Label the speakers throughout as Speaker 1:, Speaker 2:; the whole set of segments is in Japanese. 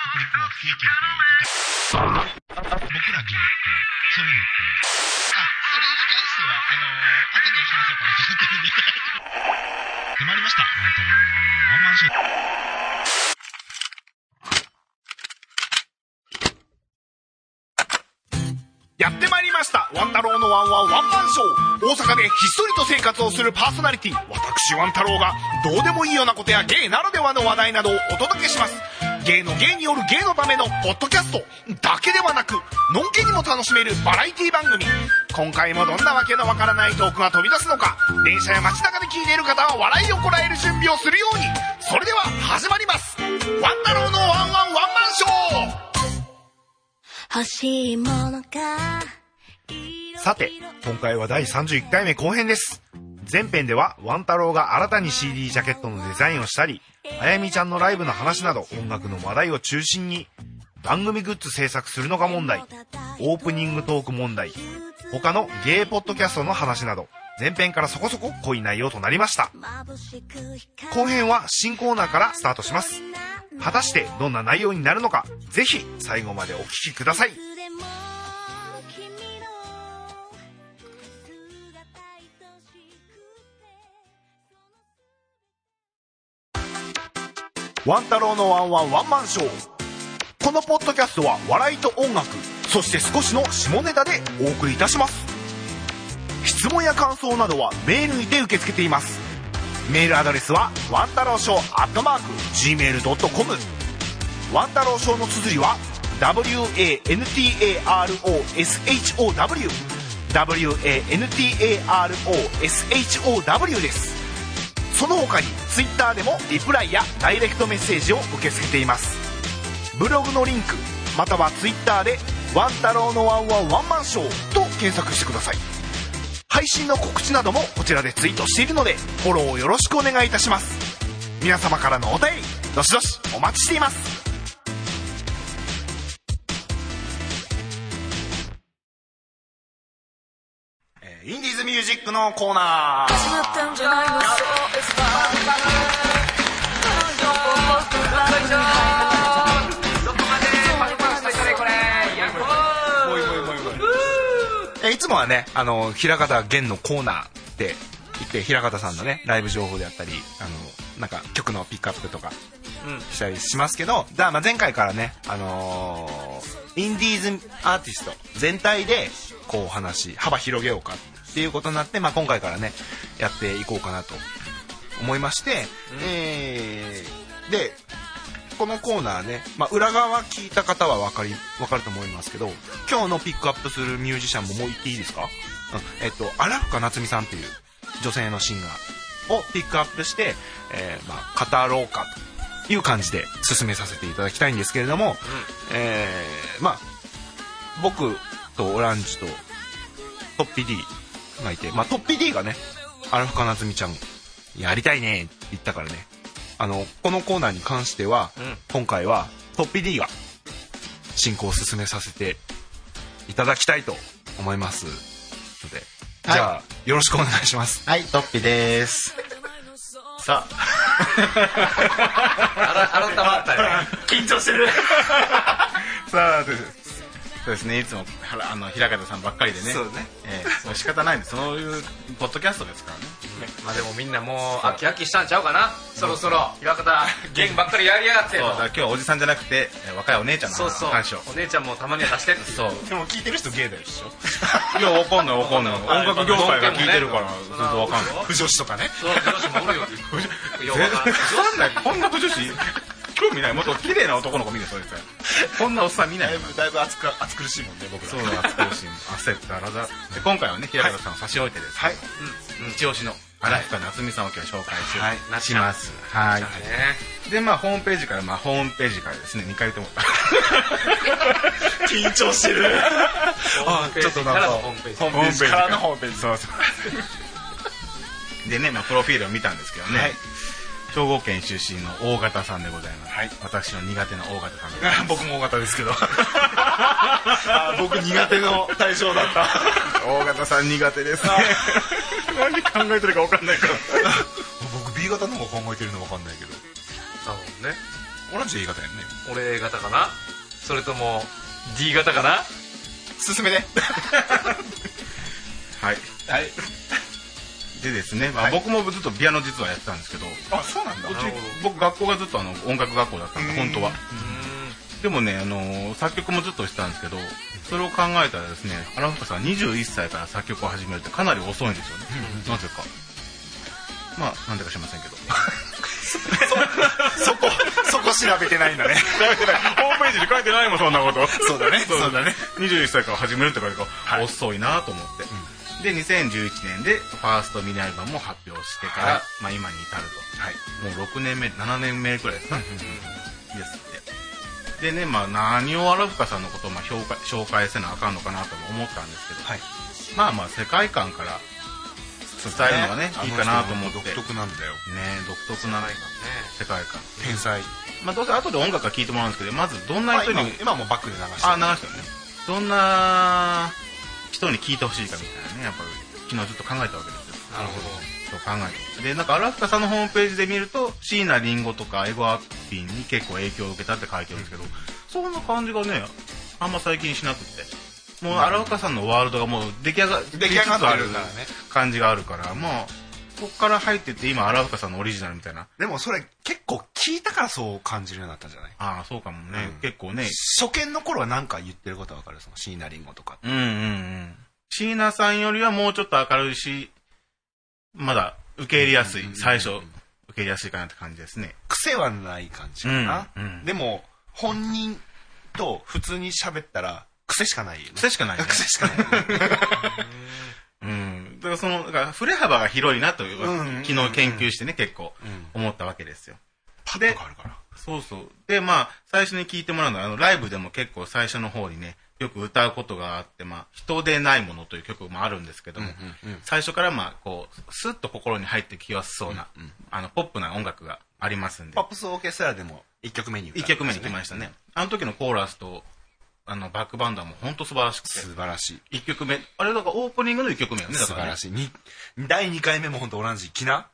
Speaker 1: いけど、僕ら芸って、そういうのって、あ、それに関しては、あのー、後で 話そうかなと思ってるんで。決まりました。ワンタロウのワンワンワンマンショー。
Speaker 2: やってまいりましたワン太郎のワンワンワンマンショー大阪でひっそりと生活をするパーソナリティ私ワン太郎がどうでもいいようなことや芸ならではの話題などをお届けします芸の芸による芸のためのポッドキャストだけではなくのんけにも楽しめるバラエティ番組今回もどんなわけのわからないトークが飛び出すのか電車や街中で聞いている方は笑いをこらえる準備をするようにそれでは始まりますワン太郎のワンワンワンマンショー
Speaker 3: 欲しいものが
Speaker 2: さて、今回は第31回目後編です。前編では、ワン太郎が新たに CD ジャケットのデザインをしたり、あやみちゃんのライブの話など音楽の話題を中心に、番組グッズ制作するのが問題、オープニングトーク問題、他のゲイポッドキャストの話など、前編からそこそこ濃い内容となりました。後編は新コーナーからスタートします。果たしてどんな内容になるのか、ぜひ最後までお聞きください。ワン太郎のワンワンワンマンショー。このポッドキャストは笑いと音楽、そして少しの下ネタでお送りいたします。質問や感想などはメールにて受け付けています。メールアドレスは、ワン太郎ショーアットマーク、gmail.com。ワン太郎ショーの綴りは、w-a-n-t-a-r-o-s-h-o-w。w-a-n-t-a-r-o-s-h-o-w です。その他に Twitter でもリプライやダイレクトメッセージを受け付けていますブログのリンクまたは Twitter で「ワン太郎のワンワンワンマンショー」と検索してください配信の告知などもこちらでツイートしているのでフォローをよろしくお願いいたします皆様からのお便りどしどしお待ちしていますインディーズミュージックのコーナー
Speaker 4: 始まったんじゃないの So it's fun どこまでパクパクしてこれこれやっほー
Speaker 2: えいつもはね、あの、平方玄のコーナーって言って、平方さんのね、ライブ情報であったり、あの、なんか曲のピックアップとか、したりしますけど、だからまあ前回からね、あのーインディーズアーティスト全体で、こうお話、幅広げようかっていうことになって、まあ今回からね、やっていこうかなと思いまして、えーで、このコーナーね、まあ、裏側聞いた方は分かり分かると思いますけど今日のピックアップするミュージシャンももう言っていいですか、うんえっと、荒深夏美さんという女性のシンガーをピックアップして、えーまあ、語ろうかという感じで進めさせていただきたいんですけれども、えーまあ、僕とオランジとトッピ D がいて、まあ、トッピ D がね荒深夏美ちゃんやりたいねって言ったからねあのこのコーナーに関しては、今回はトッピ D が進行を進めさせていただきたいと思いますのでじゃあ、よろしくお願いします
Speaker 5: はい、トッピーです。さあ、
Speaker 4: 改まったよ緊張してる
Speaker 5: さあです。そうですね、いつもはらあの平方さんばっかりでね。
Speaker 2: そうね
Speaker 5: ええそう仕方ないんで、そういうポッドキャストですからね。
Speaker 4: まあでもみんなもう飽き飽きしたんちゃうかなそろそろ平方ゲームばっかりやりやがって
Speaker 5: そうだから今日はおじさんじゃなくて、えー若いお姉ちゃんの
Speaker 4: そうそう
Speaker 5: 話を。
Speaker 4: お姉ちゃんもたまには出してっていう
Speaker 5: そう。
Speaker 2: でも聞いてる人ゲイだよで しょ
Speaker 5: いや、わかんないわかんない。音楽業界が聞いてるから、
Speaker 4: そう
Speaker 5: ずっとわかんない。
Speaker 2: 不女子とかね
Speaker 4: そう女子もおるよようわからん
Speaker 5: わかんない。こんな女子、興味ない。もっと綺麗な男の子見る、そいつ。こんなおっさん見ない
Speaker 2: だい
Speaker 5: よ。
Speaker 2: ぶだいぶ暑く暑苦しいもんね僕ら
Speaker 5: そうだ、少し焦ったらだ。で、今回はね、平方さんを差し置いてですね。
Speaker 2: はい
Speaker 5: 一押しの荒深夏美さんを今日紹介し,、
Speaker 2: はい
Speaker 5: しますはい
Speaker 4: ね
Speaker 5: でまあホームページからまあホームページからですね2回とも
Speaker 2: 緊張してる
Speaker 5: あ
Speaker 4: ちょっとなんかホームページ
Speaker 5: ホームページからのホームページそうそうでね、まあ、プロフィールを見たんですけどね、
Speaker 2: はい
Speaker 5: 兵庫県出身の大型さんでございます、
Speaker 2: はい
Speaker 5: 私の苦手な大型さんでございます
Speaker 2: 僕も大型ですけどあ僕苦手の対象だ った
Speaker 5: 大型さん苦手 ですね何考えてるか分かんないから
Speaker 2: 僕 B 型の方が考えてるの分かんないけど
Speaker 4: だもんね
Speaker 2: オランジ A 型やんね
Speaker 4: 俺 A 型かなそれとも D 型かな
Speaker 5: 進めてはい
Speaker 2: はい
Speaker 5: でですね、まあ、
Speaker 2: はい
Speaker 5: 僕もずっとピアノ実はやってたんですけど、
Speaker 2: あそうなんだ
Speaker 5: うち
Speaker 4: なるほど
Speaker 5: 僕学校がずっとあの音楽学校だったんで
Speaker 2: うん
Speaker 5: 本当はでもね、あのー作曲もずっとしてたんですけどそれを考えたらですね荒深さん21歳から作曲を始めるってかなり遅いんですよね、なぜかまあなんでか知りませんけど
Speaker 2: そこそこ調べてないんだね
Speaker 5: ホームページに書いてないもん そんなこと
Speaker 2: そうだねそうだね
Speaker 5: 21歳から始めるって書いてあるから、遅いなと思って、で2011年でファーストミニアルバムも発表してから、
Speaker 4: はい
Speaker 5: まあ、今に至る
Speaker 2: はい
Speaker 5: ともう6年目7年目くらいですか、ですってでね、まあ、何を荒深さんのことをまあ評価紹介せなあかんのかなとも思ったんですけど、
Speaker 2: はい
Speaker 5: まあまあ世界観から伝えるのがねいいかなと思って
Speaker 2: あの人
Speaker 5: ね
Speaker 2: 独特なんだよ
Speaker 5: 独特な世界観、
Speaker 2: 天才
Speaker 5: まあ、どうせ後で音楽は聴いてもらうんですけどまずどんな
Speaker 2: まあ
Speaker 5: 人に、
Speaker 2: 今今もバックで流して
Speaker 5: あ、
Speaker 2: る
Speaker 5: 流したよね。どんな人に聞いてほしいかみたいなね、やっぱ昨日ちょっと考えたわけですよ。
Speaker 4: なるほど
Speaker 5: ちょっと考えて。で、なんか荒深さんのホームページで見ると、椎名林檎とかエゴアッピンに結構影響を受けたって書いてるんですけど、そんな感じがね、あんま最近しなくって。もう荒深さんのワールドがもう出来上が
Speaker 2: 出来上がってるか
Speaker 5: 出来つつ
Speaker 2: ら
Speaker 5: あ
Speaker 2: ね
Speaker 5: 感じがあるから、もう、こっから入ってって今荒深さんのオリジナルみたいな。
Speaker 2: でもそれ結構聞いたからそう感じるようになったんじゃない
Speaker 5: ああ、そうかもね。
Speaker 2: うん
Speaker 5: 結構ね、
Speaker 2: 初見の頃は何か言ってることは分かるその椎名林檎とか
Speaker 5: うんうんうん。椎名さんよりはもうちょっと明るいし、まだ受け入れやすい、最初、受け入れやすいかなって感じですね。
Speaker 2: 癖はない感じかな、
Speaker 5: うんうん
Speaker 2: でも本人と普通に喋ったら癖しかないよね
Speaker 5: 癖しかないね
Speaker 2: 癖しかないよね
Speaker 5: うん。だからその、だから振れ幅が広いなという、
Speaker 2: うんうん
Speaker 5: 昨日研究してね、結構、思ったわけですよ。
Speaker 2: パッ
Speaker 5: で
Speaker 2: と変わるから
Speaker 5: そうそう。で、まあ、最初に聞いてもらうのは、あの、ライブでも結構最初の方にね、よく歌うことがあって、まあ、人でないものという曲もあるんですけども、最初からまあ、こう、スッと心に入ってきやすそうな、あの、ポップな音楽がありますんで
Speaker 2: ポッ。プスオーケストラでも1曲目に歌
Speaker 5: 一曲目に来ましたね。あの時のコーラスと、あの、バックバンドはもう本当素晴らしくて。
Speaker 2: 素晴らしい
Speaker 5: 一曲目、あれだからオープニングの一曲目よね、だ
Speaker 2: 素
Speaker 5: から
Speaker 2: 晴
Speaker 5: ね、
Speaker 2: らしいに第2回目も本当同じきな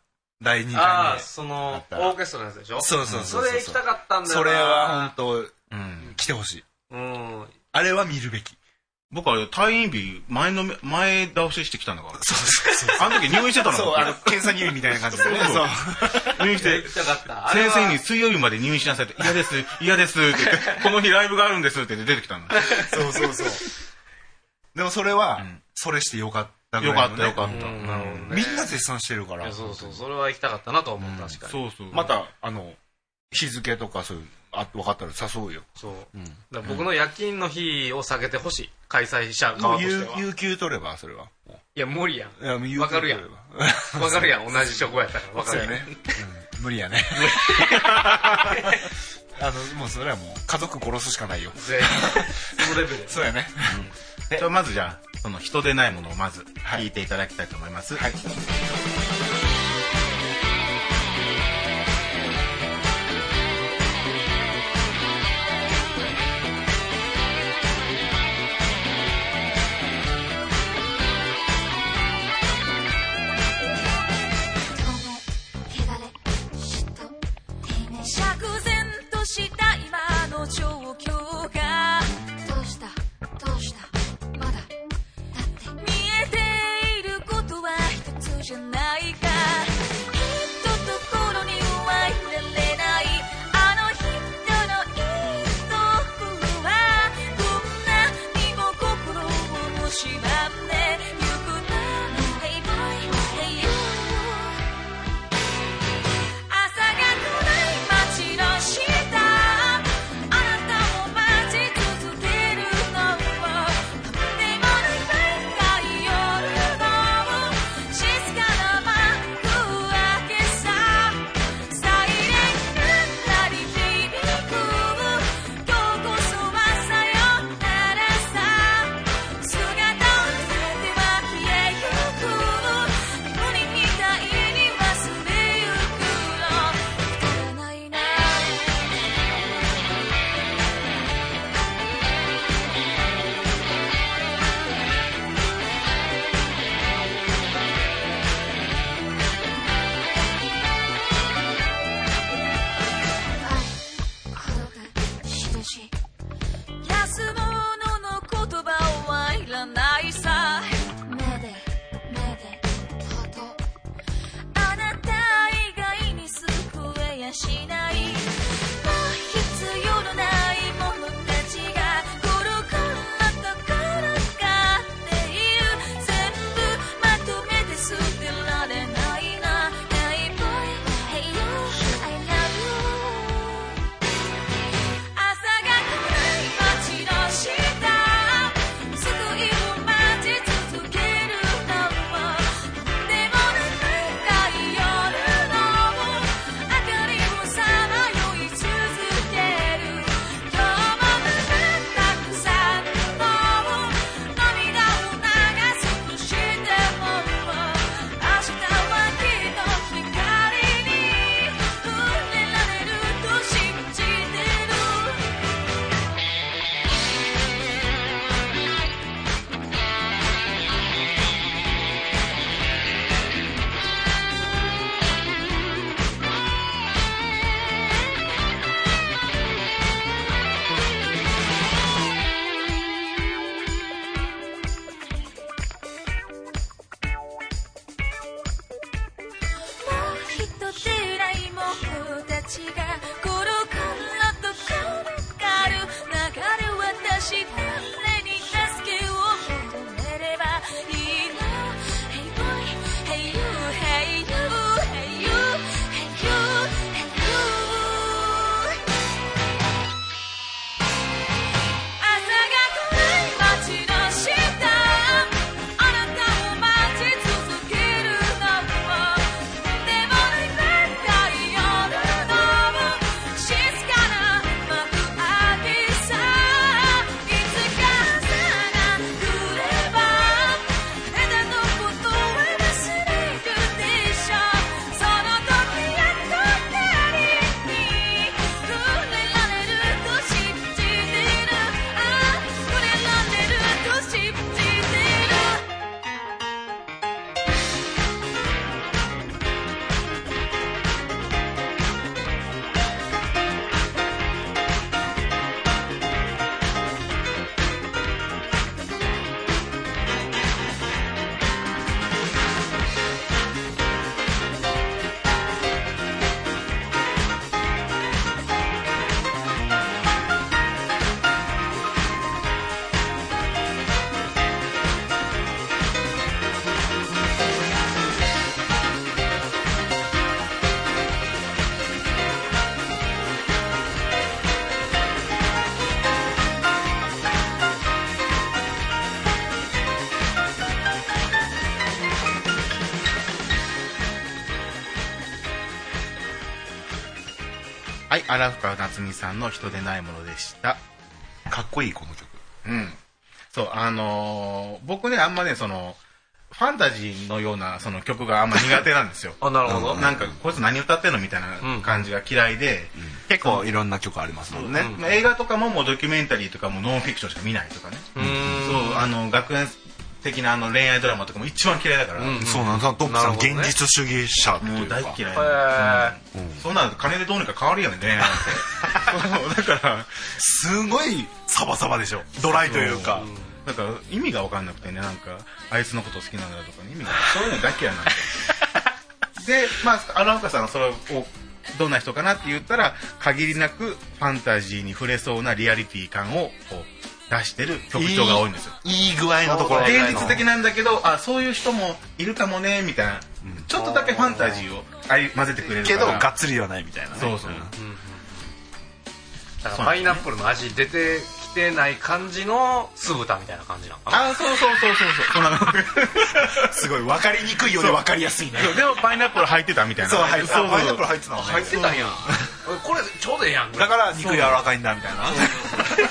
Speaker 2: 第2
Speaker 4: あ
Speaker 2: 回
Speaker 4: あ
Speaker 2: 目
Speaker 4: そのオーケストラのやつでしょ
Speaker 2: そうそうそう
Speaker 4: それ行きたかったんだよな
Speaker 2: それは本
Speaker 5: うん
Speaker 2: 当。来てほしい
Speaker 4: うん
Speaker 2: あれは見るべき
Speaker 5: 僕は退院日、前のめ、前倒ししてきたんだから。
Speaker 2: そうそうそう
Speaker 5: あの時入院してたの。
Speaker 2: そう あの検査入院みたいな感じでね
Speaker 5: そう
Speaker 2: そう
Speaker 5: 入院して
Speaker 4: 行。きたかったあれ
Speaker 5: 先
Speaker 4: は
Speaker 5: 生に水曜日まで入院しなさいって、嫌です、嫌ですって言 って、この日ライブがあるんですって言って出てきたんだ。
Speaker 2: そうそうそう。でもそれは、
Speaker 5: ん
Speaker 2: それしてよかったぐ
Speaker 5: よ
Speaker 2: ら
Speaker 5: か
Speaker 2: いの
Speaker 5: っ
Speaker 2: ね、
Speaker 5: た、よかった。
Speaker 4: うんなるほどね
Speaker 2: みんな絶賛してるか
Speaker 4: い
Speaker 2: ら
Speaker 4: や。そうそうそれは行きたかったなと思う、確かに
Speaker 5: そうそう。
Speaker 2: ま、た、あの、日付とかそういう、あ、分かったら誘うよ。
Speaker 4: そう
Speaker 2: うん。
Speaker 4: だから僕の夜勤の日を下げてほしい開催者
Speaker 2: も
Speaker 4: 側
Speaker 2: う
Speaker 4: として
Speaker 2: 有
Speaker 4: は
Speaker 2: 有給取れば、それは。も
Speaker 4: いや無理やん
Speaker 2: ういや、もう有給
Speaker 4: わかるやん
Speaker 2: 取れば
Speaker 4: わかるやん同じ職場やったからわか
Speaker 2: そう
Speaker 4: るや
Speaker 2: や
Speaker 4: ん
Speaker 2: ね。うん無理やね。あの、もうそれはもう、家族殺すしかないよ。
Speaker 4: 全員そのレベル
Speaker 2: そうやね。
Speaker 5: じゃあまずじゃあ、その人でないものをまず、聞いていただきたいと思います。
Speaker 2: はい。
Speaker 3: 「とも汚れ嫉妬いいね
Speaker 6: 釈然とした今の状況が
Speaker 3: どうしたどうしたまだだって
Speaker 6: 見えていることは一つじゃないかきっと心にはいられないあの人のいいところはどんなにも心を蝕んでゆくな Hey boy, hey you 朝が暗い街の下私が転がると転がる流れ私誰に助けを求めればいいの Hey boy, hey you, hey you, hey you, hey you, hey you 朝が暗い街の下あなたを待ち受けるのもでも眠たい夜の静かな幕開けさいつか朝が来れば枝のことは忘れるでしょうその時やっと誰に触れられる「あふれられると信じてる」
Speaker 5: はい、荒深夏美さんの人でないものでした。
Speaker 2: かっこいいこの曲
Speaker 5: うん。そう、あのー僕ね、あんまね、その、ファンタジーのようなその曲があんま苦手なんですよ。
Speaker 4: あなるほど
Speaker 5: うんなんか、こいつ何歌ってんのみたいな感じが嫌いで、
Speaker 2: 結構いろんな曲ありますもんね、
Speaker 5: ね、まあ映画とかももうドキュメンタリーとかもうノンフィクションしか見ないとかね。そう、あの、学園的なあの恋愛ドラマとかも一番嫌いだから、
Speaker 4: うん
Speaker 2: そうなんですトップさん、
Speaker 4: なるほどね
Speaker 2: 現実主義者って
Speaker 5: も
Speaker 2: いううか
Speaker 5: 大嫌い。
Speaker 4: へ
Speaker 5: うんそんなの金でどうにか変わるよね、恋 愛なんて。そう、だから、
Speaker 2: すごいサバサバでしょドライというか、
Speaker 5: なんか意味が分かんなくてねなんかあいつのこと好きなんだとかね意味がそういうの大嫌いなんで でまあ荒岡さんはそれをどんな人かなって言ったら限りなくファンタジーに触れそうなリアリティ感をこう出してる曲調が多いんですよ
Speaker 2: いい具合のところ
Speaker 5: 現実的なんだけどあそういう人もいるかもねみたいな、ちょっとだけファンタジーをあい混ぜてくれるか
Speaker 2: け
Speaker 5: ら
Speaker 2: どがっつりではないみたいなね
Speaker 5: そうそう、
Speaker 4: だからパイナップルの味出てきてない感じの酢豚みたいな感じなのかな
Speaker 5: あそうそうそうそう そうそんなの
Speaker 2: すごい分かりにくいより分かりやすいね
Speaker 5: そうでもパイナップル入ってたみたいな
Speaker 2: そう入ってた
Speaker 5: そうそう
Speaker 2: パイナップル入ってたもんね
Speaker 4: 入ってたんやこれちょうどええやん
Speaker 2: だから肉柔らかいんだみたいな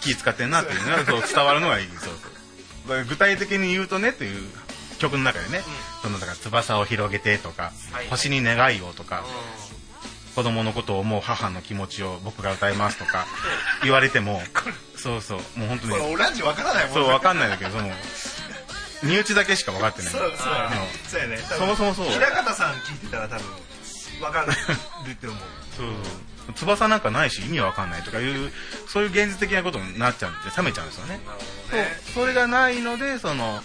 Speaker 5: 気使ってんなっていうのがそう伝わるのがいいそうそうだから具体的に言うとねっていう曲の中でね、そのだから翼を広げてとか、
Speaker 4: はい
Speaker 5: 星に願いをとか、子供のことを思う母の気持ちを僕が歌いますとか言われてもそうそうもう本当に
Speaker 2: オランジ分からないも
Speaker 5: そ
Speaker 2: ん
Speaker 5: うわかんないんだけどその身内だけしか分かってない
Speaker 2: そうそう
Speaker 5: でも
Speaker 2: そうやね多
Speaker 5: そ
Speaker 2: 分
Speaker 5: もそもそう
Speaker 2: 平方さん聞いてたら多分分かるって思う
Speaker 5: そうそう翼なんかないし意味わかんないとかいうそういう現実的なことになっちゃうんで冷めちゃうんですよねそうそれがないのでその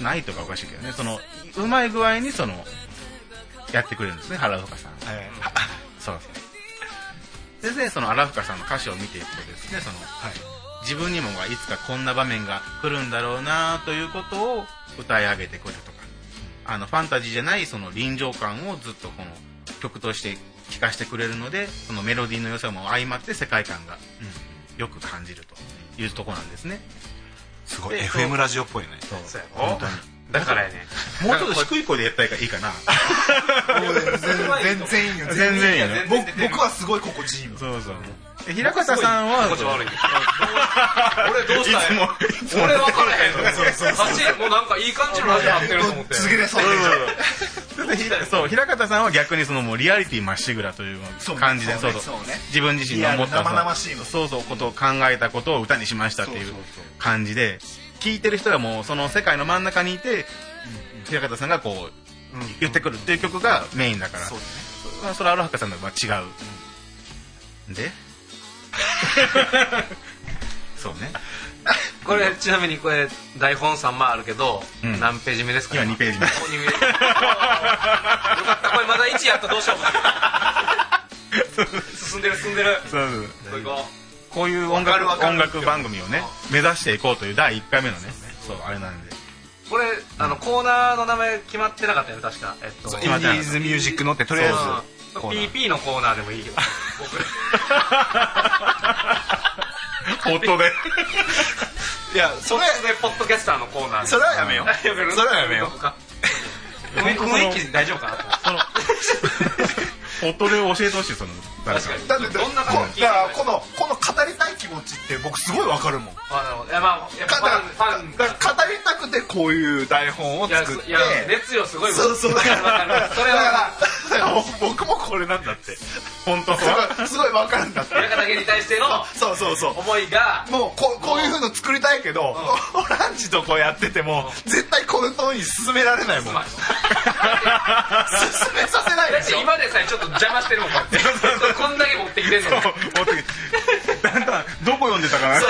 Speaker 5: ないとかおかしいけどねそのうまい具合にそのやってくれるんですね原深さん
Speaker 2: はい
Speaker 5: そうですねその荒深さんの歌詞を見ていくとですねその、自分にもがいつかこんな場面が来るんだろうなということを歌い上げてくるとかあのファンタジーじゃないその臨場感をずっとこの曲として聴かせてくれるのでそのメロディーの良さも相まって世界観が、よく感じるというところなんですね
Speaker 2: すごい
Speaker 5: で
Speaker 2: FM ラジオっぽいね
Speaker 5: そう
Speaker 4: そうや
Speaker 5: 本
Speaker 4: ろ
Speaker 5: 当に
Speaker 4: だからやね
Speaker 5: もうちょっと低い声でやったらいいかな
Speaker 2: 全然いいよ
Speaker 5: 全然いいよね
Speaker 2: 僕僕はすごい心地いいの
Speaker 5: そうそうで平方さんは
Speaker 4: 心地悪い俺どう
Speaker 5: いつ
Speaker 4: したんや
Speaker 5: もいつも
Speaker 4: 俺分からへんの走りもうなんかいい感じの味になってると思って
Speaker 2: 続けれそう
Speaker 5: でひそう平方さんは逆にそのもうリアリティまっしぐらという
Speaker 2: そう
Speaker 5: 感じで
Speaker 2: そうね
Speaker 5: そうそ
Speaker 2: そ
Speaker 5: う
Speaker 2: うね
Speaker 5: 自分自身の思った
Speaker 2: リアル生々しいの
Speaker 5: そうそうことを考えたことを歌にしましたっていう
Speaker 2: そうそうそう
Speaker 5: 感じで聞いてる人がもうその世界の真ん中にいて平方さんがこう言ってくるっていう曲がメインだから
Speaker 2: そうだ
Speaker 5: まあそれはアロハカさんのは違うでそうね
Speaker 4: これちなみにこれ台本3枚あるけど、
Speaker 5: うん
Speaker 4: 何ページ目ですか
Speaker 5: 今2ページ 目
Speaker 4: ここに見えるよかったこれまだ1やったらどうしようもない 進んでる進んでる
Speaker 5: そう
Speaker 4: こう行こ
Speaker 5: こういう
Speaker 4: わ
Speaker 5: 音
Speaker 4: か
Speaker 5: 楽
Speaker 4: るわかる
Speaker 5: 音楽番組をね目指していこうという第1回目のねそうあれなんで
Speaker 4: うこれあのコーナーの名前決まってなかったよね確かえっと
Speaker 2: インディーズミュージックのってとりあえずコーナー
Speaker 4: PP のコーナーでもいいけど
Speaker 5: 本当で
Speaker 2: いや
Speaker 4: それでポッドキャスターのコーナー
Speaker 2: それはやめ よう
Speaker 4: やめる
Speaker 2: それはやめ よう
Speaker 4: ごめん雰囲気大丈夫か なと思って
Speaker 5: その夫で教えてほしいその誰か
Speaker 4: 確かに
Speaker 2: だって
Speaker 4: どんな
Speaker 2: こ
Speaker 4: 感じ
Speaker 2: だからこのこの語りたい気持ちって僕すごいわかるもん
Speaker 4: あなるほどいやまあやっぱ
Speaker 2: だ
Speaker 4: フ
Speaker 2: から
Speaker 4: ァンファン
Speaker 2: だから語りたくてこういう台本を
Speaker 4: いや
Speaker 2: 作って
Speaker 4: いや熱量すごいもん
Speaker 2: そう そう
Speaker 4: わ
Speaker 2: だか
Speaker 4: かる
Speaker 2: ら
Speaker 4: わかるそれは
Speaker 2: だから僕もこれなんだって
Speaker 5: 本当は
Speaker 2: すごいすごいわかるんだって
Speaker 4: 親方家に対しての
Speaker 2: そうそうそう
Speaker 4: 思いが
Speaker 2: もうここういうふうの作りたいけど、オランジとこうやってても絶対この通りに進められないもん
Speaker 4: つ
Speaker 2: 進
Speaker 4: ま
Speaker 2: め
Speaker 4: り
Speaker 2: させないで
Speaker 4: だっ
Speaker 2: してょ
Speaker 4: 今でさえちょっと邪魔してるもんこうやってこんだけ持ってきてんのに
Speaker 5: 持ってきてだんだんどこ読んでたかな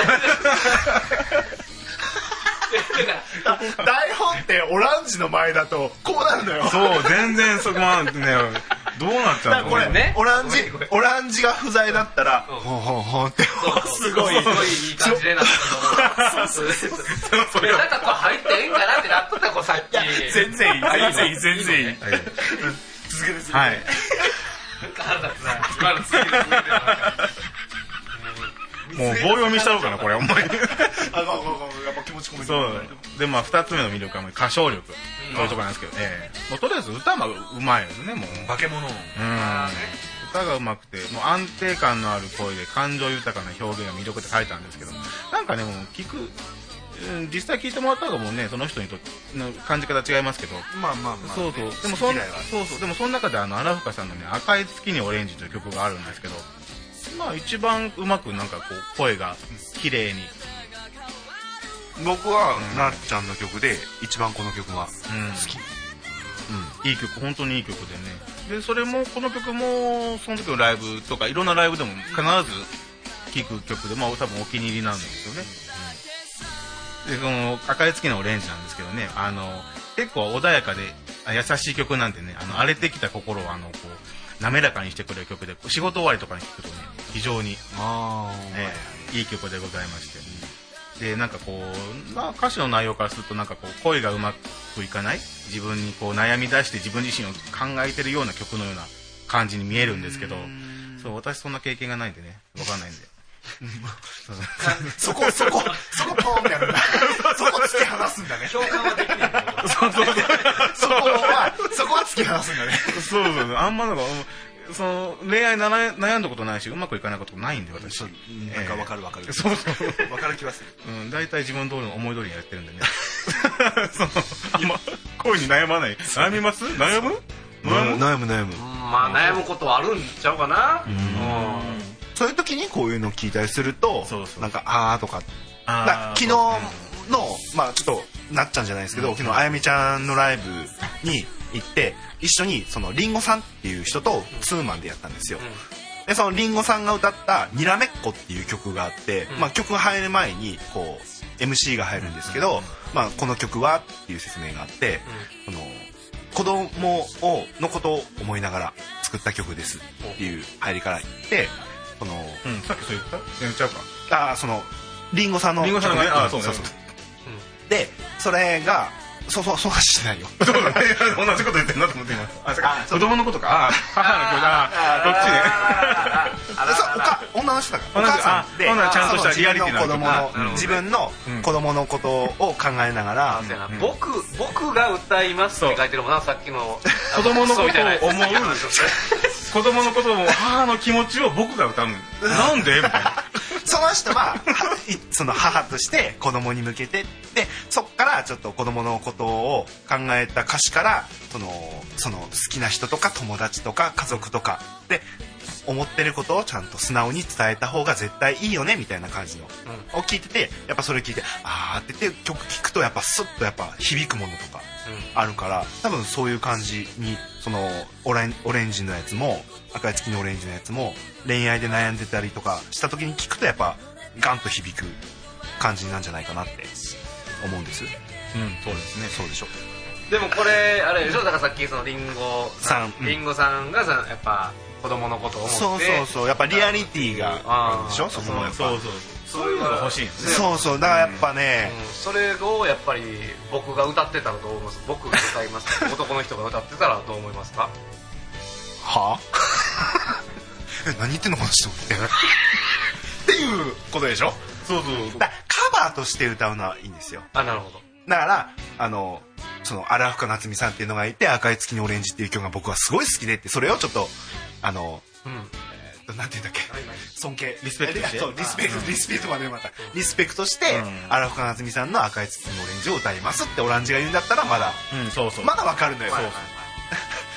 Speaker 2: だ 台本ってオランジの前だとこうなるのよ
Speaker 5: そう全然そこはねどうなっちゃ
Speaker 2: だから
Speaker 5: うの
Speaker 2: これ、
Speaker 4: ね
Speaker 2: オランジオランジが不在だったら「ほうほうほう」ってすごい
Speaker 4: すごいいい感じでなってるけどそれなんかこう入ってええんかなってなっとったこうさっき
Speaker 2: 全然いい全然いい全然いい
Speaker 5: 続けてはい
Speaker 4: 腹立つな今の次の続いてる
Speaker 5: もう棒読みしたろうかなこれお前
Speaker 2: あごめんごめんごめんやっぱ気持ち込めて
Speaker 5: そうでまあ2つ目の魅力はもう歌唱力というところなんですけど、ええもうとりあえず歌はうまいよねもう
Speaker 2: 化け物
Speaker 5: うん歌がうまくてもう安定感のある声で感情豊かな表現が魅力って書いてあるんですけどなんかねもう聞く、うん、実際聞いてもらった方がもうねその人にとっての感じ方違いますけど
Speaker 2: まあまあまあ
Speaker 5: そうそうでもそ
Speaker 2: 好
Speaker 5: ん
Speaker 2: き嫌いは
Speaker 5: そうそうでもその中であの荒深さんのね「赤い月にオレンジ」という曲があるんですけどまあ一番うまくなんかこう声が綺麗に、
Speaker 2: 僕はなっちゃんの曲で一番この曲が
Speaker 5: うん、
Speaker 2: 好き
Speaker 5: いい曲本当にいい曲でねでそれもこの曲もその時のライブとかいろんなライブでも必ず聴く曲でまあ多分お気に入りなんですよね、でこの「赤い月のオレンジ」なんですけどねあの結構穏やかであ優しい曲なんでねあの荒れてきた心をあのこう滑らかにしてくれる曲で仕事終わりとかに聴くとね非常に
Speaker 2: あ
Speaker 5: ええいい曲でございまして、でなんかこう、まあ、歌詞の内容からするとなんかこう声がうまくいかない自分にこう悩み出して自分自身を考えてるような曲のような感じに見えるんですけどそう私そんな経験がないんでねわかんないんで
Speaker 2: そこそこそこポーンってやるん だそこ突き放すんだね
Speaker 4: 共感はできないんだけど
Speaker 2: そこはそこは突き放すんだね
Speaker 5: そうそうそうあんまなんかうんその恋愛なら悩んだことないしうまくいかないことないんで私
Speaker 2: なんかわかるわかる
Speaker 5: そうそう
Speaker 2: わかる気はする
Speaker 5: うん、大体自分通りの思い通りにやってるんで ねそのあんま恋に悩まない悩みます悩む悩む
Speaker 2: む悩む
Speaker 4: まあ悩むことはあるんちゃうかなうん
Speaker 2: そういう時にこういうのを聞いたりすると
Speaker 5: そうそう
Speaker 2: なんか「あー」とかだから
Speaker 5: あー
Speaker 2: 昨日の、まあちょっとなっちゃうんじゃないですけど、昨日あやみちゃんのライブに行って一緒にそのりんごさんっていう人とツーマンでやったんですよ、でそのりんごさんが歌った「にらめっこ」っていう曲があって、まあ、曲が入る前にこう MC が入るんですけど、まあ、この曲はっていう説明があって、この子供をのことを思いながら作った曲ですっていう入りから行ってその
Speaker 5: うん、さっきそう言ったやめちゃうか
Speaker 2: あーそのりんごさんの
Speaker 5: リンゴさんがね
Speaker 2: 曲
Speaker 5: あーそうね
Speaker 2: そうそうでそれがそうそうそうはしてないよ
Speaker 5: そうだね同じこと言ってるなと思って今あそうか子供のことかあ母の子だこっちね
Speaker 2: そおか女の人だからお
Speaker 5: 女の
Speaker 2: 母
Speaker 5: 人
Speaker 2: さんで
Speaker 5: あほんならちゃんとした
Speaker 2: その
Speaker 5: リアリティな
Speaker 2: 自分の子供の自
Speaker 5: あ
Speaker 2: 分の
Speaker 5: うん
Speaker 2: 子供のことを考えながら、
Speaker 4: そうやな僕僕が歌いますって書いてるもんなさっきの
Speaker 5: 子供のことを思う
Speaker 4: みたいなさっきの話をして
Speaker 5: 子供のことも母の気持ちを僕が歌うんなんでみたいな
Speaker 2: その人ははいその母として子供に向けてでそっからちょっと子供のことを考えた歌詞からそのその好きな人とか友達とか家族とかで思ってることをちゃんと素直に伝えた方が絶対いいよねみたいな感じの、を聞いててやっぱそれ聞いてああって言って曲聞くとやっぱスッとやっぱ響くものとかあるから多分そういう感じにそのオレンオレンジのやつも赤い月のオレンジのやつも恋愛で悩んでたりとかした時に聞くとやっぱガンと響く感じなんじゃないかなって思うんです
Speaker 5: うんそうですね
Speaker 2: そうでしょ
Speaker 4: でもこれあれでしょだからさっきそのリンゴ
Speaker 2: さんうん
Speaker 4: リンゴさんがさやっぱ子供のことを思って
Speaker 2: そうそうそうやっぱリアリティがあるでしょ
Speaker 4: あー
Speaker 2: そこもやっぱ
Speaker 5: そうそうそういうのが欲しいんですね
Speaker 2: そうそうだからやっぱね、
Speaker 4: うんそれをやっぱり僕が歌ってたらどう思います僕が歌います 男の人が歌ってたらどう思いますか
Speaker 2: は え何言ってんのこの人 みたいなっていうことでしょ
Speaker 5: そうそうそう
Speaker 2: だカバーとして歌うのはいいんですよ
Speaker 4: あなるほど
Speaker 2: だからあのその荒深夏美さんっていうのがいて「赤い月にオレンジ」っていう曲が僕はすごい好きでってそれをちょっとあの、
Speaker 4: うん
Speaker 2: えっとなんていうんだっけ尊敬
Speaker 5: リスペクトして
Speaker 2: えそうリスペクトリスペクトまでまたリスペクトして
Speaker 5: うん
Speaker 2: 荒深夏美さんの「赤い月にオレンジ」を歌いますってオランジが言うんだったらまだ
Speaker 5: うんそうそう
Speaker 2: まだわかるのよ、
Speaker 5: そうそう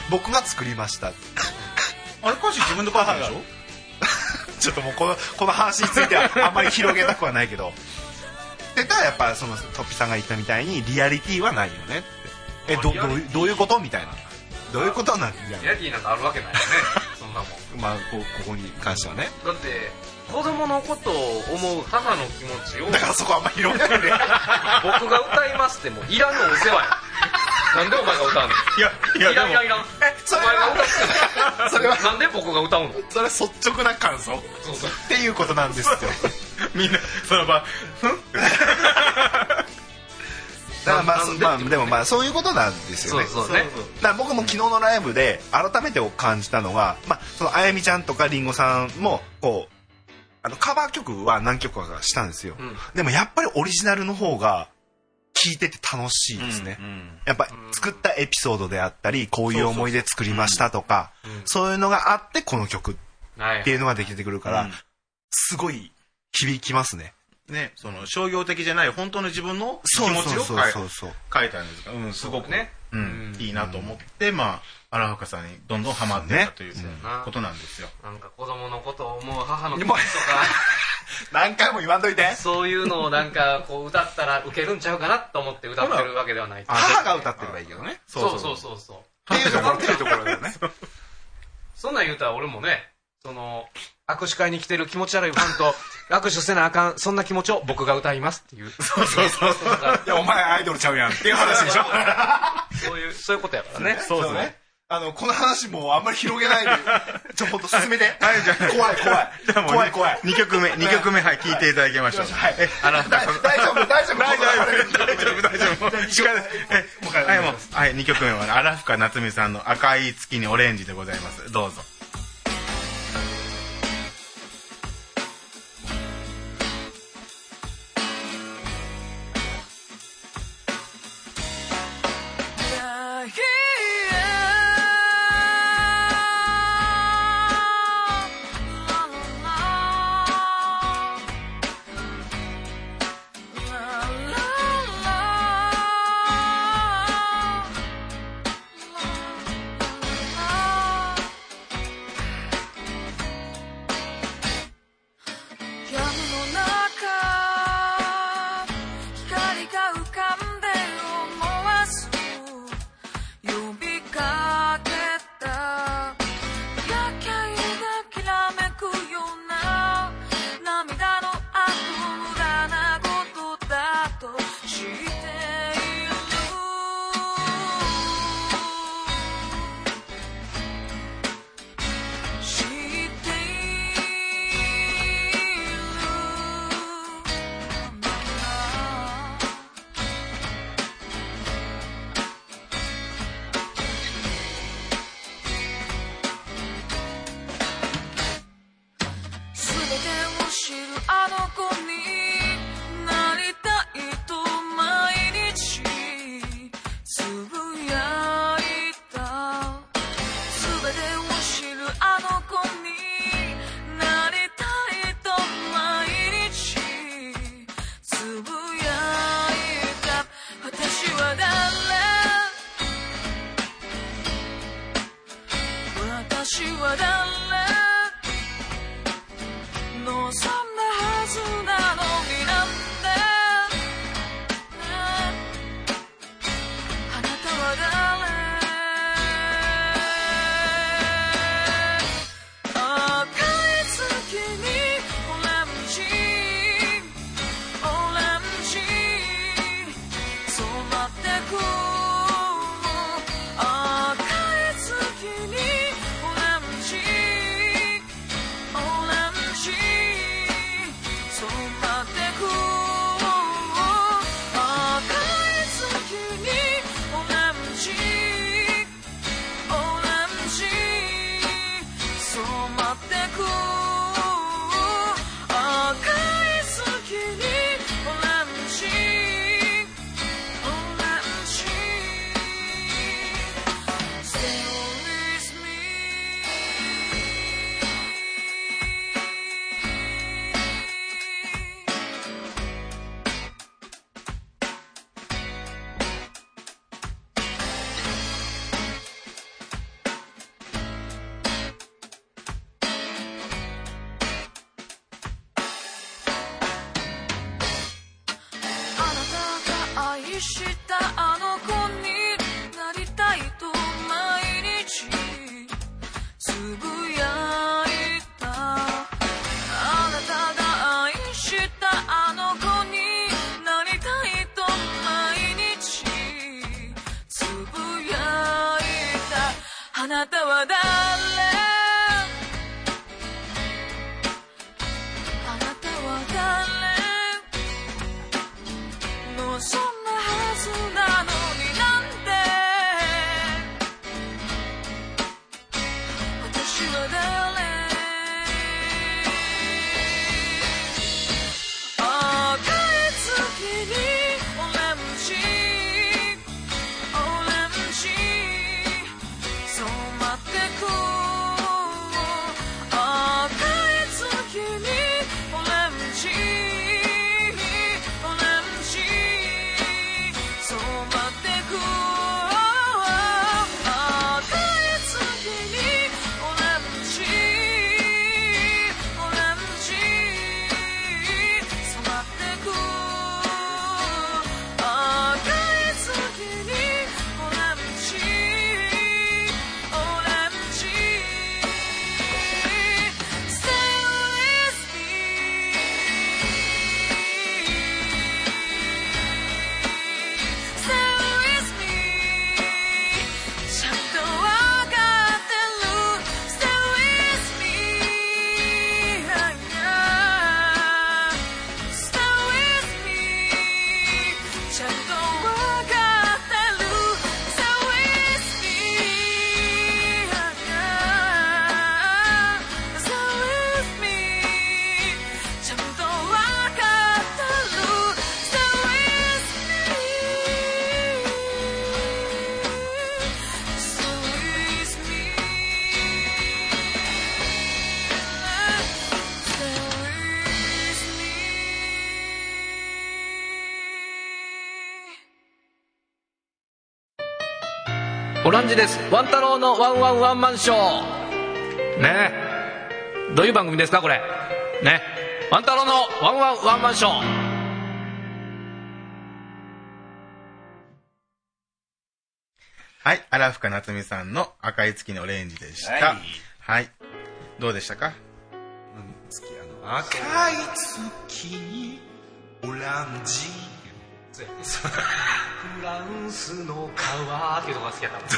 Speaker 2: 僕が作りました
Speaker 5: あれ歌詞自分で書いたんでしょ
Speaker 2: ちょっともうこのこの話についてはあんまり広げたくはないけどでただやっぱそのトッピさんが言ったみたいにリアリティはないよねってえどどういうどういうことみたいなどういうことなんみたい
Speaker 4: リアリティなんかあるわけないよねそんなもん
Speaker 2: なまあこここに関してはね
Speaker 4: だって子供のことを思う母の気持ちを
Speaker 2: だからそこはあんまり広げないで
Speaker 4: 僕が歌いますってもういらんのお世 話やなんでお前が歌う
Speaker 2: い
Speaker 4: の
Speaker 2: やいや
Speaker 4: いらんい
Speaker 2: で
Speaker 4: ら
Speaker 2: も
Speaker 4: んいらん
Speaker 2: そ
Speaker 4: お
Speaker 2: れ
Speaker 4: 前が歌
Speaker 2: は
Speaker 4: ってた
Speaker 2: それは
Speaker 4: なんで僕が歌うの
Speaker 2: それは率直な感想っていうことなんですよ
Speaker 5: みんなその場
Speaker 2: だからまあ
Speaker 4: な
Speaker 2: そ
Speaker 4: んで
Speaker 2: まあ
Speaker 4: ってことね
Speaker 2: でもまあそういうことなんですよ
Speaker 4: そう
Speaker 2: ね
Speaker 4: そうね
Speaker 2: だから僕も昨日のライブで改めて感じたのは、まあ、そのあやみちゃんとかりんごさんもこうあのカバー曲は何曲かしたんですよ、
Speaker 4: うん
Speaker 2: でもやっぱりオリジナルの方が聴いてて楽しいですね、
Speaker 5: うんうん
Speaker 2: やっぱ作ったエピソードであったりこういう思い出作りましたとかそう
Speaker 4: うん
Speaker 2: いうのがあってこの曲っ
Speaker 4: はい
Speaker 2: ていうのができてくるから、すごい響きますね
Speaker 5: ねその商業的じゃない本当の自分の気
Speaker 2: そう
Speaker 5: 持
Speaker 2: そ
Speaker 5: ち
Speaker 2: う
Speaker 5: を
Speaker 2: そ
Speaker 5: 書
Speaker 2: う
Speaker 5: い
Speaker 2: そうそう
Speaker 5: 書いたんですがうんすごく
Speaker 4: ね
Speaker 5: ねうんいいなと思ってまあ荒岡さんにどんどんハマっていったといううんことなんですよ
Speaker 4: なんか子供のことを思う母の気持ち
Speaker 2: も
Speaker 4: と
Speaker 2: う
Speaker 4: か
Speaker 2: 何回も言わんといて
Speaker 4: そういうのをなんかこう歌ったらウケるんちゃうかなと思って歌ってるわけではない
Speaker 2: 母が歌ってればいいけどね
Speaker 4: そうそうそうそう
Speaker 2: っていうところっていうところだよ ね
Speaker 4: そんなん言うたら俺もねその握手会に来てる気持ち悪いファ ンと握手せなあかんそんな気持ちを僕が歌いますっていうそうそうそうそう
Speaker 2: いやお前アイドルちゃうやんっていう話 でしょ
Speaker 4: そういうそういうことやからね
Speaker 2: そうですねあのこの話もうあんまり広げ ないでちょっと進めて怖い怖い
Speaker 5: じゃあもう
Speaker 2: 怖い怖い
Speaker 5: 2曲目2曲目はい聞いていただきましょう
Speaker 2: はい
Speaker 5: え荒
Speaker 2: 大
Speaker 5: 岡さん
Speaker 2: 丈夫大丈夫
Speaker 5: 大丈夫大丈夫大丈夫もう力え
Speaker 2: もう一回
Speaker 5: はいもうはい2曲目は荒深夏美さんの「赤い月にオレンジ」でございますどうぞ
Speaker 6: 「ってく赤い月にオランジオランジ Stay with me あなたが愛したあの子になりたいと毎日つぶやいたあなたが愛したあの子になりたいと毎日つぶやいたあなたは誰あなたは誰もうそんなはずなのになんで私は誰赤い月にオレンジオレンジ染まってく赤い月にオレンジオレンジ染まってく赤い月にオレンジオレンジ染まってく赤い月にオレンジオレンジ Stay with me Stay with me ちゃんとわかってる Stay with me yeah, yeah. Stay with me ちゃんとわかってる Stay with me yeah, yeah. Stay with me ちゃんとわかってる Stay with me so is me. So is me.
Speaker 4: オランジですワン太郎のワンワンワンマンショーねえどういう番組ですかこれねワン太郎のワンワンワンマンショー
Speaker 5: はい、荒深夏美さんの赤い月のオレンジでした。
Speaker 2: は
Speaker 5: はいい。どうでしたか
Speaker 2: 月あの赤い月にオランジ
Speaker 4: フランスの川っていうとこが好きやったもん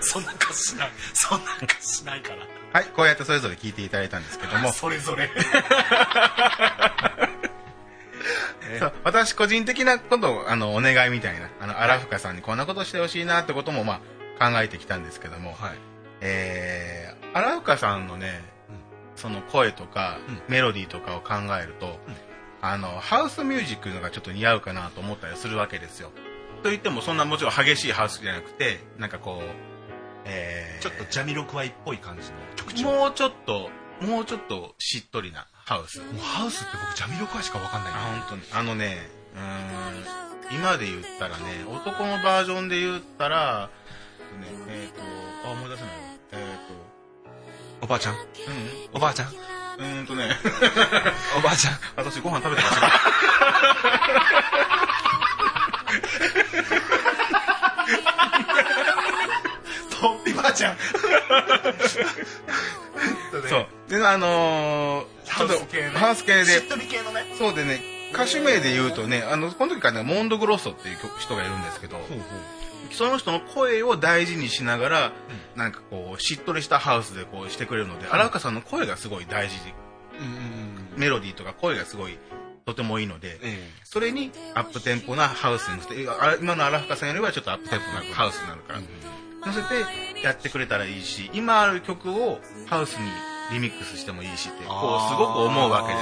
Speaker 2: そんな歌詞ないそんな歌詞ないから
Speaker 5: はい、こうやってそれぞれ聞いていただいたんですけども、
Speaker 2: それぞれ
Speaker 5: そう私個人的なことを、あの、お願いみたいな、あの、荒深さんにこんなことしてほしいなってことも、まあ、考えてきたんですけども、
Speaker 2: はい
Speaker 5: えー、荒深さんのね、その声とか、メロディーとかを考えると、あの、ハウスミュージックのがちょっと似合うかなと思ったりするわけですよ。と言っても、そんなもちろん激しいハウスじゃなくて、なんかこう、えー、
Speaker 2: ちょっとジャミロクワイっぽい感じの曲調も
Speaker 5: もうちょっと、もうちょっとしっとりなハウス。
Speaker 2: うハウスって僕ジャミロクワイしかわかんないな
Speaker 5: あ、本当に。あのね、うーん、今で言ったらね、男のバージョンで言ったら、ね、えっ、と、あ、思い出せない。えっ、
Speaker 2: おばあちゃん
Speaker 5: と、
Speaker 2: おばあちゃん
Speaker 5: うん、うーんとね、
Speaker 2: おばあちゃん
Speaker 5: 私ご飯食べてましたか
Speaker 2: とっぴばあちゃん
Speaker 5: そう。で、あのー、
Speaker 2: ハウス系ね
Speaker 5: ハウス系で、
Speaker 2: しっとり系のね
Speaker 5: そうでね、歌手名で言うとね、あの、この時からね、モンド・グロッソっていう人がいるんですけど、その人の声を大事にしながら、なんかこう、しっとりしたハウスでこうしてくれるので、荒川さんの声がすごい大事で、
Speaker 2: うんうんうん
Speaker 5: メロディーとか声がすごい、とてもいいので、
Speaker 2: え
Speaker 5: それにアップテンポなハウスに乗せて、あ今の荒深さんよりはちょっとアップテンポなハウスになるから、乗せてやってくれたらいいし、今ある曲をハウスにリミックスしてもいいしって、こう、すごく思うわけで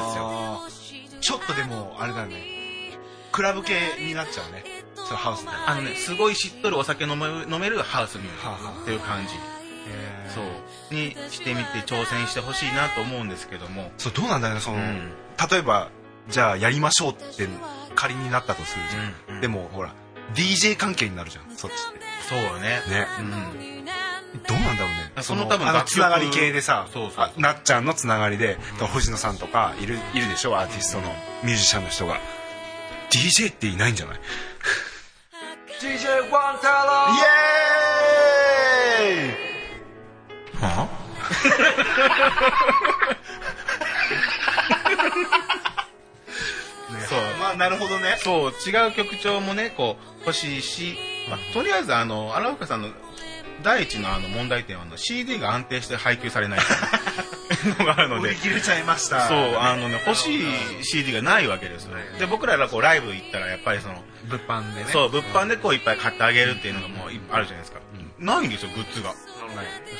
Speaker 5: すよ。
Speaker 2: ちょっとでもあれだねクラブ系になっちゃうねそのハウスで
Speaker 5: あのね、すごいしっとるお酒飲め飲めるハウスミュージ
Speaker 2: はあは
Speaker 5: ッ
Speaker 2: あ
Speaker 5: クっていう感じ、そうにしてみて挑戦してほしいなと思うんですけども、
Speaker 2: そうどうなんだろうねその、
Speaker 5: うん
Speaker 2: 例えばじゃあやりましょうって仮になったとするじゃん、
Speaker 5: うんうん
Speaker 2: でもほら DJ 関係になるじゃんそっちっ
Speaker 5: そうよね
Speaker 2: てね
Speaker 5: うん
Speaker 2: ど うなんだろうね
Speaker 5: その多分
Speaker 2: あの
Speaker 5: 楽曲
Speaker 2: つながり系でさ
Speaker 5: そうそうそう
Speaker 2: あなっちゃんのつながりで、星野さんとかいるいるでしょアーティストのミュージシャンの人が DJ っていないんじゃない
Speaker 4: DJ ワンタロ
Speaker 2: イエーイ
Speaker 5: はあそう
Speaker 2: まあなるほどね
Speaker 5: そう違う曲調もねこう欲しいし、まあ、とりあえずあの荒岡さんの第一のあの問題点はあの CD が安定して配給 されないっていうのがあるの
Speaker 2: 売
Speaker 5: で
Speaker 2: り切れちゃいました
Speaker 5: そうあのね欲しい CD がないわけですよで僕らがこうライブ行ったらやっぱりその
Speaker 2: 物販でね
Speaker 5: そう物販でこういっぱい買ってあげるっていうのがもういっぱいあるじゃないですか、ないんですよグッズが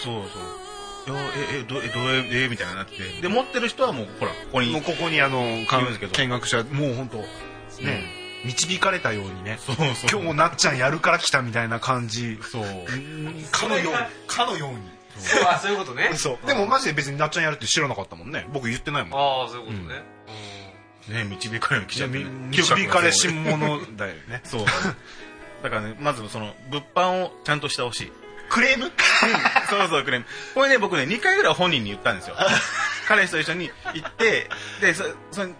Speaker 5: そうそういやええどえどれえみたいになってで持ってる人はもうほらここに
Speaker 2: もうここにあの
Speaker 5: いますけど
Speaker 2: 見学者もう本当ね、導かれたようにね
Speaker 5: そうそう
Speaker 2: 今日もなっちゃんやるから来たみたいな感じ
Speaker 5: そう
Speaker 2: かのようにかのように
Speaker 4: ーあそういうことね
Speaker 2: そうでもマジで別になっちゃんやるって知らなかったもんね僕言ってないもん
Speaker 4: ああそういうことね、
Speaker 5: ね導かれの来ちゃって、ね、
Speaker 2: 導かれし者だよね
Speaker 5: そうだからねまずその物販をちゃんとしてほしい
Speaker 2: クレーム
Speaker 5: そうそう、クレーム。これね、僕ね、2回ぐらい本人に言ったん ですよ。彼氏と一緒に行って、で、そ、その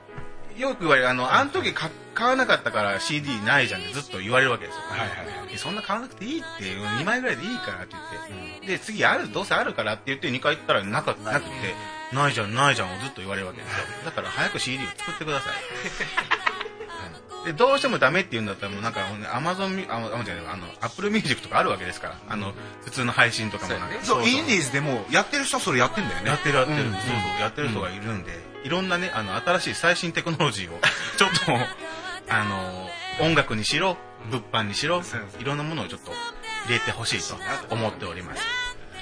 Speaker 5: よく言われる、あの、あの時か買わなかったから CD ないじゃんってずっと言われるわけですよ。
Speaker 2: はいはいはい
Speaker 5: やそんな買わなくていいって、2枚ぐらいでいいからって言って、で、次ある、どうせあるからって言って2回行ったらなかなくて、ないじゃん、ないじゃんをずっと言われるわけですよ。だから早く CD を作ってください。でどうしてもダメって言うんだったらもうなんかアマゾンあのじゃないあのアップルミュージックとかあるわけですからあの普通の配信とかもなんか
Speaker 2: そうインディーズでもやってる人はそれやってんだよ
Speaker 5: や
Speaker 2: ね
Speaker 5: ってるやってる、そうそうやってる人がいるんで、いろんなねあの新しい最新テクノロジーを ちょっとあの音楽にしろ物販にしろいろんなものをちょっと入れてほしいと思っております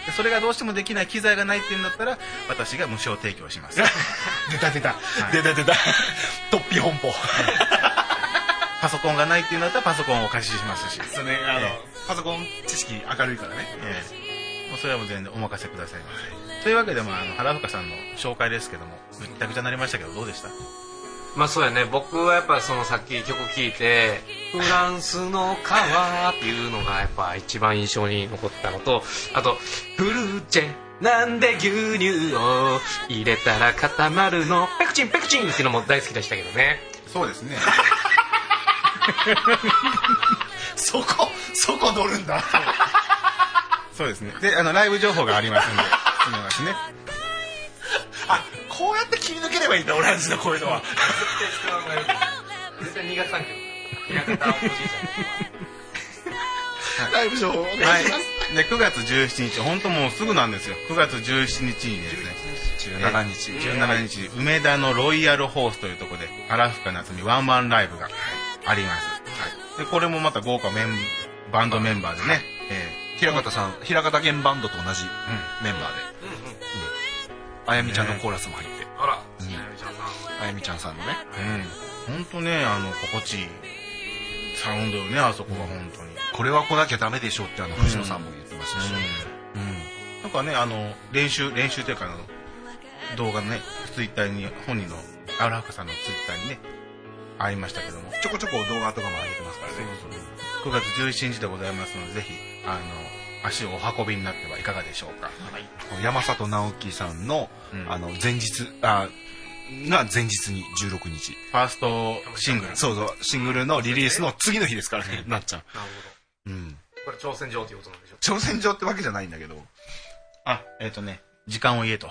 Speaker 5: でそれがどうしてもできない機材がないっていうんだったら私が無償提供します
Speaker 2: 出た出た
Speaker 5: い
Speaker 2: 出た出た突飛本舗
Speaker 5: パソコンがないっていうんだったらパソコンをお貸ししますし、
Speaker 2: そうねあのパソコン知識明るいからね
Speaker 5: ええもうそれはもう全然お任せくださいませというわけで、まあ、あの原深さんの紹介ですけどもぐったぐちゃになりましたけどどうでした
Speaker 4: まあそうやね僕はやっぱそのさっき曲聴いて「フランスの川」っていうのがやっぱ一番印象に残ったのとあと「フルーチェなんで牛乳を入れたら固まるのペクチンペクチン」っていうのも大好きでしたけどね
Speaker 5: そうです ね
Speaker 2: そこそこ乗るんだ
Speaker 5: そうですね。で、あの、ライブ情報がありますんで、見逃しね。
Speaker 2: あこうやって切り抜ければいいんだオランジのこういうのは
Speaker 4: 絶対逃がさんけどな
Speaker 2: ライブ情報お願いします、
Speaker 5: はい。で、9月17日、本当もうすぐなんですよ。9月17日にですね、
Speaker 2: 17日
Speaker 5: 17日、梅田のロイヤルホースというところで、荒深夏美ワンマンライブがあります。はい。で、これもまた豪華メン、バンドメンバーでね、え
Speaker 2: 平方さん平方弦バンドと同じメンバーで、うんあやみちゃんのコーラスも入って、
Speaker 4: あら
Speaker 2: あやみちゃんさんのね
Speaker 5: えうん。本当ね、あの、心地いいサウンドよね、あそこは本当に。
Speaker 2: これは来なきゃダメでしょうってあの星野さんも言ってましたし、うん
Speaker 5: なんかね、あの、練習、練習というか、あの、動画のね、ツイッターに、本人の、アラハカさんのツイッターにね、ありましたけども、
Speaker 2: ちょこちょこ動画とかも上げてますからね
Speaker 5: 9月17日でございますので、ぜひ、あの、足をお運びになってはいかがでしょうか。
Speaker 2: 山里直樹さんの,、
Speaker 5: うん
Speaker 2: あの前日あが前日に16日
Speaker 5: ファーストシングル。
Speaker 2: そうそうシングルのリリースの次の日ですからねなっちゃん、うん、
Speaker 4: これ挑戦状ということなんでしょ
Speaker 2: 挑戦状ってわけじゃないんだけど
Speaker 5: あ、えっ、とね、時間を言えと。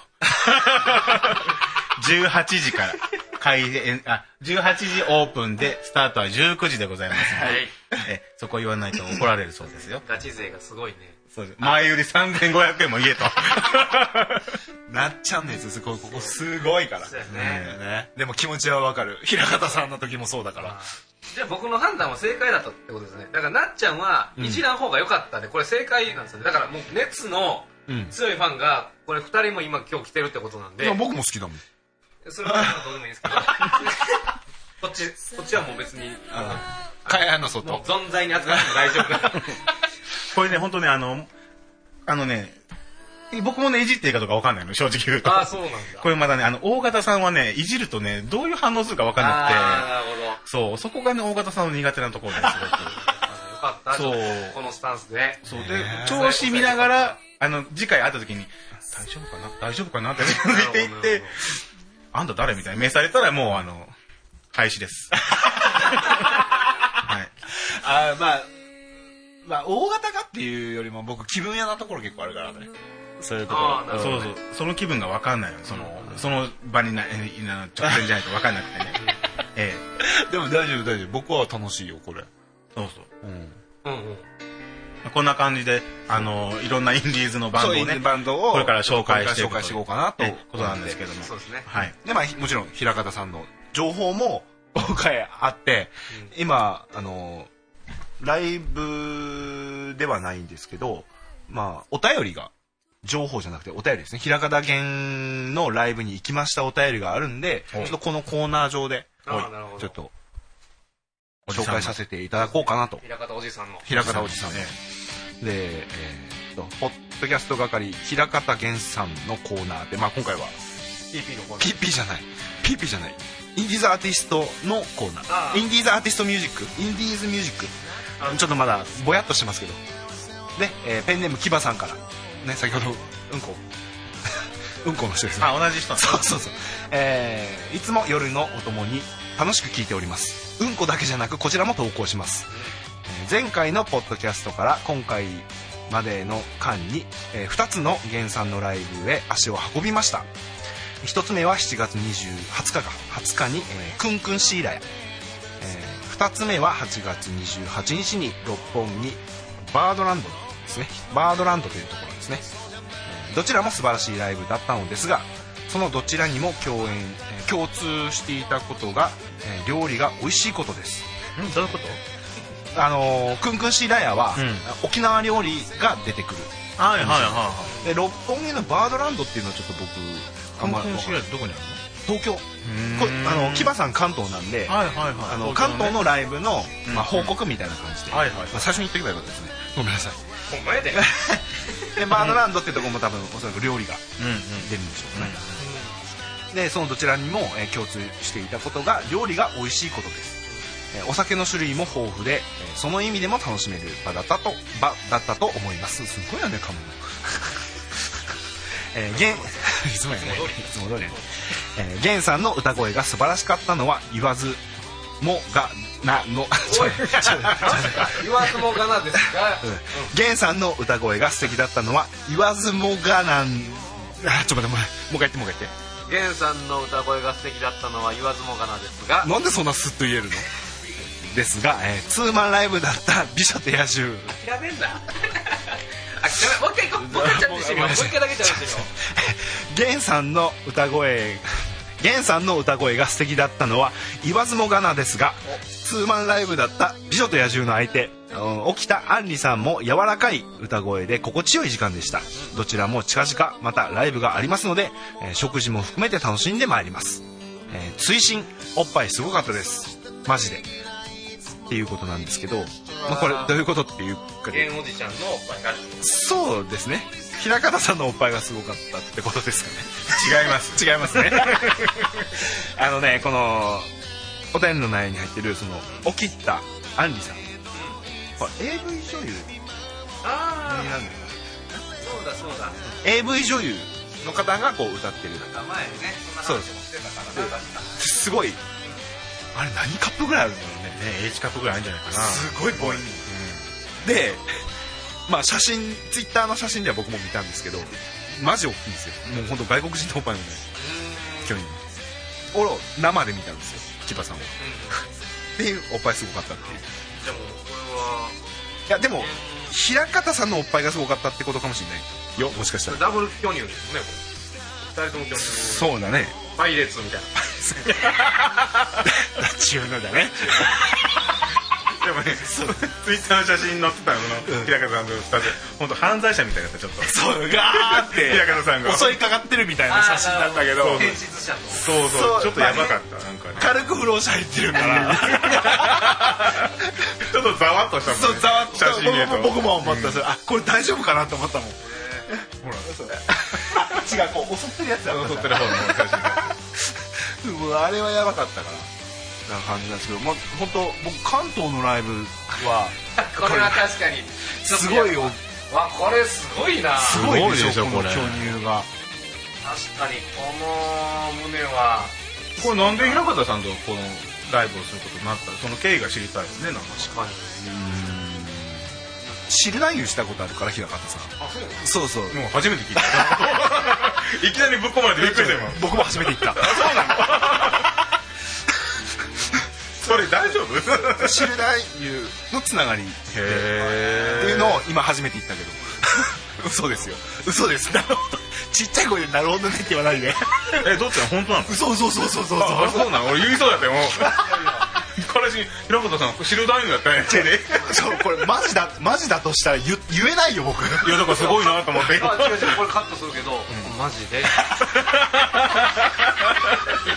Speaker 5: 18時から、開演、あ、18時オープンで、スタートは19時でございます ので、
Speaker 4: はい
Speaker 5: えそこ言わないと怒られるそうですよ。
Speaker 4: ガチ勢がすごいね
Speaker 5: そうです。前より3500円も言えと。
Speaker 2: なっちゃんのやつすごいここ すごいから
Speaker 4: そうやね
Speaker 2: ねでも気持ちはわかる平方さんの時もそうだから
Speaker 4: じゃあ僕の判断は正解だったってことですねだからなっちゃんはいじらん方が良かったんで、これ正解なんですよねだからもう熱の
Speaker 7: うん
Speaker 4: 強いファンがこれ2人も今今日来てるってことなん
Speaker 7: い
Speaker 4: で
Speaker 7: や僕も好きだもん
Speaker 4: それはどうでもいいんですけ どこっちこっちはもう別にあ
Speaker 7: かやの
Speaker 4: のもう
Speaker 7: 外
Speaker 4: 存在に扱っても大丈夫 な
Speaker 5: これね、本当ね、あの、あのね、僕もね、いじっていいかどうかわかんないの、正直言うと。
Speaker 4: ああそうなんだ
Speaker 5: これまだね、あの、大型さんはね、いじるとね、どういう反応するかわかん
Speaker 4: ああ
Speaker 5: な
Speaker 4: なるほど
Speaker 5: くて、そう、そこがね、大型さんの苦手なところです、
Speaker 4: あよかった
Speaker 5: そう
Speaker 4: このスタンスで
Speaker 5: すごく。そう、で、調子見ながら、あの、次回会った時に、大丈夫かな大丈夫かなって見てい
Speaker 4: なるほ
Speaker 5: っ
Speaker 4: どなる
Speaker 5: て、あんた誰みたいに目されたら、もう、あの、廃止です。はい。
Speaker 7: あーまあまあ大型かっていうよりも僕気分屋なところ結構あるからねそういうところ
Speaker 4: あーなるほ
Speaker 5: そ
Speaker 4: ど
Speaker 5: うそう、その気分が分かんないのその、その場にな、えいな直前じゃないと分かんなくてね。ええ、
Speaker 7: でも大丈夫大丈夫僕は楽しいよこれ
Speaker 5: そうそう。
Speaker 7: うん
Speaker 4: うんうん
Speaker 5: こんな感じで、あの、いろんなインディーズのバンドを
Speaker 7: そう
Speaker 5: ね、
Speaker 7: いうバンドを
Speaker 5: これから紹介してい
Speaker 7: これ
Speaker 5: く
Speaker 7: から紹介していこうかなと
Speaker 5: ええことなんですけども。
Speaker 4: そうですね
Speaker 5: はい。
Speaker 7: で、まあ、ひもちろん、平方さんの情報も、 今回あって、今、あの、ライブではないんですけど、まあ、お便りが、情報じゃなくてお便りですね。平方弦のライブに行きましたお便りがあるんで、ちょっとこのコーナー上で、
Speaker 4: あ
Speaker 7: は
Speaker 4: ーなるほ
Speaker 7: い
Speaker 4: ど
Speaker 7: ちょっと、
Speaker 5: おじ
Speaker 7: 紹
Speaker 5: さんの
Speaker 7: 介させていただこうかなと。
Speaker 4: 平方おじさんの
Speaker 7: 平方おじさんの
Speaker 5: え。
Speaker 7: で、えーっと、ポッドキャスト係、平方源さんのコーナーで、まあ今回は
Speaker 4: TP のコーナー
Speaker 7: PP じゃない PP じゃないインディーズアーティストのコーナ
Speaker 4: ああ
Speaker 7: ーインディーズアーティストミュージックインディーズミュージックちょっとまだぼやっとしてますけどで、えーペンネームキバさんからね先ほどうんこ うんこの人ですね
Speaker 5: あ、同じ人なんだ
Speaker 7: そうそうそうえーいつも夜のお供に楽しく聞いておりますうんこだけじゃなくこちらも投稿します、えー前回のポッドキャストから今回までの間に、え2つの原産のライブへ足を運びました1つ目は7月20 20日か20日に、えークンクンシーラや、え2つ目は8月28日に六本木バードランドですねバードランドというところですねどちらも素晴らしいライブだったのですがそのどちらにも共演えー共通していたことがえー料理が美味しいことです
Speaker 5: うん、どういうこと
Speaker 7: あのークンクンシーラヤは、
Speaker 5: うん
Speaker 7: 沖縄料理が出てくる
Speaker 5: はいはいはいは
Speaker 7: で六本木のバードランドっていうのはちょっと
Speaker 5: い。
Speaker 7: 僕あんま
Speaker 5: 観光市街地どこにあ
Speaker 7: 東京こ
Speaker 5: るの
Speaker 7: れあの木場さん関東なんで、
Speaker 5: はいはいはい。
Speaker 7: あの関東
Speaker 5: の。
Speaker 7: のライブの、まあ、
Speaker 5: うん
Speaker 7: 報告みたいな感じで、
Speaker 5: はいはいはい
Speaker 7: まあ、最初に言っておけばよかったですねごめんなさい
Speaker 4: ほんまや で
Speaker 7: でバードランドってとこも多分おそらく料理が
Speaker 5: うんうん。
Speaker 7: 出るんでしょうね、でそのどちらにも、えー共通していたことが料理が美味しいことです、えーお酒の種類も豊富で、えーその意味でも楽しめる場だったと場だったと思いますすごいよね噛むの えー、ゲン いつもやねいつも通りやねえーゲンさんの歌声が素晴らしかったのは言わずもがなのちょ
Speaker 4: おい
Speaker 7: ちょちょ
Speaker 4: 言わずもがなですが
Speaker 7: ゲンさんの歌声が素敵だったのは言わずもがなんあちょっと待ってもう一回言ってもう一回言って
Speaker 4: 源さんの歌声が素敵だったのは言わずもがなです が
Speaker 7: なんでそんなスッと言えるのですが、えーツーマンライブだった美女と野獣
Speaker 4: 諦めんな諦めもう一回 行こうもう一回チャレンジしてみようもう一回だけチャレンジしてみよ
Speaker 7: ゲンさんの歌声ゲンさんの歌声が素敵だったのは言わずもがなですがツーマンライブだった美女と野獣の相手うん沖田杏里さんも柔らかい歌声で心地よい時間でしたどちらも近々またライブがありますので、えー食事も含めて楽しんでまいります、えー追伸おっぱいすごかったですマジでっていうことなんですけど、まあ、これどういうことっていうか
Speaker 4: う源おじちゃんのおっぱいが
Speaker 7: そうですね平方さんのおっぱいがすごかったってことですかね
Speaker 5: 違います。
Speaker 7: 違いますねあのねこのお便りの内容に入ってるその起きたアンリさんこれ AV 女優
Speaker 4: あ
Speaker 7: になるのか
Speaker 4: あそうだそうだ
Speaker 7: AV 女優の方がこう歌ってる
Speaker 4: 名前ね
Speaker 7: そ
Speaker 4: そうう
Speaker 7: で
Speaker 4: ですすなんか
Speaker 7: すごいあれ何カップぐらいあるんだろうね
Speaker 5: ね、H カップぐらいあるんじゃないかな。
Speaker 7: ごいボインでまあ写真ツイッターの写真では僕も見たんですけどマジ大きいんですよもう本当外国人のおっぱいみたいな巨人俺を生で見たんですよ千葉さんをっていうおっぱいすごかったっていう
Speaker 4: でもこれはい
Speaker 7: やでも平方さんのおっぱいがすごかったってことかもしれないよもしかし
Speaker 4: こ
Speaker 7: た
Speaker 4: れ
Speaker 7: ら
Speaker 4: ダブル巨乳ですねこれ二人とも巨乳
Speaker 7: そうだ ね
Speaker 4: パイレー ツみたいな
Speaker 7: 違うのだね
Speaker 5: でもねツイッターの写真載ってたのその平方さんと二人本当犯罪者みたいだったちょっと
Speaker 2: そうガーって
Speaker 5: 平方さんが
Speaker 2: 襲いかかってるみたいな写真だったけど
Speaker 4: あーなるほ転出者と
Speaker 5: そう
Speaker 2: そ
Speaker 5: そううちょっとやばかったなんかね
Speaker 2: 軽く風呂入ってるから
Speaker 5: ちょっとざわっとしたもんね
Speaker 2: そうざわっと
Speaker 5: 写真見ると
Speaker 2: 僕も僕 も思ったそれあこれ大丈夫かなと思ったもんほらそうあ違うこう襲ってるやつだったじゃ
Speaker 5: 撮
Speaker 2: ん
Speaker 5: ってる方の写真
Speaker 2: もうあれはやばかったからな感じなんですけど、まあ、本当僕関東のライブは
Speaker 4: これは確かに
Speaker 2: すごいよ
Speaker 4: わこれすごいな
Speaker 2: すごいでしょ
Speaker 5: すごいでしょ
Speaker 2: この
Speaker 5: これ
Speaker 2: 巨乳が
Speaker 4: 確かにこの胸は
Speaker 5: これなんで平方さんとこのライブをすることになったのその経緯が知りたいですねなんか
Speaker 4: 確かに
Speaker 2: 知りないようにしたことあるから平方さん
Speaker 4: あそう
Speaker 2: そうそう
Speaker 5: もう初めて聞いた いきなりぶっ込まれてびっくりした今
Speaker 2: 僕も初めて行った
Speaker 5: それ大丈夫へ
Speaker 2: 知る男優のつながりっていう
Speaker 5: え
Speaker 2: のを今初めて言ったけど 嘘ですよ嘘ですなるほどちっちゃい声で「なるほどね」って言わないで
Speaker 5: えどっちの本当なの
Speaker 2: 嘘嘘嘘嘘嘘嘘
Speaker 5: あそうなの俺言いそうだったよもう彼氏平方さん知る男優だったね
Speaker 2: そうこれマジだマジだとしたら言言えないよ僕
Speaker 5: いやだからすごいなと思って
Speaker 4: あ違う違うこれカットするけど、マジで一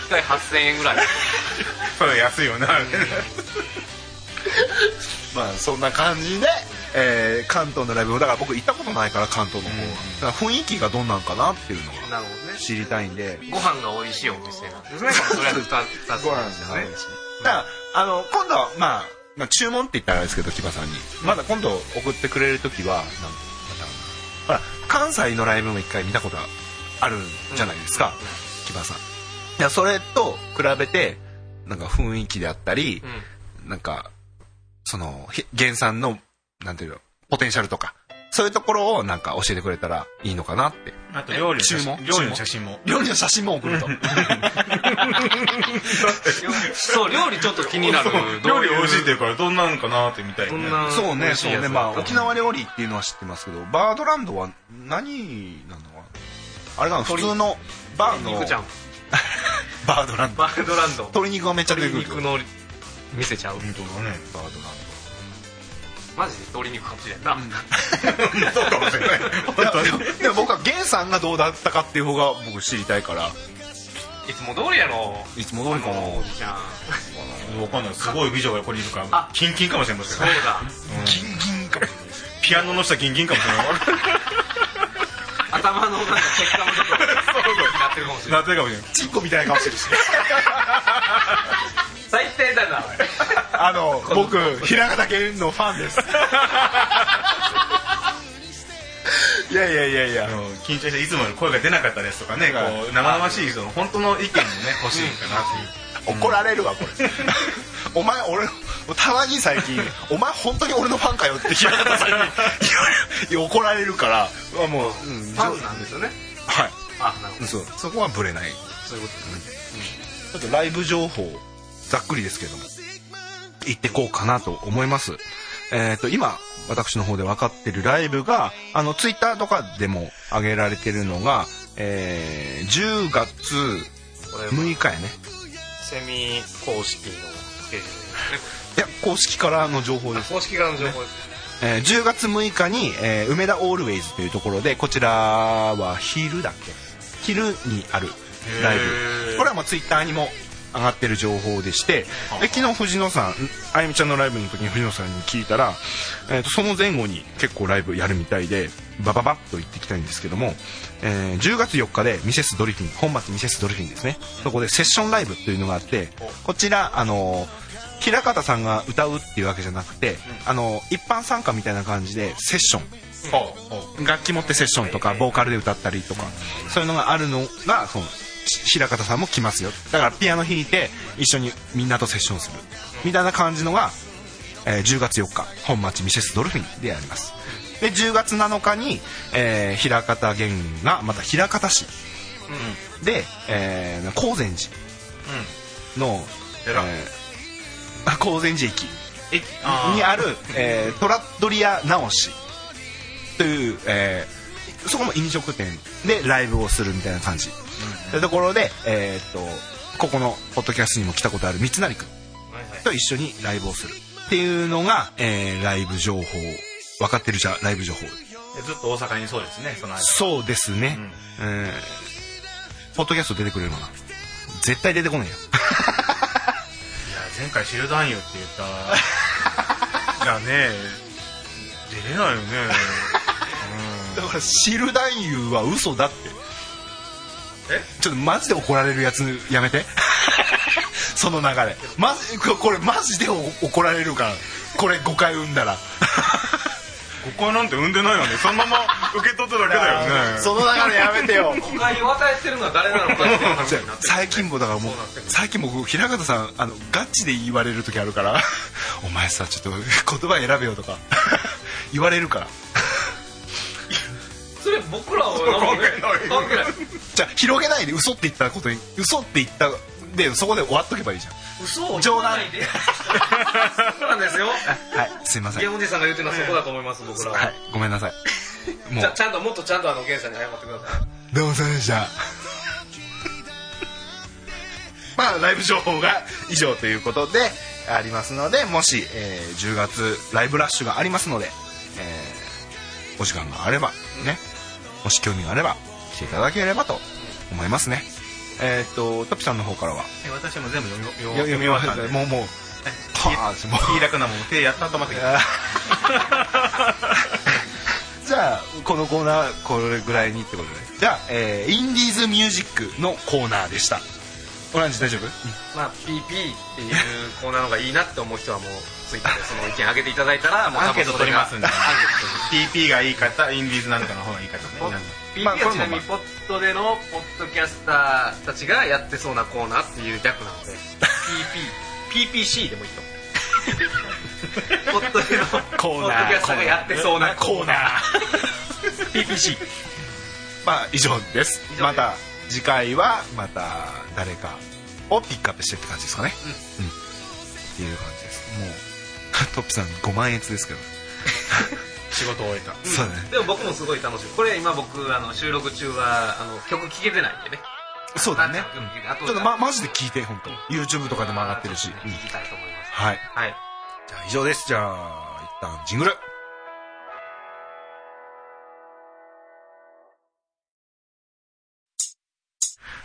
Speaker 4: 回8000円ぐらい
Speaker 5: それ安いよな
Speaker 2: まあそんな感じで、えー関東のライブだから僕行ったことないから関東の方は、だから雰囲気がどんなんかなっていうのが
Speaker 4: なるほどね
Speaker 2: 知りたいんで
Speaker 4: ご飯が美味しいお店なんですねそれは2つ
Speaker 2: ご飯
Speaker 4: です
Speaker 2: の
Speaker 4: ね
Speaker 2: 話だからあの今度は、まあ、まあ注文って言ったらあれですけど木場さんにまだ今度送ってくれる時はなんまたほら関西のライブも一回見たことあるじゃないですか、木場さんいやそれと比べてなんか雰囲気であったり、
Speaker 4: うん
Speaker 2: なんかそのへ原産のなんていうのポテンシャルとかそういうところをなんか教えてくれたらいいのかなって
Speaker 5: あと料理の写
Speaker 2: 注文
Speaker 5: 真料理の写真も
Speaker 2: 料理の写真も送ると
Speaker 4: そう料理ちょっと気になる
Speaker 5: 料理美味しいって
Speaker 4: て
Speaker 5: 言うからどんなんかなってみたい
Speaker 4: どん
Speaker 5: ね
Speaker 4: な
Speaker 2: そう
Speaker 4: 美
Speaker 2: ね
Speaker 4: 味し
Speaker 2: そ
Speaker 4: いうやつ
Speaker 2: ね
Speaker 4: だった
Speaker 2: まあ沖縄料理っていうのは知ってますけどバードランドは何なのあれなの普
Speaker 4: 鳥
Speaker 2: 通のバーの
Speaker 4: 肉ちゃん
Speaker 2: バードランド
Speaker 4: バードランド
Speaker 2: 鶏肉がめっちゃ出てくるけど
Speaker 4: 鶏肉の店ちゃう、
Speaker 5: 本当だね
Speaker 2: バードラン
Speaker 4: マジで鶏肉かもしれんな、
Speaker 5: そうかもしれない本
Speaker 2: ド
Speaker 5: 当に
Speaker 2: いやで もでも僕はゲンさんがどうだったかっていう方が僕知りたいから
Speaker 4: いつも通りやろ
Speaker 2: いつも通りかな
Speaker 4: おじちゃん
Speaker 5: わかんないすごい美女が横にいるから
Speaker 4: あ
Speaker 5: キンキンかもしれません
Speaker 4: そうだ
Speaker 2: ギンギンか
Speaker 5: ピアノの下ギンギンかもしれない
Speaker 4: 頭のなんか血管もちょっとなってるかもしれない
Speaker 5: なってるかもしれない
Speaker 2: チンコみたいな顔してるし
Speaker 4: 最低だな
Speaker 2: あの僕平方源のファンですいやいやいやいや
Speaker 5: あの緊張していつもより声が出なかったですとかねこ
Speaker 2: はいう
Speaker 5: 生々しい人の本当の意見もね欲しいかなっていう
Speaker 2: 怒られるわこれお前俺のたまに最近「お前本当に俺のファンかよ」って平方さんに言われいや怒られるからあもう、 うん、
Speaker 4: ファンなんですよね
Speaker 2: は
Speaker 4: あなるほ
Speaker 2: い
Speaker 4: ど
Speaker 2: そうそこはブレない
Speaker 4: そういうことですね
Speaker 2: ちょっとライブ情報ざっくりですけども行ってこうかなと思いますえっ、と今私の方で分かってるライブがあのツイッターとかでも上げられてるのが、えー10月
Speaker 4: これ
Speaker 2: 6日やね
Speaker 4: セミ公式のスケジュールです
Speaker 2: いや公式からの情報です
Speaker 4: ね公式からの情報です
Speaker 2: えー10月6日に、えー梅田オールウェイズというところでこちらは昼だっけ昼にあるライブこれはもうツイッターにも上がってる情報でしてで昨日藤野さんあゆみちゃんのライブの時に藤野さんに聞いたら、えーとその前後に結構ライブやるみたいでバババッと行ってきたいんですけども、えー10月4日でミセスドリフィン本町ミセスドリフィンですねそこでセッションライブというのがあってこちらあのー平方さんが歌うっていうわけじゃなくて、あの一般参加みたいな感じでセッション
Speaker 5: ほうほう
Speaker 2: 楽器持ってセッションとかボーカルで歌ったりとかそういうのがあるのがそのし平方さんも来ますよだからピアノ弾いて一緒にみんなとセッションするみたいな感じのが、えー10月4日本町ミセスドルフィンでやりますで10月7日に、えー平方源がまた平方市、で、えー高善寺の、え
Speaker 5: 偉い
Speaker 2: ー高善寺駅
Speaker 5: 駅
Speaker 2: に
Speaker 5: あ
Speaker 2: ある、えートラッドリア直しという、えーそこも飲食店でライブをするみたいな感じ、というところで、えーっとここのポッドキャストにも来たことある三成君
Speaker 4: はいはい
Speaker 2: と一緒にライブをするっていうのが、えーライブ情報分かってるじゃんライブ情報
Speaker 5: えずっと大阪にそうですね、その間。
Speaker 2: そうですね、うんポッドキャスト出てくれるかな絶対出てこないよ
Speaker 5: いや、前回知る男優って言 った。じゃあね、出れないよね。
Speaker 2: だから知る男優は嘘だって
Speaker 5: え
Speaker 2: ちょっとマジで怒られるやつやめて その流れマジここれマジでお怒られるからこれ誤解生んだら
Speaker 5: 誤解なんて産んでないよね。そのまま受け取っただけだよね。
Speaker 2: その流れやめてよ
Speaker 4: 誤解を与えてるのは誰なのかっていう話になって
Speaker 2: 最近もだからもう
Speaker 4: そうなってくる
Speaker 2: 最近僕平方さんあのガチで言われる時あるから 「お前さちょっと言 葉選べよ」とか 言われるから
Speaker 4: それ僕らはなんかね関係ない
Speaker 2: じゃあ広げないで嘘って言ったことに嘘って言ったでそこで終わっとけばいいじゃん
Speaker 4: 嘘を
Speaker 2: 冗談
Speaker 4: 言わないで そうなんですよ
Speaker 2: はい すいません
Speaker 4: ゲンおじさんが言うてるのはそこだと思います僕らは
Speaker 2: はいごめんなさいも
Speaker 4: ちゃ
Speaker 2: う
Speaker 4: ちゃんともっとちゃんとあのゲンさんに謝ってください
Speaker 2: どうもそうでしたまあライブ情報が以上ということでありますのでもし、えー10月ライブラッシュがありますので、えーお時間があればねもし興味があれば来ていただければと思いますねえーっとタピさんの方からは
Speaker 5: え私も全部読み
Speaker 2: よ
Speaker 5: 読み終わったんで。
Speaker 2: もうもうパーッもう
Speaker 5: 気楽なもん手やったと思ってきた
Speaker 2: じゃあこのコーナーこれぐらいにってことでじゃあ、えーインディーズミュージックのコーナーでしたオランジ大丈夫
Speaker 4: まあ PP っていうコーナーの方がいいなって思う人はもうツイッターでその意見上げていただいた らもう
Speaker 5: アンケート取りますんで
Speaker 4: アンケート取ります
Speaker 5: PP がいい方インディーズなんかの方がいい方
Speaker 4: ポッ
Speaker 5: ね
Speaker 4: PP
Speaker 2: まあ
Speaker 4: はちなみにポッドでのポッドキャスターたちがやってそうなコーナーっていう略なので PPPPC でもいいと 思うポッドでの
Speaker 2: コ
Speaker 4: ポ
Speaker 2: ーナー
Speaker 4: ッドキャスターがやってそうなコーナー
Speaker 2: ー PPC まあ以上です
Speaker 4: 以上です
Speaker 2: また次回はまた誰かをピックアップしてって感じですかねうん、っていう感じですもうトップさん5万円ですけ ど、
Speaker 5: 仕事を終えた
Speaker 2: そうだね
Speaker 4: でも僕もすごい楽しいこれ今僕あの収録中はあの曲聴けてないんでね
Speaker 2: そうだね、
Speaker 4: うん
Speaker 2: うんちょっとまマジで聞いて本当 YouTube とかでも上がってるし、うん
Speaker 4: 聞きたいと思います
Speaker 2: はい
Speaker 4: はい
Speaker 2: じゃあ以上ですじゃあ一旦ジングル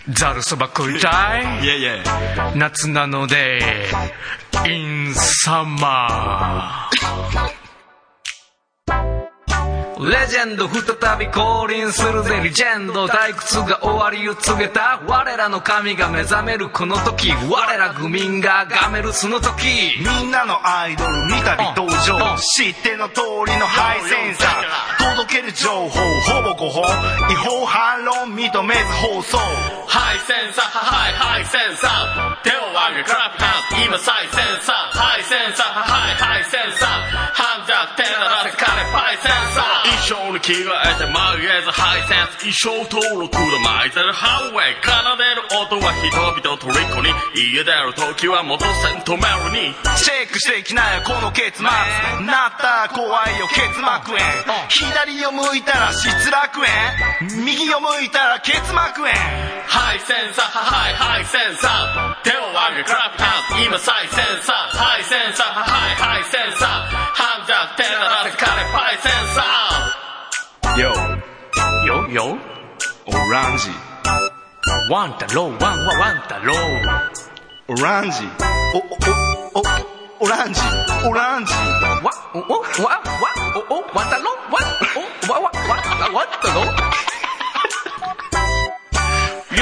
Speaker 8: ざるそば食いたい
Speaker 2: いやいや
Speaker 8: 夏なので In summer
Speaker 4: レジェンド再び降臨するぜレジェンド退屈が終わりを告げた我らの神が目覚めるこの時我ら愚民ががめるその時
Speaker 2: みんなのアイドル見たび登場知っての通りのハイセンサー届ける情報ほぼ5本違法反論認めず放送
Speaker 9: ハイセンサーハイハイセンサー手を上げクラップハンズ今再センサーハイセンサーハイハイセンサーハンザー手ならせ彼ハイセンサー衣装に着替えてマイエズハイセンス衣装登録のマイゼルハイウェイ奏でる音は人々と虜に家出る時は元セントメロに
Speaker 2: チェックしていきなよこの結末なったら怖いよ結膜炎左を向いたら失楽園右を向いたら結膜炎
Speaker 9: ハイセンサーハイハイセンサー手を上げクラップハンズ今再センサーハイセンサーハイハイセンサーハンザー手ならせ彼ハイセンサー
Speaker 2: YO
Speaker 8: よよ
Speaker 2: オランジ
Speaker 8: ワンタローワンワンワンタロー
Speaker 2: オランジおおおオランジオランジ
Speaker 8: わおおわわおおわたろわおわわわわたろ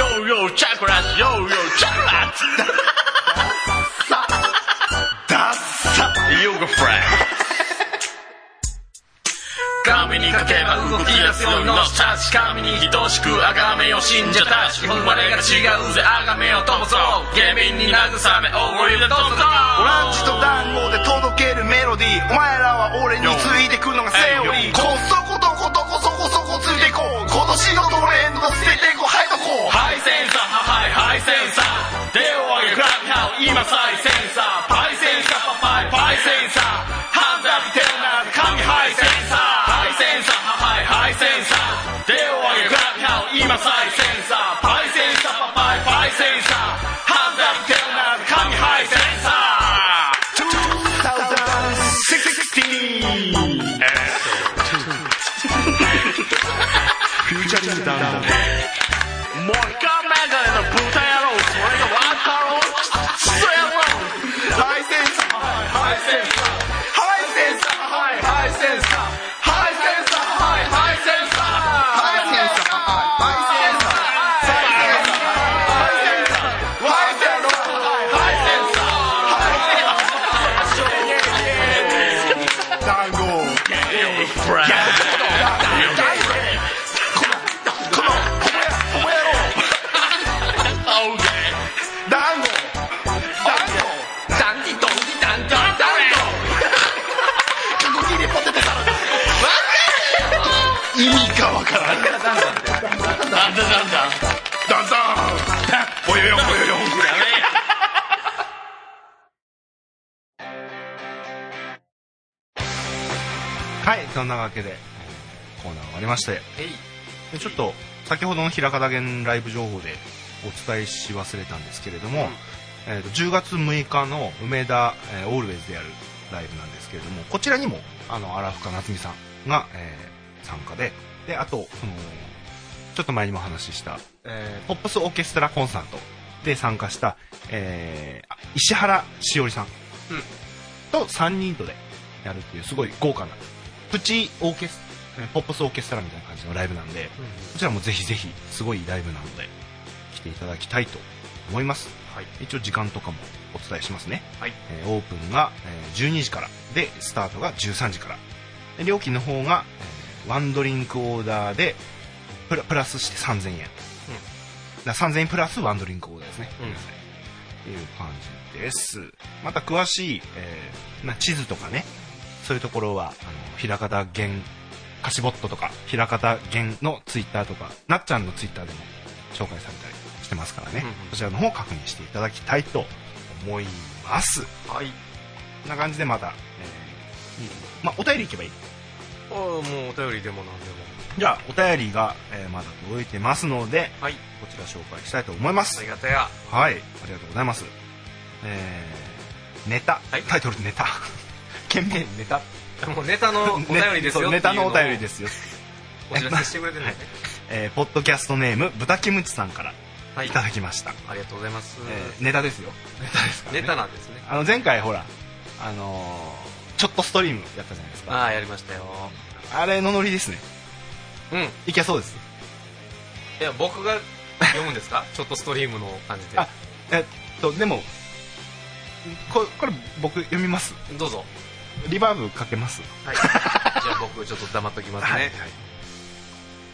Speaker 9: Yo, yo, chakras, yo, yo, chakras.
Speaker 2: ダッサ
Speaker 9: Yoga friend. 神にかけば動き出すよのたち神に等しく崇めよ信者たち生まれが違うぜ崇めよともそう芸民に慰めおごりでどうぞ
Speaker 2: オランジと団子で届けるメロディーお前らは俺についてくのがセオリーこそこどこどこそこそこついてこう今年のトレンド捨ててこうはいどこ
Speaker 9: ハイセンサーはいハイセンサー手を上げクラッカー今再センサーパイセンサーパパイパイセンサーハンズアップ手を並べ神ハイセンサーハイセンサーはいハイセンサー手を上げクラッカー今再センサーパイセンサーパパイパイセンサーハンズアップ手を並べ神ハイセンサー
Speaker 2: 2000
Speaker 5: そんなわけでコーナー終わりまして
Speaker 4: えい
Speaker 5: でちょっと先ほどの平方弦ライブ情報でお伝えし忘れたんですけれども、えーと10月6日の梅田、えーオールウェイズでやるライブなんですけれどもこちらにもあの荒深夏美さんが、えー参加でであとそのちょっと前にもお話しした、えーポップスオーケストラコンサートで参加した、えーあ石原しおりさんと3人とでやるっていうすごい豪華なプチオーケスポップスオーケストラみたいな感じのライブなんで、こちらもぜひぜひすごいライブなので来ていただきたいと思います、一応時間とかもお伝えしますね、
Speaker 4: はい
Speaker 5: えーオープンが、えー12時からでスタートが13時からで料金の方が、えーワンドリンクオーダーでプラプラスして3000円、だから3000円プラスワンドリンクオーダーですね、
Speaker 4: うん
Speaker 5: ごめんなさいっていう感じですまた詳しい、えーまあ地図とかねそういうところはあの平方弦カシボットとか平方弦のツイッターとかなっちゃんのツイッターでも紹介されたりしてますからね、
Speaker 4: うんうん
Speaker 5: そちらの方を確認していただきたいと思います
Speaker 4: はい
Speaker 5: こんな感じでまた、えーまあ、お便りいけばいい
Speaker 4: ああもうお便りでも何でも
Speaker 5: じゃあお便りが、えーまだ届いてますので
Speaker 4: はい
Speaker 5: こちら紹介したいと思います
Speaker 4: ありがたや
Speaker 5: はい、ありがとうございます。えー、ネタ、
Speaker 4: はい
Speaker 5: タイトルネ タ。懸命ネタ。
Speaker 4: もうネタのお便りです
Speaker 5: ねそ
Speaker 4: よ
Speaker 5: うネタのお便りですすよ。
Speaker 4: お知らせしてくれて るんですね
Speaker 5: えー、ポッドキャストネーム、豚キムチさんから
Speaker 4: はい
Speaker 5: いただきました。
Speaker 4: ありがとうございます
Speaker 5: えーネタですよ。ネタですから、ね。
Speaker 4: ネタなんですね
Speaker 5: あの、前回ほら、あのーちょっとストリームやったじゃないですか。
Speaker 4: ああやりましたよ
Speaker 5: あれのノリですね。
Speaker 4: うん
Speaker 5: いけそうです。
Speaker 4: いや僕が読むんです かちょっとストリームの感じで
Speaker 5: あえっと、でも、ここれ僕読みます。
Speaker 4: どうぞ
Speaker 5: リバーブかけます。
Speaker 4: はいじゃあ僕ちょっと黙っときますね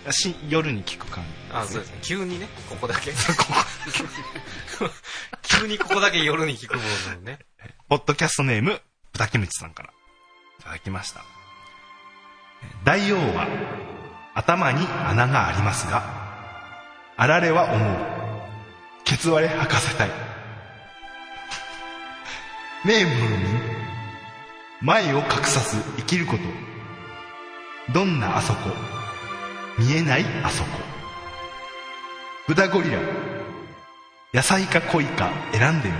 Speaker 5: い。し夜に聞く感じ。
Speaker 4: あそうですね急にねここだ け 急にここだけ夜に聞くものなのね
Speaker 5: ポッドキャストネーム、ぶたけみちさんから。いただきました。大王は、頭に穴がありますが、あられは思う。ケツ割れ吐かせたい。名文に、前を隠さず生きること。どんなあそこ、見えないあそこ。豚ゴリラ、野菜か恋か選んでよ。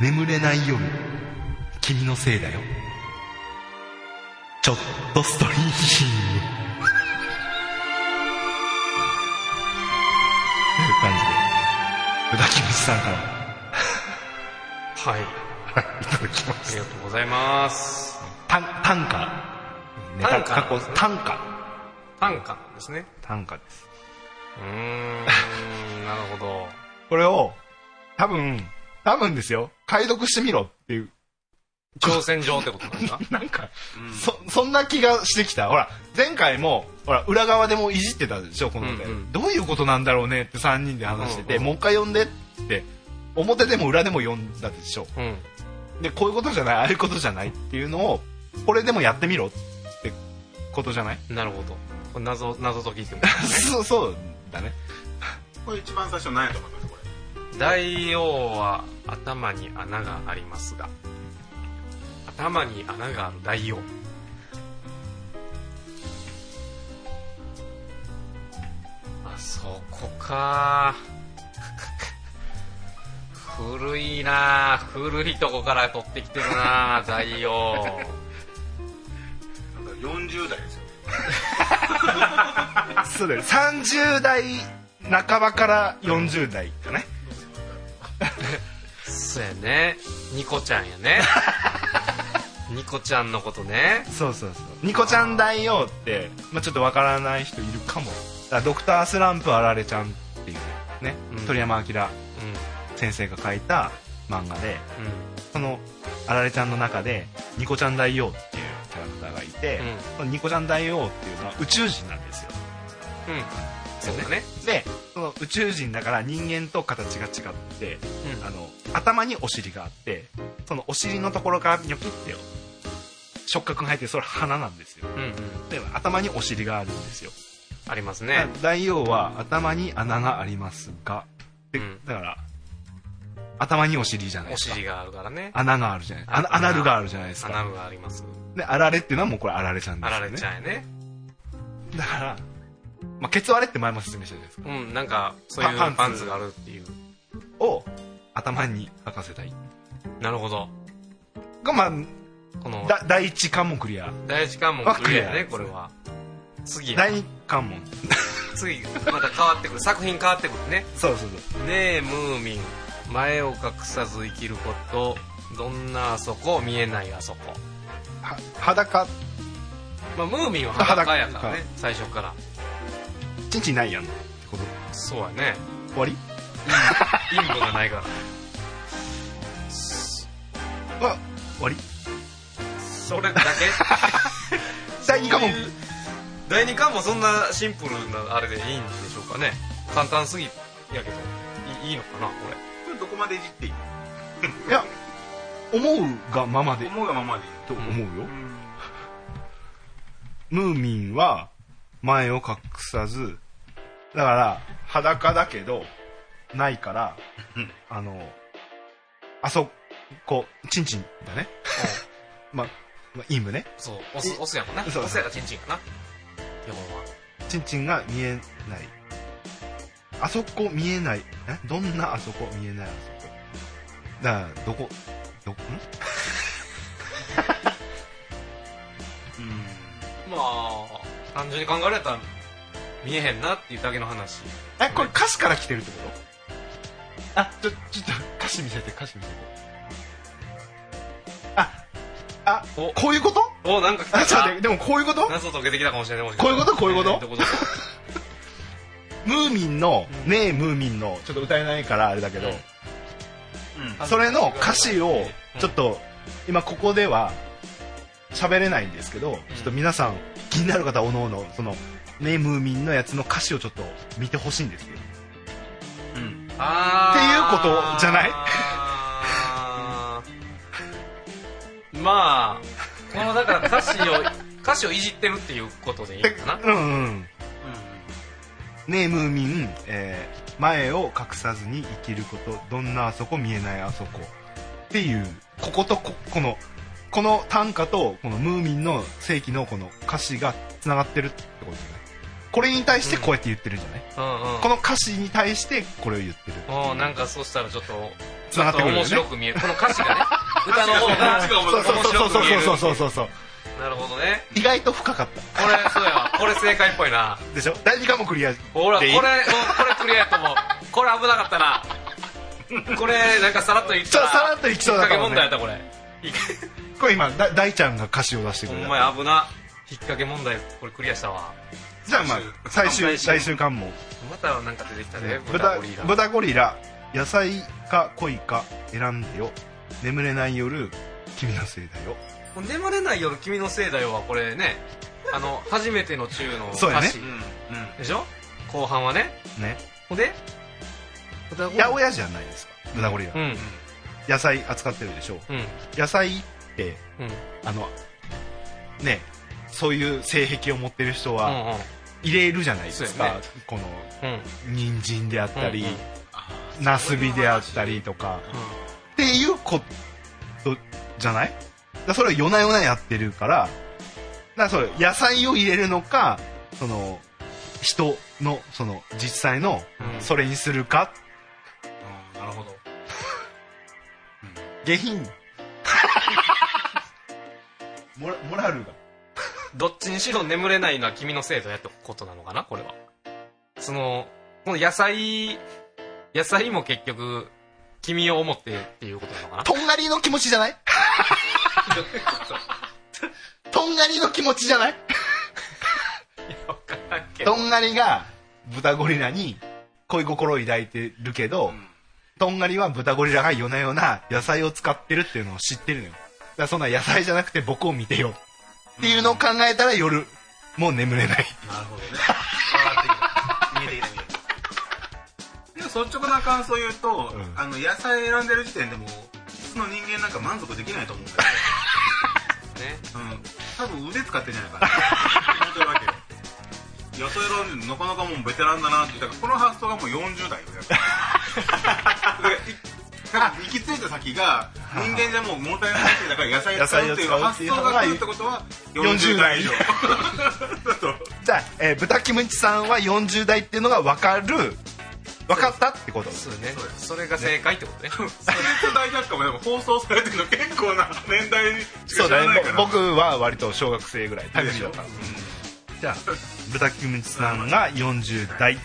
Speaker 5: 眠れない夜君のせいだよちょっとストリーミングという感じで宇田キムチさんから
Speaker 4: はい
Speaker 5: いただきま
Speaker 4: あ
Speaker 5: す
Speaker 4: りがとうございます
Speaker 5: 短歌ネ
Speaker 4: 短歌
Speaker 5: タ過去短歌
Speaker 4: 短歌なんですね
Speaker 5: 短歌です
Speaker 4: うーんなるほど
Speaker 5: これを多分多分ですよ解読してみろっていう
Speaker 4: 挑戦状ってことなんですか
Speaker 5: なんか、そ、そんな気がしてきた。ほら、前回も、ほら、裏側でもいじってたでしょ、この歌
Speaker 4: うんうん
Speaker 5: どういうことなんだろうねって3人で話してて、
Speaker 4: うんうん
Speaker 5: もう一回読んでって、表でも裏でも読んだでしょ。
Speaker 4: うん
Speaker 5: で、こういうことじゃない、ああいうことじゃないっていうのを、これでもやってみろってことじゃない
Speaker 4: なるほどこれ謎謎解きってこ
Speaker 5: そう、そうだね。
Speaker 10: これ一番最初何やと思いますこれ
Speaker 4: と大王は頭に穴がありますが頭に穴がある大王あそこか 古いな古いとこから取ってきてるな大王
Speaker 10: 40代ですよ
Speaker 5: そうだよ。30代半ばから40代かね。
Speaker 4: そうやねニコちゃんやねニコちゃんのことね
Speaker 5: そうそうそうニコちゃん大王って、まあ、ちょっとわからない人いるかもだからドクタースランプあられちゃんっていうね、
Speaker 4: うん
Speaker 5: 鳥山明
Speaker 4: う
Speaker 5: 先生が書いた漫画で
Speaker 4: ん
Speaker 5: そのあられちゃんの中でニコちゃん大王っていうキャラクターがいて、
Speaker 4: うん
Speaker 5: そのニコちゃん大王っていうのは宇宙人なんですよ
Speaker 4: うんうんそうだね
Speaker 5: でその宇宙人だから人間と形が違って
Speaker 4: うん
Speaker 5: あの頭にお尻があってそのお尻のところからニョキってよ触覚が入ってそれ鼻なんですよ
Speaker 4: うんうん
Speaker 5: で頭にお尻があるんですよ
Speaker 4: ありますね
Speaker 5: 大王は頭に穴がありますが、で
Speaker 4: うん
Speaker 5: だから頭にお尻じゃない
Speaker 4: お
Speaker 5: ですか
Speaker 4: 尻があるからね
Speaker 5: 穴があるじゃない
Speaker 4: あ
Speaker 5: 穴穴るがあるじゃないです
Speaker 4: 穴
Speaker 5: か
Speaker 4: があります
Speaker 2: で、あられっていうのはもうこれあられちゃんで
Speaker 4: あ
Speaker 2: すよ
Speaker 4: ら
Speaker 2: ね。
Speaker 4: れちゃんやね。
Speaker 2: だから、まあ、ケツ割れって前も説明したじゃないですか。
Speaker 4: うん、なんか、そういう
Speaker 2: パンツ
Speaker 4: パンツがあるっていう。
Speaker 2: を頭に履かせたい。
Speaker 4: なるほど。
Speaker 2: が、まあ、
Speaker 4: この、
Speaker 2: だ第一関門クリア。
Speaker 4: 第一関門クリア
Speaker 2: あ
Speaker 4: や
Speaker 2: クリア
Speaker 4: ね、これは。次や。
Speaker 2: 第二関門。
Speaker 4: 次、また変わってくる。作品変わってくるね。
Speaker 2: そうそう
Speaker 4: ねえ、ムーミン。前を隠さず生きること。どんなあそこ、見えないあそこ。
Speaker 2: は裸、
Speaker 4: まあ、ムーミンは裸やから
Speaker 2: 裸
Speaker 4: ね、最初から。
Speaker 2: ちんちんないやんってこと。
Speaker 4: そうやね。
Speaker 2: 終わり
Speaker 4: 陰部がないから。
Speaker 2: あ、終わり
Speaker 4: それだけ
Speaker 2: 第二関門。
Speaker 4: 第二巻もそんなシンプルなあれでいいんでしょうかね簡単すぎやけどいいいのかなこ
Speaker 11: れどこまでいじっていい
Speaker 2: いや、思うがままで、
Speaker 11: 思うがままでいい
Speaker 2: と思うよ。ムーミンは、前を隠さず、だから、裸だけど、ないから、あの、あそこ、チンチンだね。ま、ま、インブね。
Speaker 4: れそうオスオスやもんな
Speaker 2: そうそう
Speaker 4: オスやがチンチンかな基本は
Speaker 2: チンチンが見えない。あそこ見えない。えどんなあそこ見えないあそこ。だから、どこ、どこ、ん
Speaker 4: まあ単純に考えられたら見えへんなっていうだけの話
Speaker 2: え、これ歌詞から来てるってことあ、ちょ、ちょっと歌詞見せて、歌詞見せて。あ、あ、
Speaker 4: お
Speaker 2: こういうこと
Speaker 4: おなんか来
Speaker 2: あ、
Speaker 4: た
Speaker 2: ちょっと待っ
Speaker 4: な
Speaker 2: て、でもこういうこと
Speaker 4: 謎解けてきたかもしれないもしか
Speaker 2: こう
Speaker 4: し
Speaker 2: いうことこういうこと
Speaker 4: えーどこどこ
Speaker 2: ムーミンの、ねえムーミンの、ちょっと歌えないからあれだけど、それの歌詞を、ちょっと、今ここでは喋れないんですけど、ちょっと皆さん、気になる方、おのおの、その、ねえムーミンのやつの歌詞をちょっと見てほしいんですよ。
Speaker 4: あー
Speaker 2: っていうことじゃない
Speaker 4: あーまあこのだから歌詞を歌詞をいじってるっていうことでいいのかな
Speaker 2: うんうん。ねえムーミン、えー前を隠さずに生きることどんなあそこ見えないあそこっていうこことここのこの短歌とこのムーミンの世紀のこの歌詞がつながってるってことじゃないこれに対してこうやって言ってるんじゃない、
Speaker 4: うんうん
Speaker 2: この歌詞に対してこれを言ってる
Speaker 4: もうなんかそうしたらちょっと
Speaker 2: つながってくるよ
Speaker 4: 面
Speaker 2: ね
Speaker 4: 白く見えるこの歌詞がね歌の方が
Speaker 2: そうそうそうそうそうそうそうそう
Speaker 4: なるほどね
Speaker 2: 意外と深かった
Speaker 4: これそうやわこれ正解っぽいな
Speaker 2: でしょ第二関もクリア
Speaker 4: ほらこ
Speaker 2: で
Speaker 4: れ
Speaker 2: いい
Speaker 4: もうこれクリアやと思うこれ危なかったなこれなんかさらっと言ったら
Speaker 2: そうさらっと言きそうだったも
Speaker 4: 引っ掛け
Speaker 2: ん
Speaker 4: 問
Speaker 2: ね
Speaker 4: 題やったこれ
Speaker 2: これ今だ大ちゃんが歌詞を出してく
Speaker 4: ほ
Speaker 2: れ
Speaker 4: ん
Speaker 2: た
Speaker 4: まや危な引っ掛け問題これクリアしたわ
Speaker 2: じゃあまあ最終
Speaker 4: 最終
Speaker 2: 最終関門
Speaker 4: またなんか出てきたね
Speaker 2: 豚
Speaker 4: 豚ゴリラ
Speaker 2: 豚ゴリラ野菜か恋か選んでよ眠れない夜君のせいだよ
Speaker 4: もう眠れない夜君のせいだよはこれねあの初めての中の 歌詞
Speaker 2: そうやね
Speaker 4: でしょ後半はね
Speaker 2: ね
Speaker 4: ほんで
Speaker 2: 八百屋じゃないですか豚ゴリラ、
Speaker 4: うん
Speaker 2: 野菜扱ってるでしょ
Speaker 4: うん
Speaker 2: 野菜って
Speaker 4: うん
Speaker 2: あのねそういう性癖を持ってる人
Speaker 4: う
Speaker 2: は
Speaker 4: んうん
Speaker 2: 入れるじゃないです
Speaker 4: そうや
Speaker 2: か、
Speaker 4: ね
Speaker 2: この
Speaker 4: うん
Speaker 2: 人参であったり、
Speaker 4: うんうん
Speaker 2: ナスビであったりとか、っていうことじゃないだからそれを夜な夜なやってるから、だからそれ、野菜を入れるのか、その、人の、その、実際の、
Speaker 4: うん
Speaker 2: それにするか、
Speaker 4: なるほど
Speaker 2: 下品。 モラモラルが。
Speaker 4: どっちにしろ眠れないのは君のせいだよってことなのかなこれはそのこの野菜野菜も結局君を思ってっていうことなのかな
Speaker 2: とんがりの気持ちじゃない とんがりの気持ちじゃない
Speaker 4: わからんけど
Speaker 2: とんがりが豚ゴリラに恋心を抱いてるけど、とんがりは豚ゴリラが夜な夜な野菜を使ってるっていうのを知ってるのよ。だからそんな野菜じゃなくて僕を見てよ。っていうのを考えたら夜、もう眠れない。
Speaker 11: でも率直な感想言うと、
Speaker 2: うん
Speaker 11: あの野菜選んでる時点でもう普通の人間なんか満足できないと思うんだ
Speaker 4: ね
Speaker 11: よ、ね、うん、多分腕使ってんじゃないかな本当なわけよ野菜選んでるのなかなかもうベテランだなって言ったからこの発想がもう40代よやっぱだからいなんか行き着いた先が
Speaker 2: 人間じゃもう物足りないだから野菜を使うっていう発想が来るってことは40
Speaker 5: 40
Speaker 2: 代以
Speaker 5: 代以
Speaker 2: 上
Speaker 5: 上
Speaker 2: だと
Speaker 5: じゃあ、えー豚キムチさんは40代っていうのが分かる分かったってこと
Speaker 4: そうねそれが正解ってことね
Speaker 2: ストレート大百科もでも放送されてるの結構な年代にしか
Speaker 5: そう
Speaker 2: 知ら
Speaker 5: だ
Speaker 2: な
Speaker 5: ね
Speaker 2: いから
Speaker 5: ぼ僕は割と小学生ぐらいタイムリーだったじゃあ豚キムチさんが40代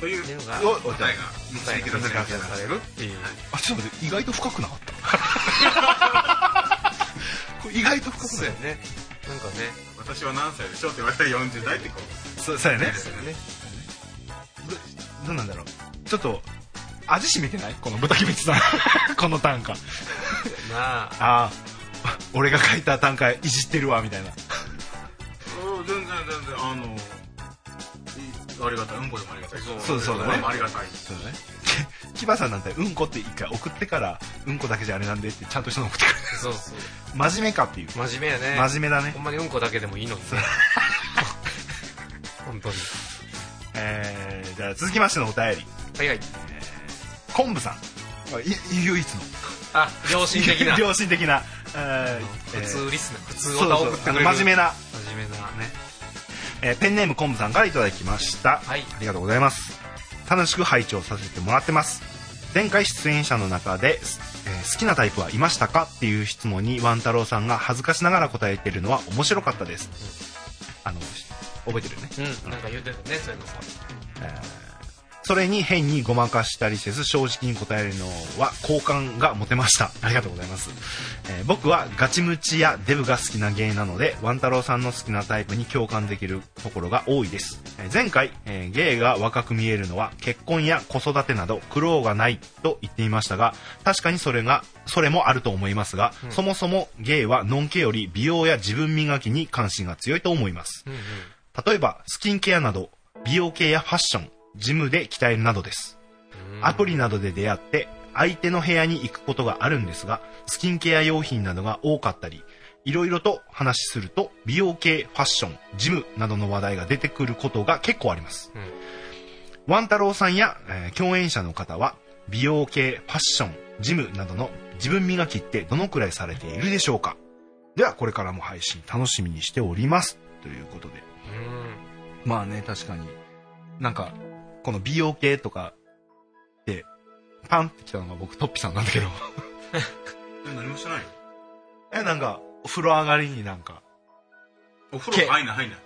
Speaker 2: という
Speaker 4: っていうのが
Speaker 5: を
Speaker 2: 答えが導き出されてる
Speaker 4: されるっていう
Speaker 5: あちょっと待って意外と深くなかった これ意外と深く
Speaker 4: そう
Speaker 5: ない
Speaker 4: やねなんかね
Speaker 2: 私は何歳でしょうって言われたら40代ってこ
Speaker 5: そうそうやね
Speaker 4: そうやね
Speaker 5: どどうなんだろうちょっと味しめてないこの豚キムチさん この短歌
Speaker 4: まあ
Speaker 5: ああ俺が書いた短歌いじってるわみたいな
Speaker 2: とうん全然全然あのいいありがたいうんこでもありがたいそう
Speaker 5: そうそうだね
Speaker 2: これもありがたい
Speaker 5: そうだねキバさんなんてうんこって一回送ってからうんこだけじゃあれなんでってちゃんとしたの送ってくる
Speaker 4: そうそう
Speaker 5: 真面目かっていう
Speaker 4: 真面目やね
Speaker 5: 真面目だね
Speaker 4: ほんまにうんこだけでもいい のにね本当に
Speaker 5: えー、じゃあ続きましてのお便り
Speaker 4: はいはい
Speaker 5: 昆布さんあい唯一の
Speaker 4: あ良心的な
Speaker 5: 良心的な、えー
Speaker 4: 普通リスナー普通
Speaker 5: そう
Speaker 4: オタ
Speaker 5: そ
Speaker 4: を
Speaker 5: う
Speaker 4: 送ってくれる
Speaker 5: 真面目な、
Speaker 4: 真面目なね
Speaker 5: えーペンネーム昆布さんからいただきました、
Speaker 4: はい
Speaker 5: ありがとうございます楽しく拝聴させてもらってます前回出演者の中で、すえー好きなタイプはいましたかっていう質問にワン太郎さんが恥ずかしながら答えてるのは面白かったです、あの覚えてるよね
Speaker 4: うんなんか言うてたねそういうのさ
Speaker 5: それに変にごまかしたりせず正直に答えるのは好感が持てました ありがとうございます、えー僕はガチムチやデブが好きな芸なのでワン太郎さんの好きなタイプに共感できるところが多いです、えー前回、えー芸が若く見えるのは結婚や子育てなど苦労がないと言っていましたが確かにそれがそれもあると思いますが、そもそも芸はのんけより美容や自分磨きに関心が強いと思います、
Speaker 4: うんうん
Speaker 5: 例えばスキンケアなど美容系やファッションジムで鍛えるなどですアプリなどで出会って相手の部屋に行くことがあるんですがスキンケア用品などが多かったりいろいろと話しすると美容系ファッションジムなどの話題が出てくることが結構あります、
Speaker 4: うん
Speaker 5: ワン太郎さんや、えー共演者の方は美容系ファッションジムなどの自分磨きってどのくらいされているでしょうかではこれからも配信楽しみにしておりますということで
Speaker 4: うん
Speaker 5: まあね、確かに。なんか、この美容系とかで、パンってきたのが僕、トッピさんなんだけど。
Speaker 2: え何もしてないよ
Speaker 5: え、なんか、お風呂上がりになんか、
Speaker 2: お風呂入んない入んない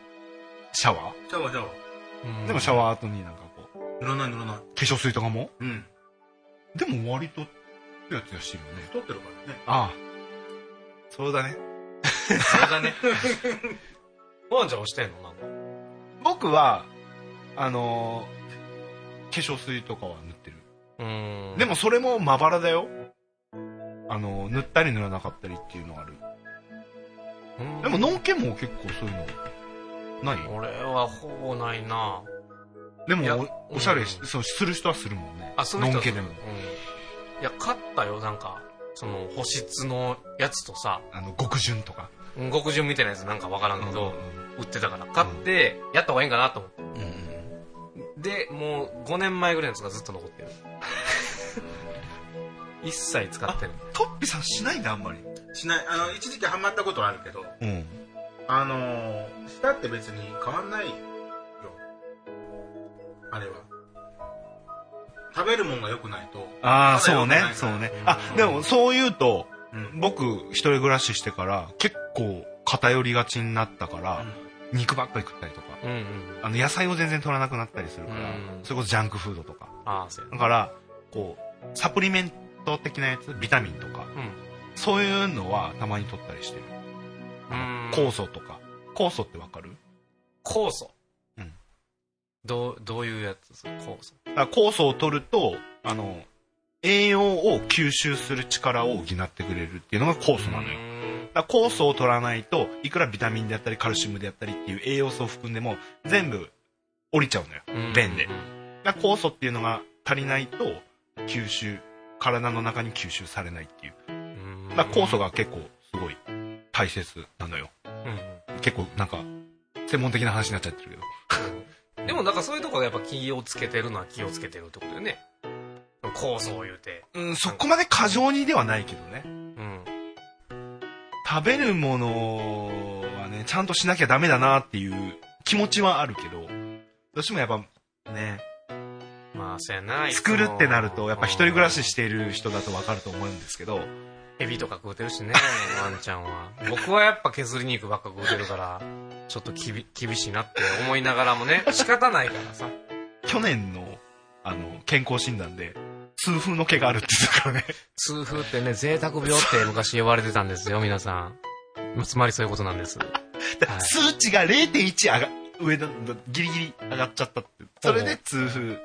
Speaker 5: シャワ
Speaker 2: シャワーシャワー
Speaker 4: うん
Speaker 5: ーでもシャワー後になんかこう、
Speaker 2: 塗らない塗らない
Speaker 5: 化粧水とかも
Speaker 2: うん
Speaker 5: でも割と、ツヤツヤしてるよね。
Speaker 2: 太ってるからね
Speaker 5: ああ。そうだね。
Speaker 4: それだねワンちゃん押してんのなんか
Speaker 5: 僕は、あのー化粧水とかは塗ってる。
Speaker 4: うん
Speaker 5: でもそれもまばらだよ。あのー塗ったり塗らなかったりっていうのがある。
Speaker 4: うん
Speaker 5: でも、ノンケも結構そういうの、ない
Speaker 4: 俺はほぼないな
Speaker 5: で
Speaker 4: いや
Speaker 5: もおおしゃれし、
Speaker 4: うん
Speaker 5: そうする人はするもんね
Speaker 4: あそういう人
Speaker 5: の
Speaker 4: は
Speaker 5: んけでも
Speaker 4: うんいや買ったよなんかその保湿のやつとさ
Speaker 5: あの極潤とか
Speaker 4: うん極潤みたいなやつなんかわからんけど、売ってたから買ってやった方がいいんかなと思って、でもう5年前ぐらいのやつがずっと残ってる 一切使ってる
Speaker 5: トッピさんしないんだあんまり
Speaker 2: しないあの一時期ハマったことはあるけど
Speaker 5: うん
Speaker 2: あのー、したって別に変わんないよあれは食べるもんが良くないと
Speaker 5: ああ
Speaker 2: まだ
Speaker 5: そうね
Speaker 2: 良くない
Speaker 5: そうね
Speaker 4: うん
Speaker 5: あでもそう言うと
Speaker 2: うん
Speaker 5: 僕一人暮らししてから結構偏りがちになったから、肉ばっかり食ったりとか
Speaker 4: うんうん
Speaker 5: あの野菜を全然取らなくなったりするから、
Speaker 4: うん
Speaker 5: それこそジャンクフードとか
Speaker 4: ああそうや
Speaker 5: だからこうサプリメント的なやつビタミンとかそういうのはたまに取ったりしてる
Speaker 4: うん
Speaker 5: 酵素とか酵素ってわかる
Speaker 4: 酵素
Speaker 5: うん
Speaker 4: どうどういうやつそれ酵素
Speaker 5: だから酵素を取るとあの栄養を吸収する力を補ってくれるっていうのが酵素なのよ、
Speaker 4: うん
Speaker 5: だから酵素を取らないといくらビタミンであったりカルシウムであったりっていう栄養素を含んでも全部降りちゃうのよ
Speaker 4: うん
Speaker 5: 便で
Speaker 4: うん
Speaker 5: だから酵素っていうのが足りないと吸収体の中に吸収されないっていう
Speaker 4: うん
Speaker 5: だから酵素が結構すごい大切なのよ
Speaker 4: う
Speaker 5: 結構なんか専門的な話になっちゃってるけど
Speaker 4: んでもなんかそういうところやっぱ気をつけてるのは気をつけてるってことよね構造言うて。
Speaker 2: うん、そこまで過剰にではないけどね。
Speaker 4: うん。
Speaker 2: 食べるものはね、ちゃんとしなきゃダメだなっていう気持ちはあるけど、どうしてもやっぱ、ね、
Speaker 4: まあ、そうやな。
Speaker 2: 作るってなると、やっぱ一人暮らし
Speaker 4: し
Speaker 2: している人だとわかると思うんですけど、
Speaker 4: エビとか食うてるしね、 ワンちゃんは。僕はやっぱ削り肉ばっか食うてるから、ちょっときび厳しいなって思いながらもね、仕方ないからさ。
Speaker 2: 去年の、あの、健康診断で、痛風の毛があるって言ってたからね。
Speaker 4: 痛風ってね、贅沢病って昔呼ばれてたんですよ、皆さん。まあつまりそういうことなんです。はい
Speaker 2: 数値が0.1上が、上だ、ギリギリ上がっちゃったって。それで痛風、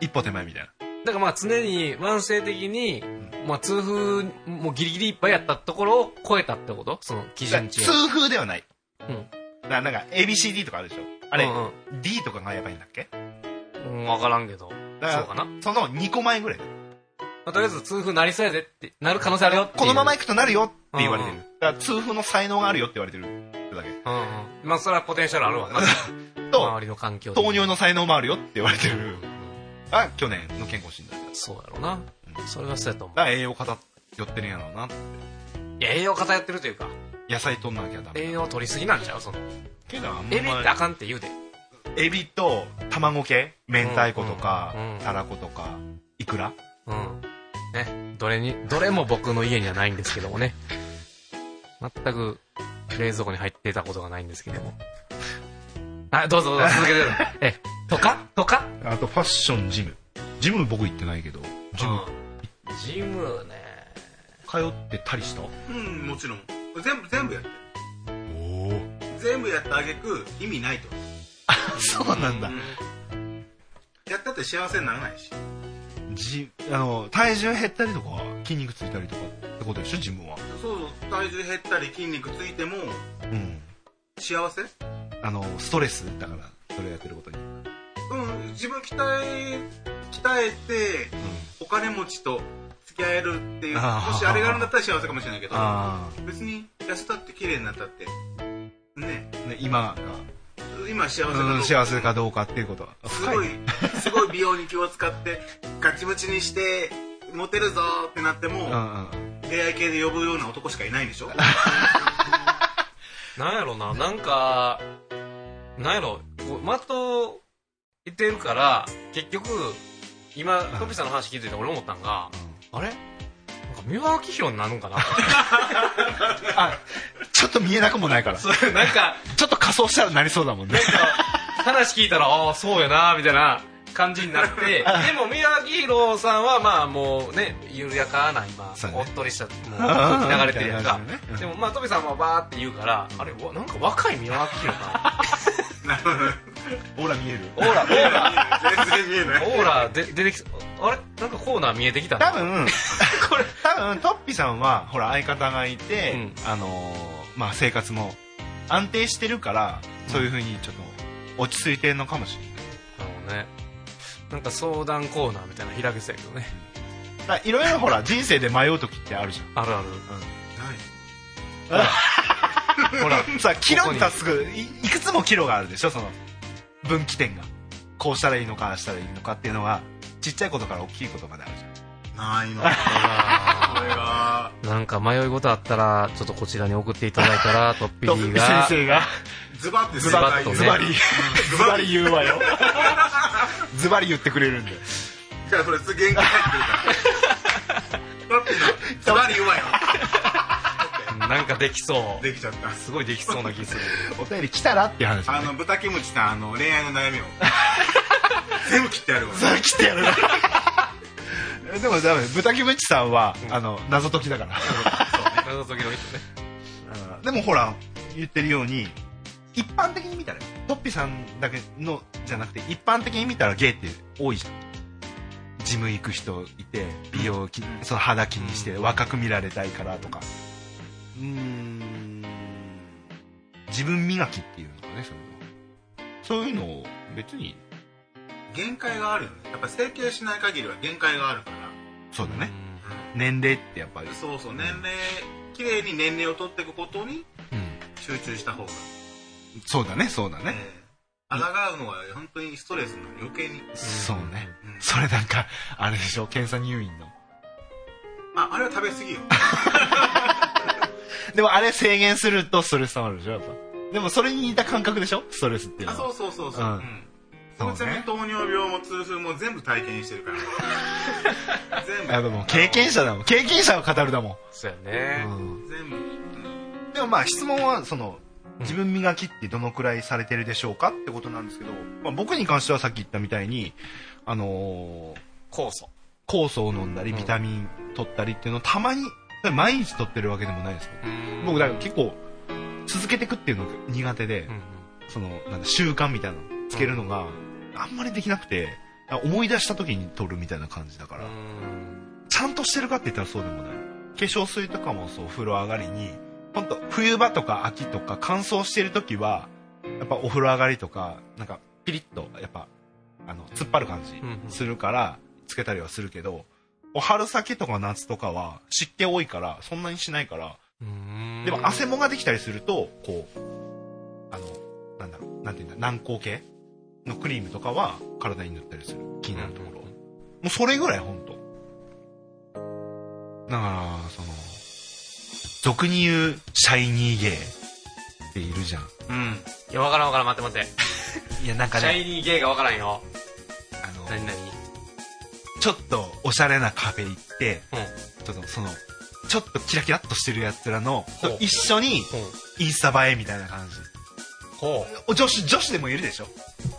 Speaker 2: 一歩手前みたいな。
Speaker 4: だからまあ常に慢性的に、まあ痛風もうギリギリいっぱいやったところを超えたってことその基
Speaker 2: だから
Speaker 4: 準値を。
Speaker 2: 痛風ではない。
Speaker 4: うん。
Speaker 2: ななんか ABCD とかあるでしょあれ、
Speaker 4: うん
Speaker 2: D とかがやばいんだっけ
Speaker 4: うん、うんわからんけど。
Speaker 2: だ
Speaker 4: そう
Speaker 2: か
Speaker 4: からな。ま
Speaker 2: その2個前ぐらいだよ
Speaker 4: あとりあえず痛風なりそうやでって、なる可能性あるよっていう
Speaker 2: このままいくとなるよって言われて
Speaker 4: う
Speaker 2: る
Speaker 4: んう
Speaker 2: だから痛風の才能があるよって言われてるだけ
Speaker 4: うんうん。まあそれはポテンシャルあるわな。周
Speaker 2: と
Speaker 4: りの環境で
Speaker 2: 糖尿の才能もあるよって言われてるあ去年の健康診断だ
Speaker 4: そうやろな。それはそうやと思う。
Speaker 2: から栄養偏ってるんやろうない
Speaker 4: や、栄養偏ってるというか、
Speaker 2: 野菜取んなきゃダメ
Speaker 4: 栄養取りすぎなんちゃうその、
Speaker 2: けどあんま
Speaker 4: エビってあかんって言うで。
Speaker 2: エビと卵系明太子とか
Speaker 4: うんうん
Speaker 2: たらことかいくら
Speaker 4: うん。ね。どれに、どれも僕の家にはないんですけどもね。全く、冷蔵庫に入ってたことがないんですけども。あ、どうぞどうぞ、続けて ください。え、とかとか
Speaker 2: あとファッションジムジム僕行ってないけどジム
Speaker 4: うんジムね。
Speaker 2: 通ってたりしたお
Speaker 5: うんもちろん全部全部やって
Speaker 2: お
Speaker 5: 全部やったあげく意味ないと
Speaker 2: そうなんだ
Speaker 5: やったって幸せにならないし
Speaker 2: じあの体重減ったりとか筋肉ついたりとかってことでしょジムは
Speaker 5: そうそう体重減ったり筋肉ついても
Speaker 2: うん
Speaker 5: 幸せ
Speaker 2: あのストレスだからそれやってることに
Speaker 5: うん自分鍛え鍛えてお金持ちと付き合えるっていう
Speaker 2: あー
Speaker 5: もしあれがあるんだったら幸せかもしれないけど
Speaker 2: あ
Speaker 5: 別に痩せたって綺麗になったってね
Speaker 2: あ、ね、今
Speaker 5: 今幸せだ
Speaker 2: が、
Speaker 5: と
Speaker 2: うん、幸せかどうかっていうことは
Speaker 5: すごい、すごい美容に気を使って、ガチムチにして、モテるぞーってなって
Speaker 2: う
Speaker 5: も
Speaker 2: ん、うん
Speaker 5: 出会い系で呼ぶような男しかいないんでし ょ
Speaker 4: なんやろな、なんか、なんやろ、こう、的をいてるから、結局、今、トピさんの話聞いてて俺思ったんが、あれなんか三輪明宏になるんか な
Speaker 2: ちょっと見えなくもないからちょ
Speaker 4: なんか、
Speaker 2: っと仮装したらなりそうだもんね
Speaker 4: 話聞いたら、ああ、そうやな、みたいな感じになって、 でも三輪明宏さんは、まあもうね、緩やかな今、
Speaker 2: そうね
Speaker 4: おっとりした、もう、流れてるやんか
Speaker 2: うんうんうんみたいな感じだね。
Speaker 4: でも、まあ、トピさんはバーって言うから、あれ、わなんか若い三輪明宏 か
Speaker 5: なるほど
Speaker 2: オーラ見える
Speaker 4: な。オーラ、オー ラ。
Speaker 5: 全然見えない。
Speaker 4: オーラで出てきあれなんかコーナー見えてきた
Speaker 2: 多
Speaker 4: な
Speaker 2: 分これ多分トッピさんはほら相方がいて、
Speaker 4: うん
Speaker 2: あのーまあ生活も安定してるからそういうふうにちょっと落ち着いてるのかもしれない
Speaker 4: あのねなんか相談コーナーみたいなの開けてたけどね
Speaker 2: だいろいろ ほら人生で迷う時ってあるじゃ
Speaker 4: あるある
Speaker 2: ん ほらさ岐路に立つといいくつも岐路があるでしょその分岐点がこうしたらいいのかああしたらいいのかっていうのはちっちゃいことから大きいことまであるじゃん
Speaker 5: ないの。これは、
Speaker 4: なんか迷い事あったらちょっとこちらに送っていただいたらトッピ
Speaker 2: ト
Speaker 4: ー
Speaker 2: ッピ先
Speaker 4: が
Speaker 2: 生が
Speaker 5: ズバって
Speaker 4: ズバッとね
Speaker 2: ズ
Speaker 5: 正解
Speaker 2: バリズバリ言うわよズバリ言ってくれるんで
Speaker 5: じゃあそれ、原稿書いてくる から。だってな、ズバリ言うわよ。
Speaker 4: なんかできそう
Speaker 5: できちゃった。
Speaker 4: すごいできそうな気する
Speaker 2: お便り来たらっていう話
Speaker 5: あの、豚キムチさん、あの、恋愛の悩みを。 全部切ってやるわ。
Speaker 2: それ切ってやるなでもダメ豚キムチさんは、あの謎解きだから
Speaker 4: 謎解きの人ね
Speaker 2: あのでもほら言ってるように一般的に見たらトッピさんだけのじゃなくて一般的に見たらゲイって多いじゃんジム行く人いて美容き、その肌気にして若く見られたいからとかうーん自分磨きっていうのかねそういうのそういうのを別に
Speaker 5: 限界があるよね。やっぱ整形しない限りは限界があるから。
Speaker 2: そうだね年齢ってやっぱり
Speaker 5: そうそう年齢綺麗に年齢を取っていくことに
Speaker 2: うん
Speaker 5: 集中した方が、
Speaker 2: そうだねそうだね
Speaker 5: ええ
Speaker 7: 抗うのは本当にストレスになる余計に
Speaker 5: そうね、それなんかあれでしょ検査入院の
Speaker 7: まああれは食べ過 ぎよ
Speaker 5: でもあれ制限するとストレス溜まるでしょやっぱでもそれに似た感覚でしょストレスっていう
Speaker 7: あ
Speaker 5: のは
Speaker 7: そうそうそうそう、
Speaker 5: う
Speaker 7: うんん
Speaker 5: そうね
Speaker 7: ちなみに糖尿病も痛風も全部体験してるか ら全部
Speaker 5: やっぱもう経験者だもん経験者を語るだも
Speaker 4: そうやね
Speaker 5: ん、
Speaker 7: 全部うん
Speaker 5: でもまあ質問はその自分磨きってどのくらいされてるでしょうかってことなんですけど、まあ、僕に関してはさっき言ったみたいにあのー
Speaker 4: 酵素
Speaker 5: 酵素を飲んだりビタミン取ったりっていうのをたまに毎日取ってるわけでもないです僕だから結構続けてくっていうのが苦手で、
Speaker 4: うんうん
Speaker 5: そのなんだ習慣みたいなのつけるのがあんまりできなくてあ思い出した時に取るみたいな感じだから、
Speaker 4: うん
Speaker 5: ちゃんとしてるかって言ったらそうでもない化粧水とかもそう風呂上がりに本当冬場とか秋とか乾燥してる時はやっぱお風呂上がりとかなんかピリッとやっぱあの突っ張る感じ
Speaker 4: んうん
Speaker 5: するからつけたりはするけど、お春先とか夏とかは湿気多いからそんなにしないから
Speaker 4: うん
Speaker 5: でも汗もができたりするとこうあのなんだろうなんていうんだ軟膏系のクリームとかは体に塗ったりする気になるところ、
Speaker 4: うん
Speaker 5: もうそれぐらい本当だからその俗に言うシャイニーゲーっているじゃん
Speaker 4: いやわからんわからん待って待って
Speaker 5: いやなんか
Speaker 4: シャ
Speaker 5: ね
Speaker 4: イニーゲーがわからんよ
Speaker 5: あの
Speaker 4: 何何
Speaker 5: ちょっとおしゃれなカフェ行って、
Speaker 4: う
Speaker 5: ちょっとそのちょっとキラキラっとしてるやつらの
Speaker 4: ほう
Speaker 5: 一緒に
Speaker 4: ほ
Speaker 5: インスタ映えみたいな感じ
Speaker 4: うほう
Speaker 5: お女子女子でもいるでしょ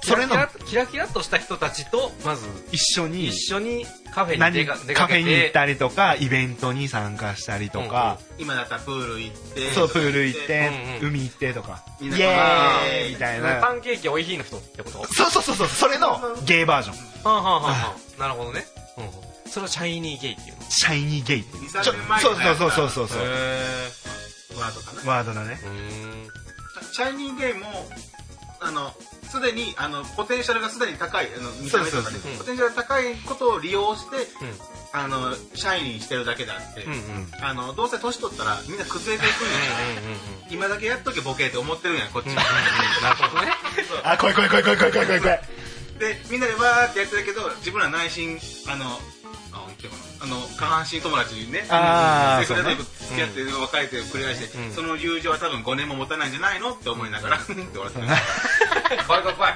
Speaker 5: それの
Speaker 4: キラキラキラキラっとした人たちとまず
Speaker 5: 一緒に
Speaker 4: 一緒にカフェに出
Speaker 5: 何
Speaker 4: か
Speaker 5: か
Speaker 4: 出
Speaker 5: カ
Speaker 4: か
Speaker 5: フェ
Speaker 4: け
Speaker 5: に行ってたりとかイベントに参加したりとか、
Speaker 7: 今だったらプール行って
Speaker 5: そうプール行って、
Speaker 4: うんうん
Speaker 5: 海行ってとかイエ
Speaker 7: みんな
Speaker 5: ーイみたい
Speaker 4: パ
Speaker 5: な
Speaker 4: ンケーキおいしいの人ってことは
Speaker 5: そうそうそうそうそれのゲイバージョ
Speaker 4: あ
Speaker 5: ン
Speaker 4: はあはあはあなるほどね、うんうん、それをシャイニーゲーっていうの
Speaker 5: シャイニーゲイっていう
Speaker 7: 23
Speaker 5: ちょ
Speaker 7: 年前
Speaker 5: そ
Speaker 7: か
Speaker 5: う
Speaker 7: らやった
Speaker 5: そうそうそうそ
Speaker 4: へ
Speaker 5: う
Speaker 7: ワードかな
Speaker 5: ワードだね
Speaker 4: えうん
Speaker 7: シャイニーゲイもあのすでにあのポテンシャルがすでに高いあの見た目とかで
Speaker 5: そう
Speaker 4: そうそう
Speaker 7: ポテンシャルが高いことを利用して、
Speaker 4: ん
Speaker 7: あのシャイニーしてるだけであって、
Speaker 4: うんうんうんうんうん
Speaker 7: あのどうせ年取ったらみんな崩れていくんや、今だけやっとけボケって思ってるんやこっちは、
Speaker 4: なるほどね
Speaker 5: あ怖い怖い怖い怖い怖い怖い怖い怖い
Speaker 7: でみんなでわーってやってるけど自分ら内心あのあ言ってこないあの下半身友達にね
Speaker 5: あー
Speaker 7: セクレ
Speaker 5: そうね
Speaker 7: タ付き合って別れて繰り返して、
Speaker 4: うん
Speaker 7: その友情は多分5年も持たないんじゃないのって思いながら、うん、 って笑ってる
Speaker 4: 怖い怖い怖い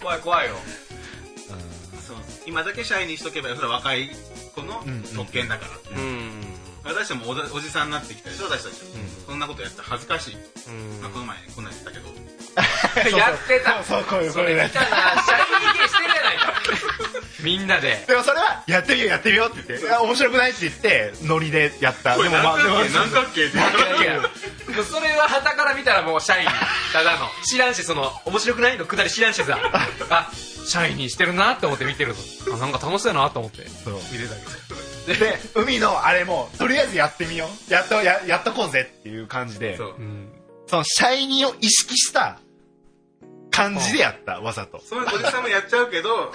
Speaker 4: 怖い怖いよ
Speaker 7: そう今だけシャイにしとけばそれは若い子の
Speaker 5: んうん
Speaker 7: 特権だから、
Speaker 4: うん
Speaker 7: 私たちもおじおじさんになってきたでしょ私たち、そんなことやったら恥ずかしい、
Speaker 4: うん
Speaker 7: まあ、この前こんなんやったけど
Speaker 4: やってた
Speaker 5: そうそうこういうこ
Speaker 4: そう
Speaker 5: い
Speaker 4: れ
Speaker 5: うや
Speaker 4: 見
Speaker 5: つ
Speaker 4: たなシャイニーゲーしてるやないかみんなで
Speaker 5: でもそれはやってみようやってみようって言っていや面白くないって言ってノリでやったでもまあでも
Speaker 7: 何角形って
Speaker 4: いやもうそれは旗から見たらもうシャイニーただの知らんしその面白くないのくだり知らんしさあシャイニーしてるなって思って見てるぞあなんか楽しそうやなと思って
Speaker 5: そう
Speaker 4: 見れたけど
Speaker 5: で海のあれもとりあえずやってみようやっとややっとこうぜっていう感じで
Speaker 7: そう
Speaker 4: うん
Speaker 5: そのシャイニーを意識した感じでやったわざと
Speaker 7: そういうおじさんもやっちゃうけど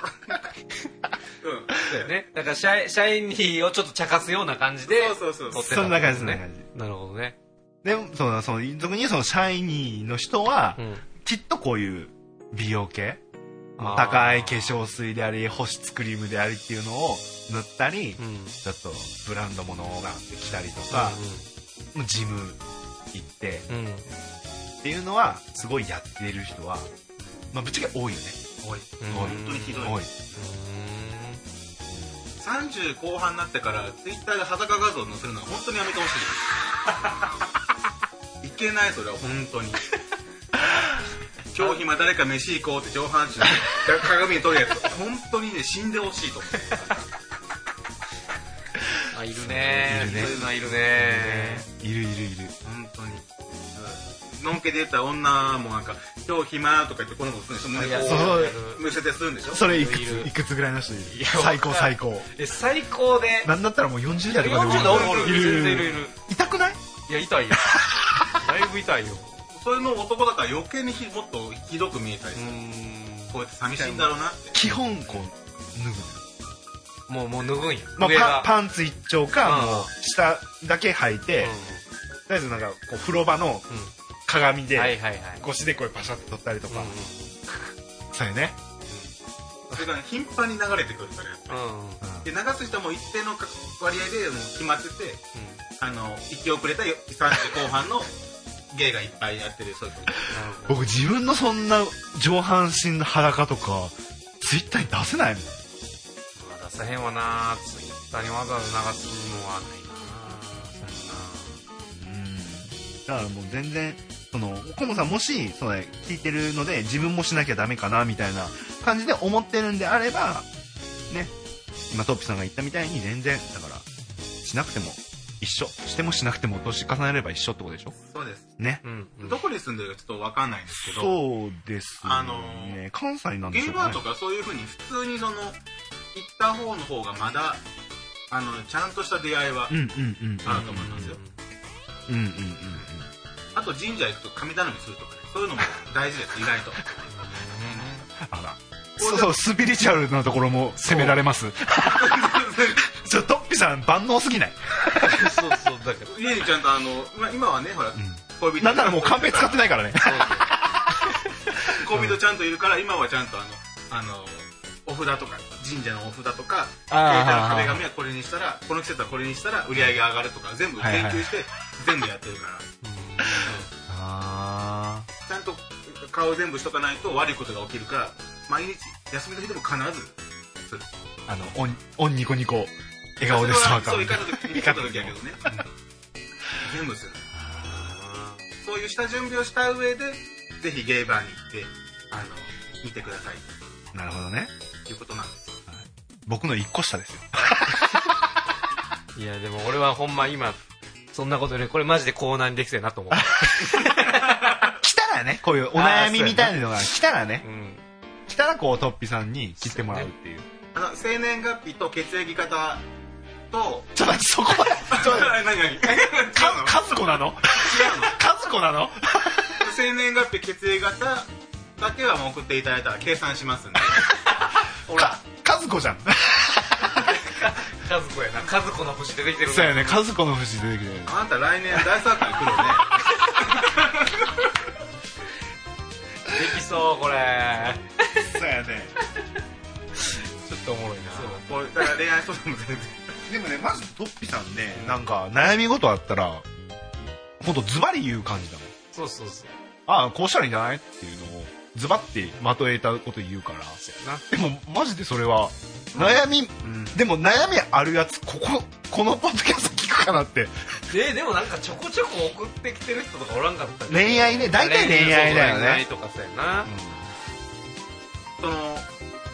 Speaker 7: うん
Speaker 4: ね、だからシャイシャイニーをちょっと茶化すような感じで
Speaker 7: そうそうそ
Speaker 4: 撮
Speaker 7: う
Speaker 4: ってた
Speaker 5: そんな感じそんな
Speaker 4: ね
Speaker 5: 感じ
Speaker 4: なるほどね、
Speaker 5: でもそのその特にそのシャイニーの人は、きっとこういう美容系
Speaker 4: あー
Speaker 5: 高い化粧水であり保湿クリームでありっていうのを塗ったり、
Speaker 4: うん
Speaker 5: ちょっとブランド物が来たりとか、もうジム行って
Speaker 4: うんうん、うん
Speaker 5: っていうのはすごいやってる人は、まあ、ぶっちゃけ多いよね
Speaker 7: お
Speaker 5: 多い
Speaker 7: い本当にひどい
Speaker 5: 多い
Speaker 7: 30後半になってからツイッターで裸画像を載せるのは本当にやめてほし いいけないそれは本当に今日暇誰か飯行こうって上半身で鏡に撮るやつ本当にね死んでほしいと思う
Speaker 4: あいるね
Speaker 5: いるね
Speaker 4: そういうのはいるね
Speaker 5: いるいるいる
Speaker 7: 本当にのんけで言ったら女もなんか「今日暇」とか言ってこの子するんでしょ胸
Speaker 5: そう
Speaker 7: こ
Speaker 5: そう
Speaker 7: うむせてするんでしょ
Speaker 5: それいく
Speaker 4: いるい
Speaker 5: つ
Speaker 4: る
Speaker 5: いくつぐらいの人いる
Speaker 4: いや
Speaker 5: 最高
Speaker 4: わからん
Speaker 5: 最高
Speaker 4: え最高で
Speaker 5: なんだったらもう40代とかで
Speaker 4: 40度おるお
Speaker 5: い
Speaker 4: る
Speaker 5: る
Speaker 4: 全然い
Speaker 5: い
Speaker 4: るい
Speaker 5: る
Speaker 4: る
Speaker 5: 痛くない
Speaker 4: いや 痛いよだいぶ痛いよ
Speaker 7: それの男だから余計にひもっとひどく見えたり
Speaker 4: う
Speaker 7: する
Speaker 4: ん
Speaker 7: こうやって寂しいんだろうなって
Speaker 5: 基本こう
Speaker 4: もうもう脱ぐんや、
Speaker 5: 脱ぐの
Speaker 4: 上
Speaker 5: よ、まあ、パ
Speaker 4: が
Speaker 5: ンパンツ一丁か
Speaker 4: うん
Speaker 5: もう下だけ履いて、とりあえずなんかこう風呂場の鏡
Speaker 4: うん、はい
Speaker 5: で
Speaker 4: はいはい
Speaker 5: 腰でこうパシャッと取ったりと
Speaker 4: うん
Speaker 5: か
Speaker 4: うん
Speaker 12: それね
Speaker 5: それがね頻繁に流れてくるからやっぱ
Speaker 4: うん
Speaker 5: りで流す人も一定の割合でもう決まってて、あの行き遅れたよ3時後半の芸がいっぱいやってるそういう
Speaker 2: 僕自分のそんな上半身の裸とかツイッターに出せないもん
Speaker 4: まあ出さへんわなツイッターにわざわざ流すのはないなそ
Speaker 2: だからもう全然そのコモさんもしその聞いてるので自分もしなきゃダメかなみたいな感じで思ってるんであればね今トップさんが言ったみたいに全然だからしなくても一緒してもしなくても年重ねれば一緒ってことでしょ
Speaker 5: そうです、
Speaker 2: ね
Speaker 4: んなうん
Speaker 5: どこに住んでるかちょっとわかんないんですけど
Speaker 2: そうですね、
Speaker 5: あの
Speaker 2: 関西なん
Speaker 5: ゲ
Speaker 2: でしょ
Speaker 5: ー
Speaker 2: う
Speaker 5: バ
Speaker 2: かね
Speaker 5: ーとかそういうふうに普通にその行った方の方がまだあのちゃんとした出会いは
Speaker 2: うんうんうん
Speaker 5: あると思いますよ、
Speaker 2: うんうんうん
Speaker 5: あと神社行くと神頼みするとかねそうい うのも大事です意外と
Speaker 2: あらそうそうスピリチュアルなところも責められますちょトッピさん万能すぎない
Speaker 4: そうそうだけど
Speaker 5: 家にちゃんとあの、まあ、今はねほら、恋人
Speaker 2: なんならもうカンペ使ってないからね
Speaker 5: 恋人ちゃんといるから今はちゃんとあのあのお札とか神社のお札とか携
Speaker 12: あー
Speaker 5: 帯の壁紙はこれにしたらこの季節はこれにしたら売り上げが上がるとか全部
Speaker 12: はいはい
Speaker 5: 研
Speaker 12: はい
Speaker 5: 究して全部やってるから、
Speaker 12: あ
Speaker 5: ちゃんと顔を全部しとかないと悪いことが起きるから毎日休みの日でも必ず
Speaker 2: あのオンオンニコニコ笑顔ですわか
Speaker 5: そう
Speaker 2: る
Speaker 5: いかった時いかった時やけどね全部するそういう下準備をした上でぜひゲイバーに行ってあの見てください
Speaker 2: なるほどね
Speaker 5: ということなんです
Speaker 2: 僕の一個下ですよ
Speaker 4: いやでも俺はほんま今そんなことよりこれマジでコーナーにできてるなと思 う、
Speaker 2: 来たらねこういうお悩みみたいなのが来たらね
Speaker 4: うん、
Speaker 2: 来たらこうトッピさんに切ってもらうっていう
Speaker 5: あの生年月日と血液型と
Speaker 2: ちょっと待ってそこはちょっと待って
Speaker 5: 何何違うの
Speaker 2: かかずこなのかずこなの
Speaker 5: 生年月日血液型だけはもう送っていただいたら計算 しますんでほら
Speaker 2: かかずこじゃん
Speaker 4: 和子やな和子の星出てきてる
Speaker 2: そうやねかずこの節出てきてる
Speaker 5: あなた来年大サークル来るよね
Speaker 4: できそうこれ
Speaker 2: そうやね
Speaker 4: ちょっとおもろいな
Speaker 5: そうこれだから恋愛相談も全然
Speaker 2: でもねまずトッピさんねなんか悩み事あったらほんとズバリ言う感じだもん
Speaker 4: そうそうそう
Speaker 2: ああこうしたらいいんじゃないっていうのをズバッてまとえたこと言うから
Speaker 4: な
Speaker 2: でもマジでそれは悩み、でも 悩みあるやつこここのポッドキャスト聞くかなって
Speaker 4: ででもなんかちょこちょこ送ってきてる人とかおらんかった
Speaker 2: 恋愛ね大体恋愛だよ
Speaker 4: 恋愛
Speaker 2: ね
Speaker 4: とかさやな
Speaker 5: その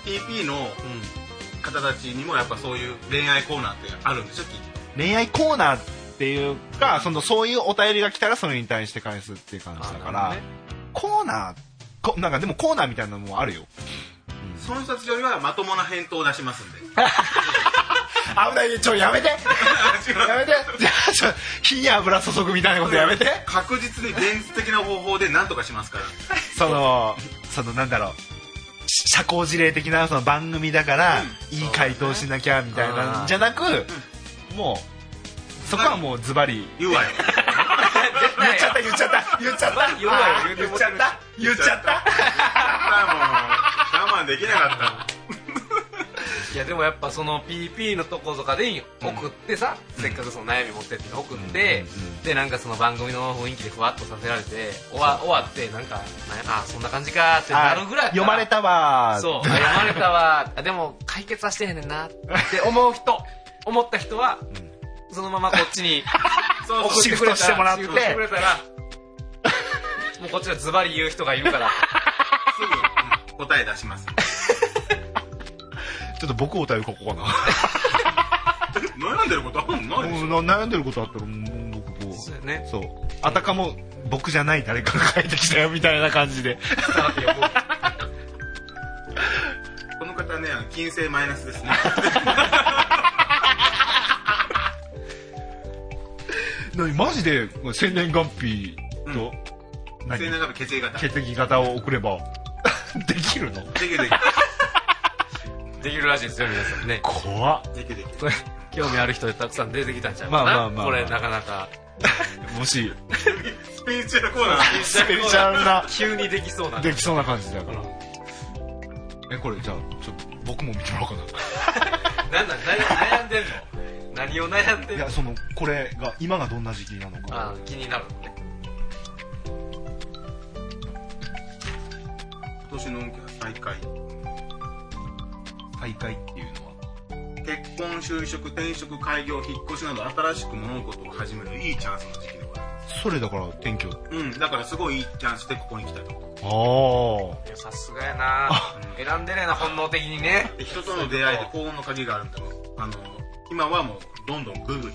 Speaker 5: TP の
Speaker 4: うん、
Speaker 5: 方たちにもやっぱそういう恋愛コーナーってあるんでしょきっと
Speaker 2: 恋愛コーナーっていうかそのそういうお便りが来たらそれに対して返すっていう感じだから、
Speaker 4: あなるほど
Speaker 2: コーナーこなんかでもコーナーみたいなのもあるよ
Speaker 5: その人たちよりはまともな返答を出しますんで
Speaker 2: 危ないちょやめてやめてちょ 火に油注ぐみたいなことやめて
Speaker 5: 確実に現実的な方法で何とかしますから
Speaker 2: そのそのなんだろうし社交辞令的なその番組だから、いい回答しなきゃみたい
Speaker 4: あ
Speaker 2: な
Speaker 4: ー
Speaker 2: んじゃなく、もうそこはもうズバリ
Speaker 5: 言う わよ
Speaker 2: 言っちゃった言っちゃった言っちゃった
Speaker 4: まあ言うわよ
Speaker 2: あー
Speaker 4: 言う
Speaker 2: 言
Speaker 4: て
Speaker 2: っ
Speaker 4: も
Speaker 2: ちゃった言っちゃった
Speaker 5: 我慢できなかっ
Speaker 4: いやでもやっぱその PP のとことかで送ってさ、せっかくその悩み持ってって送って、でなんかその番組の雰囲気でふわっとさせられて終わ終わってなんかなんやあそんな感じかってなるぐらい
Speaker 2: 読まれたわー
Speaker 4: そうあ読まれたわあでも解決はしてへんねんなって思う人思った人は、そのままこっちに
Speaker 5: たそうそう
Speaker 4: 送ってくれたら
Speaker 2: シフトしてもらって
Speaker 4: シフトしてくれたらもうこっちはズバリ言う人がいるから
Speaker 5: すぐうん答え出します
Speaker 2: ちょっと僕お便りここか
Speaker 5: 悩んでることあんの
Speaker 2: な
Speaker 5: ないでしょ
Speaker 2: もうな悩んでることあったらもう僕こ
Speaker 4: そう
Speaker 2: う
Speaker 4: やね
Speaker 2: そうあたかも僕じゃない誰かが書いてきたよみたいな感じで
Speaker 4: 伝わってよこう
Speaker 5: この方ねあの金星マイナスで すね
Speaker 2: 何マジで生年月日と、何
Speaker 5: 生年月日血液型
Speaker 2: 血液型を送れば できるの
Speaker 5: できるできる
Speaker 4: できるらしいですよ皆さんね
Speaker 2: 怖っ
Speaker 5: できるできる
Speaker 4: これ 興味ある人でたくさん出てきたんちゃう
Speaker 2: ま
Speaker 4: か
Speaker 2: あ
Speaker 4: な、
Speaker 2: まあまあまあ
Speaker 4: これなかなか
Speaker 2: もし
Speaker 5: スピーチュアルコーナー
Speaker 2: スペリチュアルな
Speaker 4: 急にできそうな
Speaker 2: できそうな感じだからえこれじゃあちょっと僕も見てもらおうか
Speaker 4: なんなん悩んでんの何を悩んで
Speaker 13: い
Speaker 4: んの
Speaker 13: やそのこれが今がどんな時期なのか
Speaker 4: あ気になるのね
Speaker 5: 今年の運気は再開
Speaker 2: 大会っていうのは
Speaker 5: 結婚就職転職開業引っ越しなど新しく物事を始めるいいチャンスの時期でございま
Speaker 2: それだから転居
Speaker 5: すうんだからすごいいいチャンスでここに来たと
Speaker 2: ああ
Speaker 4: いやさすがやな選んでねえな本能的にね
Speaker 5: で人との出会いで幸運の鍵があるんだもんあの今はもうどんどんグーグリ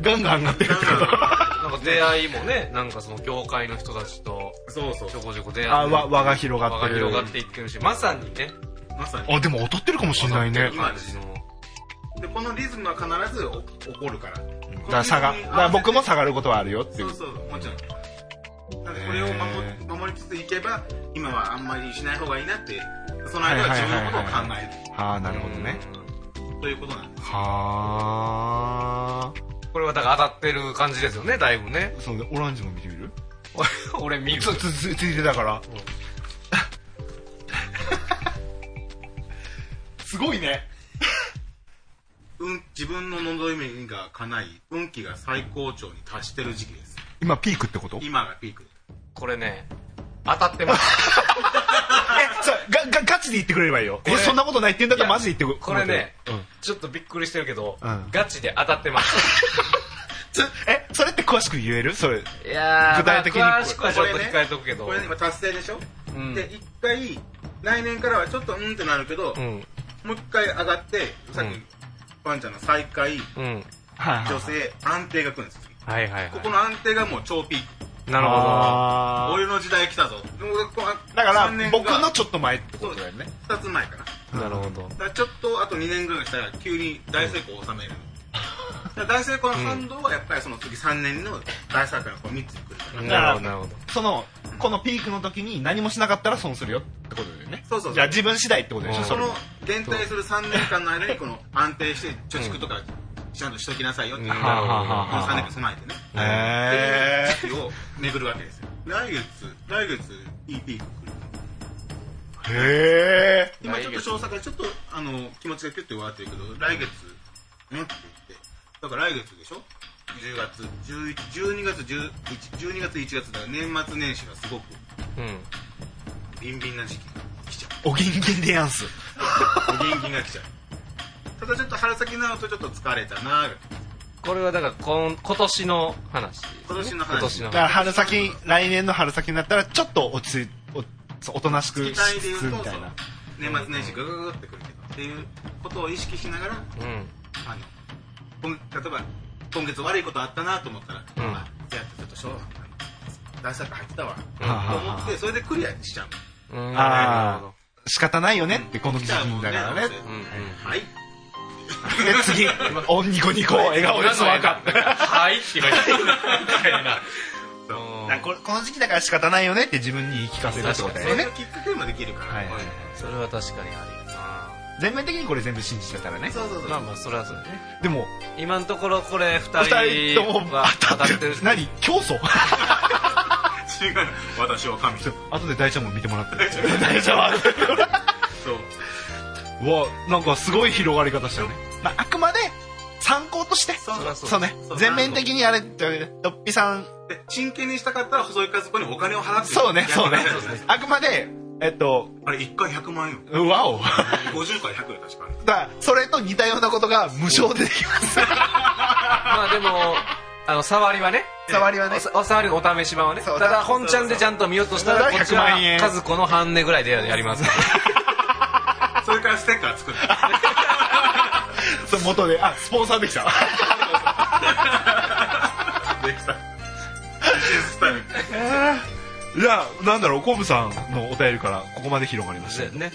Speaker 2: ガンガン上 がってる
Speaker 4: なんか出会いもねなんかその業界の人たちと
Speaker 5: そうそう
Speaker 4: ちょこちょこ出会って
Speaker 2: あわ輪が広
Speaker 4: 輪
Speaker 2: がっ
Speaker 4: が
Speaker 2: てる
Speaker 4: 広がっていってるしまさにね
Speaker 5: まさに
Speaker 2: あでも当たってるかもしれないね
Speaker 4: 感じの
Speaker 5: でこのリズムは必ずお起こるから
Speaker 2: だから下がだから僕も下がることはあるよってい
Speaker 5: そううそうもちろんなんでこれを守守りつついけば今はあんまりしない方がいいなってその間は自分のことを考える
Speaker 2: ああなるほどね
Speaker 5: ということなんです
Speaker 2: はあ
Speaker 4: これはだから当たってる感じですよねだい ぶね
Speaker 2: そうねオランジも見てみる
Speaker 4: 俺見る
Speaker 2: つつつついてたからすごいね
Speaker 5: 運自分の望みが叶い運気が最高潮に達してる時期です
Speaker 2: 今ピークってこと
Speaker 5: 今がピークです
Speaker 4: これね当たってます
Speaker 2: さががガチで言ってくれればいいよえ
Speaker 4: れ
Speaker 2: そんなことないって言うんだったらマジで言ってく
Speaker 4: これね、
Speaker 2: うん
Speaker 4: ちょっとびっくりしてるけど、
Speaker 2: うん
Speaker 4: ガチで当たってます
Speaker 2: つえそれって詳しく言えるそれ
Speaker 4: いやー
Speaker 2: 具体的に
Speaker 4: まあ詳しくはちょっと控えとくけど、
Speaker 5: これね今達成でしょ、
Speaker 4: うん
Speaker 5: で一回来年からはちょっとうんってなるけど、
Speaker 4: うん
Speaker 5: もう一回上がってさっき、
Speaker 4: うん
Speaker 5: ワンちゃんの再開
Speaker 4: うん
Speaker 2: はい
Speaker 5: 女性安定が来るんです
Speaker 4: はいはいはい
Speaker 5: ここの安定がもう超ピーク
Speaker 4: なるほど
Speaker 2: あ
Speaker 5: 俺の時代来たぞでもこ
Speaker 2: ー
Speaker 5: う
Speaker 2: だから
Speaker 5: 三年が
Speaker 2: 僕のちょっと前ってことだよね
Speaker 5: 2つ前かなだか
Speaker 4: なるほど
Speaker 5: らちょっとあと2年ぐらいしたら急に大成功を収める、だから大成功の反動はやっぱりその次3年の大作がこう3つくるから、
Speaker 4: なるほどなるほど
Speaker 2: そのこのピークの時に何もしなかったら損するよってことだよね
Speaker 5: そうそうそう
Speaker 2: じゃあ自分次第ってことでし
Speaker 4: う
Speaker 2: ょ
Speaker 4: ん
Speaker 2: そ
Speaker 5: そ
Speaker 2: れ
Speaker 5: の
Speaker 2: も
Speaker 5: 減退する3年間の間にこの安定して貯蓄とかちゃんとしときなさいよっていう、
Speaker 4: うん
Speaker 5: この
Speaker 4: なるほど
Speaker 5: 3年間備えてね
Speaker 2: へ
Speaker 5: っていう時期を巡るわけですよ来月来月いいピーク来る
Speaker 2: えへえ
Speaker 5: 今ちょっと少佐からちょっとあの気持ちがキュッて上がってるけど来月ねって言ってだから来月でしょ10月11 12月11 12月1月だから年末年始がすごく
Speaker 4: うん
Speaker 5: ビンビンな時期が来ちゃ
Speaker 2: おぎんぎんでやんす
Speaker 5: うお元気が来ちゃうただちょっと春先になるとちょっと疲れたなぁ
Speaker 4: これはだからこん今年の話
Speaker 5: 今年の話
Speaker 4: 今年の
Speaker 2: だから春先来年の春先になったらちょっと落ち着いおそうおとなしくし
Speaker 5: 期
Speaker 2: つ
Speaker 5: 待で言
Speaker 2: つ
Speaker 5: う
Speaker 2: み
Speaker 5: と
Speaker 2: た
Speaker 5: そ
Speaker 2: いうな
Speaker 5: 年末年始ガガガガってくるけどっていうことを意識しながら
Speaker 4: うん
Speaker 5: あの今例えば今月悪いことあったなと思ったら、
Speaker 4: うん
Speaker 5: あいやちょっとしょうがない大作入ってたわ
Speaker 4: うん
Speaker 2: はあ
Speaker 5: と
Speaker 2: はあ
Speaker 5: 思
Speaker 2: は
Speaker 5: ってそれでクリアしちゃう
Speaker 4: うんなる
Speaker 2: あ
Speaker 4: ほど
Speaker 2: あ仕方ないよねってこの時期
Speaker 5: じゃあもう
Speaker 2: だ
Speaker 5: ね
Speaker 2: からねで
Speaker 4: うんうん
Speaker 5: はい
Speaker 2: 次おニコニコ笑顔ですわかった
Speaker 4: はいって言われて
Speaker 2: だからこれこの時期だから仕方ないよねって自分に言い聞かせるってことだ
Speaker 5: そ
Speaker 2: よ
Speaker 5: れ
Speaker 2: ね
Speaker 5: のきっかけもできるから、
Speaker 2: はいはいはい
Speaker 4: それは確かにありや
Speaker 2: 全面的にこれ全部信じてたらね
Speaker 5: そうそうそ
Speaker 4: な
Speaker 5: う、
Speaker 4: まあまあそれはそうだね
Speaker 2: でも
Speaker 4: 今のところこれ
Speaker 2: 二
Speaker 4: 2
Speaker 2: 人とも
Speaker 4: 人は当
Speaker 2: 当
Speaker 4: た
Speaker 2: た
Speaker 4: っ
Speaker 2: ってて
Speaker 4: る
Speaker 2: る何競争
Speaker 5: 違う私は神そう
Speaker 2: 後で大ちゃんも見てもらって大ちゃんはうわなんかすごい広がり方したね、まあ、あくまで参考として
Speaker 5: そうそうそう
Speaker 2: そうね
Speaker 5: そう
Speaker 2: 全面的にあれってわけでドッピさん
Speaker 5: で真剣にしたかったら細井和子にお金を払って
Speaker 2: そうねそうね
Speaker 5: やってください
Speaker 2: あくまでえっと
Speaker 5: あれ1回100万円よ
Speaker 2: わお だか
Speaker 5: 50回100円確かに
Speaker 2: らそれと似たようなことが無償でできます
Speaker 4: まあでもあの触りはね
Speaker 2: 触りはね
Speaker 4: おお触りお試し版はね
Speaker 2: そ
Speaker 4: た
Speaker 2: う
Speaker 4: だ本ちゃんでちゃんと見ようとした
Speaker 2: そう
Speaker 4: らこ
Speaker 2: そう
Speaker 4: っちは
Speaker 2: 100万円
Speaker 4: 和子の半値ぐらいでやります
Speaker 5: それからステッカー作る
Speaker 2: その元であスポンサーでき た
Speaker 5: できたビジネススタイル
Speaker 2: いやなんだろうコムさんのお便りからここまで広がりました
Speaker 4: ねね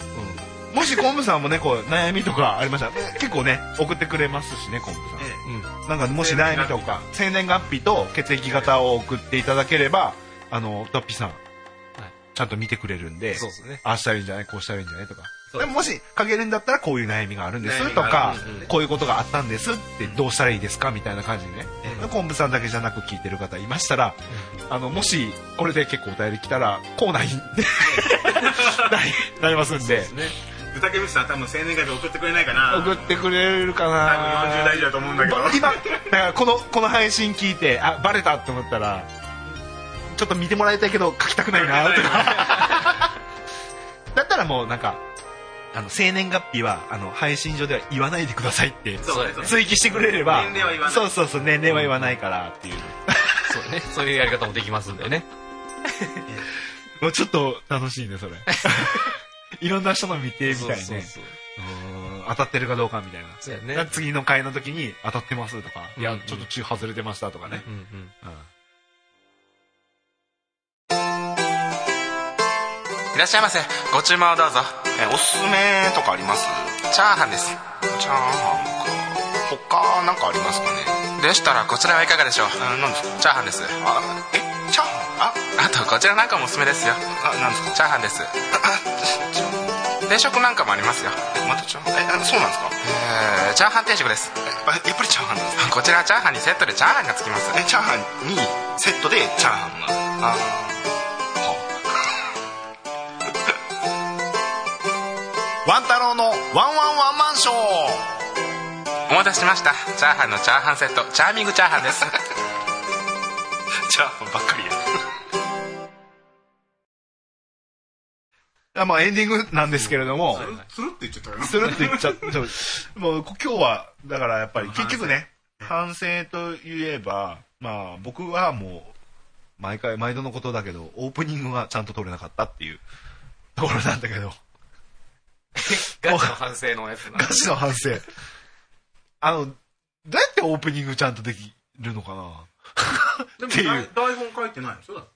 Speaker 2: もしコンブさんもね、こう、悩みとかありましたら、結構ね、送ってくれますしね、コンブさん。
Speaker 5: え
Speaker 2: なんか、もし悩みとか、生年月日と血液型を送っていただければ、あの、トッピーさん、ちゃんと見てくれるんで、
Speaker 4: そうですね
Speaker 2: ああしたらいいんじゃないこうしたらいいんじゃないとか。
Speaker 4: そうで
Speaker 2: でももし、かけるんだったら、こういう悩みがあるんです
Speaker 5: 悩み
Speaker 2: と
Speaker 5: があ
Speaker 2: か
Speaker 5: るんですよね、
Speaker 2: こういうことがあったんですって、どうしたらいいですかみたいな感じでね。コンブさんだけじゃなく聞いてる方いましたら、あの、もし、これで結構お便り来たら、コーナーになりなりますんで。
Speaker 4: ね
Speaker 5: 歌木美さん多分青年会で送ってくれないかな
Speaker 14: 送ってくれるか
Speaker 5: 多分
Speaker 14: な
Speaker 5: 40代以上だと思うんだけど
Speaker 14: ば今だからこのこの配信聞いてあバレたって思ったらちょっと見てもらいたいけど書きたくないなとかだったらもうなんかあの生年月日はあの配信上では言わないでくださいって
Speaker 4: そうですね
Speaker 14: 追記してくれれば
Speaker 5: 年齢は言わない
Speaker 14: そうそうそう年齢は言わないからっていう
Speaker 4: そうねそういうやり方もできますんでね
Speaker 14: もうちょっと楽しいねそれいろんな人の見てみたいね
Speaker 4: そうそう
Speaker 14: うん当たってるかどうかみたいな
Speaker 4: そうやね
Speaker 14: 次の回の時に当たってますとか、い
Speaker 4: うん
Speaker 14: や
Speaker 4: うん、
Speaker 14: ちょっと中外れてましたとかね
Speaker 4: う。んうん
Speaker 15: いらっしゃいませご注文をどうぞ
Speaker 14: え、おすすめとかあります
Speaker 15: チャーハンです
Speaker 14: チャーハンか。他なんかありますかね
Speaker 15: でしたらこちらはいかがでしょう
Speaker 14: あ、なんですか
Speaker 15: チャーハンです
Speaker 14: あ、え、チャーハン
Speaker 15: あとこちらなんかもおすすめですよ
Speaker 14: あ、あ、なんですか
Speaker 15: チャーハンです定食なんかもありますよ
Speaker 14: えまたチャーハンえ、あそうなんですか
Speaker 15: えーチャーハン定食です
Speaker 14: えやっぱりチャーハンなんですか
Speaker 15: こちらはチャーハンにセットでチャーハンがつきます
Speaker 14: え、チャーハンにセットでチャーハンが。あワン太郎のワンワンワンマンショー
Speaker 15: お待たせしましたチャーハンのチャーハンセットチャーミングチャーハンです
Speaker 14: チャーハンばっかりや。まあエンディングなんですけれども、
Speaker 5: つるって言っちゃったかな
Speaker 14: するって言っちゃって、
Speaker 2: もうこ今日はだからやっぱり結局ね反省といえばまあ僕はもう毎回毎度のことだけどオープニングはちゃんと撮れなかったっていうところなん だけど
Speaker 4: ガチの反省のやつな
Speaker 2: ガチの反省あのどうやってオープニングちゃんとできるのかな
Speaker 5: でも
Speaker 2: っていう
Speaker 5: 台本書いてないでしょだって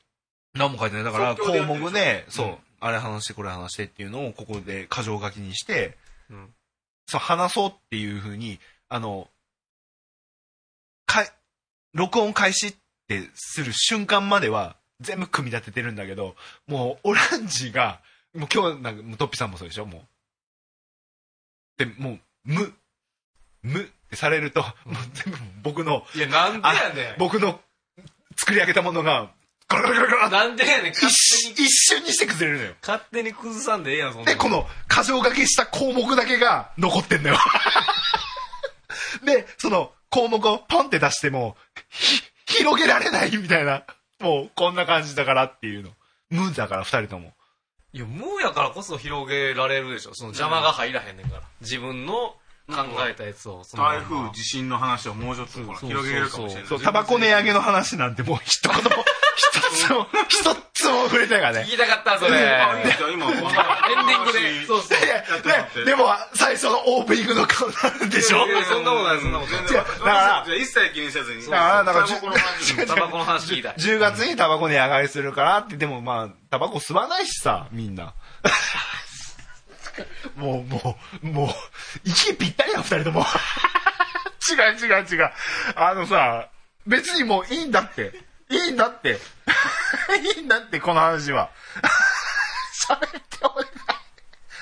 Speaker 2: 何も書いてないだから
Speaker 5: 即興でや
Speaker 2: 項
Speaker 5: ってる
Speaker 2: 目でそう、あれ話してこれ話してっていうのをここで箇条書きにして、
Speaker 4: うん
Speaker 2: そう話そうっていうふうにあのかい録音開始ってする瞬間までは全部組み立ててるんだけどもうオランジがもう今日なんかもうトッピさんもそうでしょもうでもう無無ってされると、もう全部僕の
Speaker 4: いやなんでやねん
Speaker 2: 僕の作り上げたものがガラガラガラガラって
Speaker 4: なんでやねん勝
Speaker 2: 一瞬
Speaker 4: 手に
Speaker 2: 一瞬にして崩れるのよ
Speaker 4: 勝手に崩さんでええやんそんな
Speaker 2: でこの箇条書きした項目だけが残ってん のよでその項目をポンって出してもひ広げられないみたいなもうこんな感じだからっていうの無だから二人とも
Speaker 4: いや無やからこそ広げられるでしょその邪魔が入らへんねんから自分の考えたやつをそのまん
Speaker 5: 台
Speaker 4: ま
Speaker 5: 風地震の話をもうちょっとほら
Speaker 4: そう
Speaker 5: 広げれるかもしれない
Speaker 4: そ
Speaker 2: そうタバコ値上げの話なんてもう一言も一つも一つも触れてないからね
Speaker 4: 聞きたかったそれ
Speaker 5: あ
Speaker 4: エ
Speaker 5: いい
Speaker 4: ンデ
Speaker 5: じゃん今エン
Speaker 4: ィ
Speaker 5: デ
Speaker 4: ングでそうそう
Speaker 2: で
Speaker 5: やってもらって
Speaker 2: ででも最初のオープニングの顔なんでしょ
Speaker 4: いやいやそんなことないそんなことない
Speaker 2: 違う
Speaker 5: 全然
Speaker 2: だから
Speaker 5: じゃあ一切気にせずに
Speaker 2: だからなんか
Speaker 5: タバコの話も
Speaker 4: タバコの話聞いたい
Speaker 2: 10月にタバコ値上がりするからって、でもまあ、タバコ吸わないしさ、みんな。もう、もう、もう、息ぴったりやん、二人とも。 違う違う違う。あのさ、別にもういいんだって。いいんだって。 いいんだって、この話は。 喋って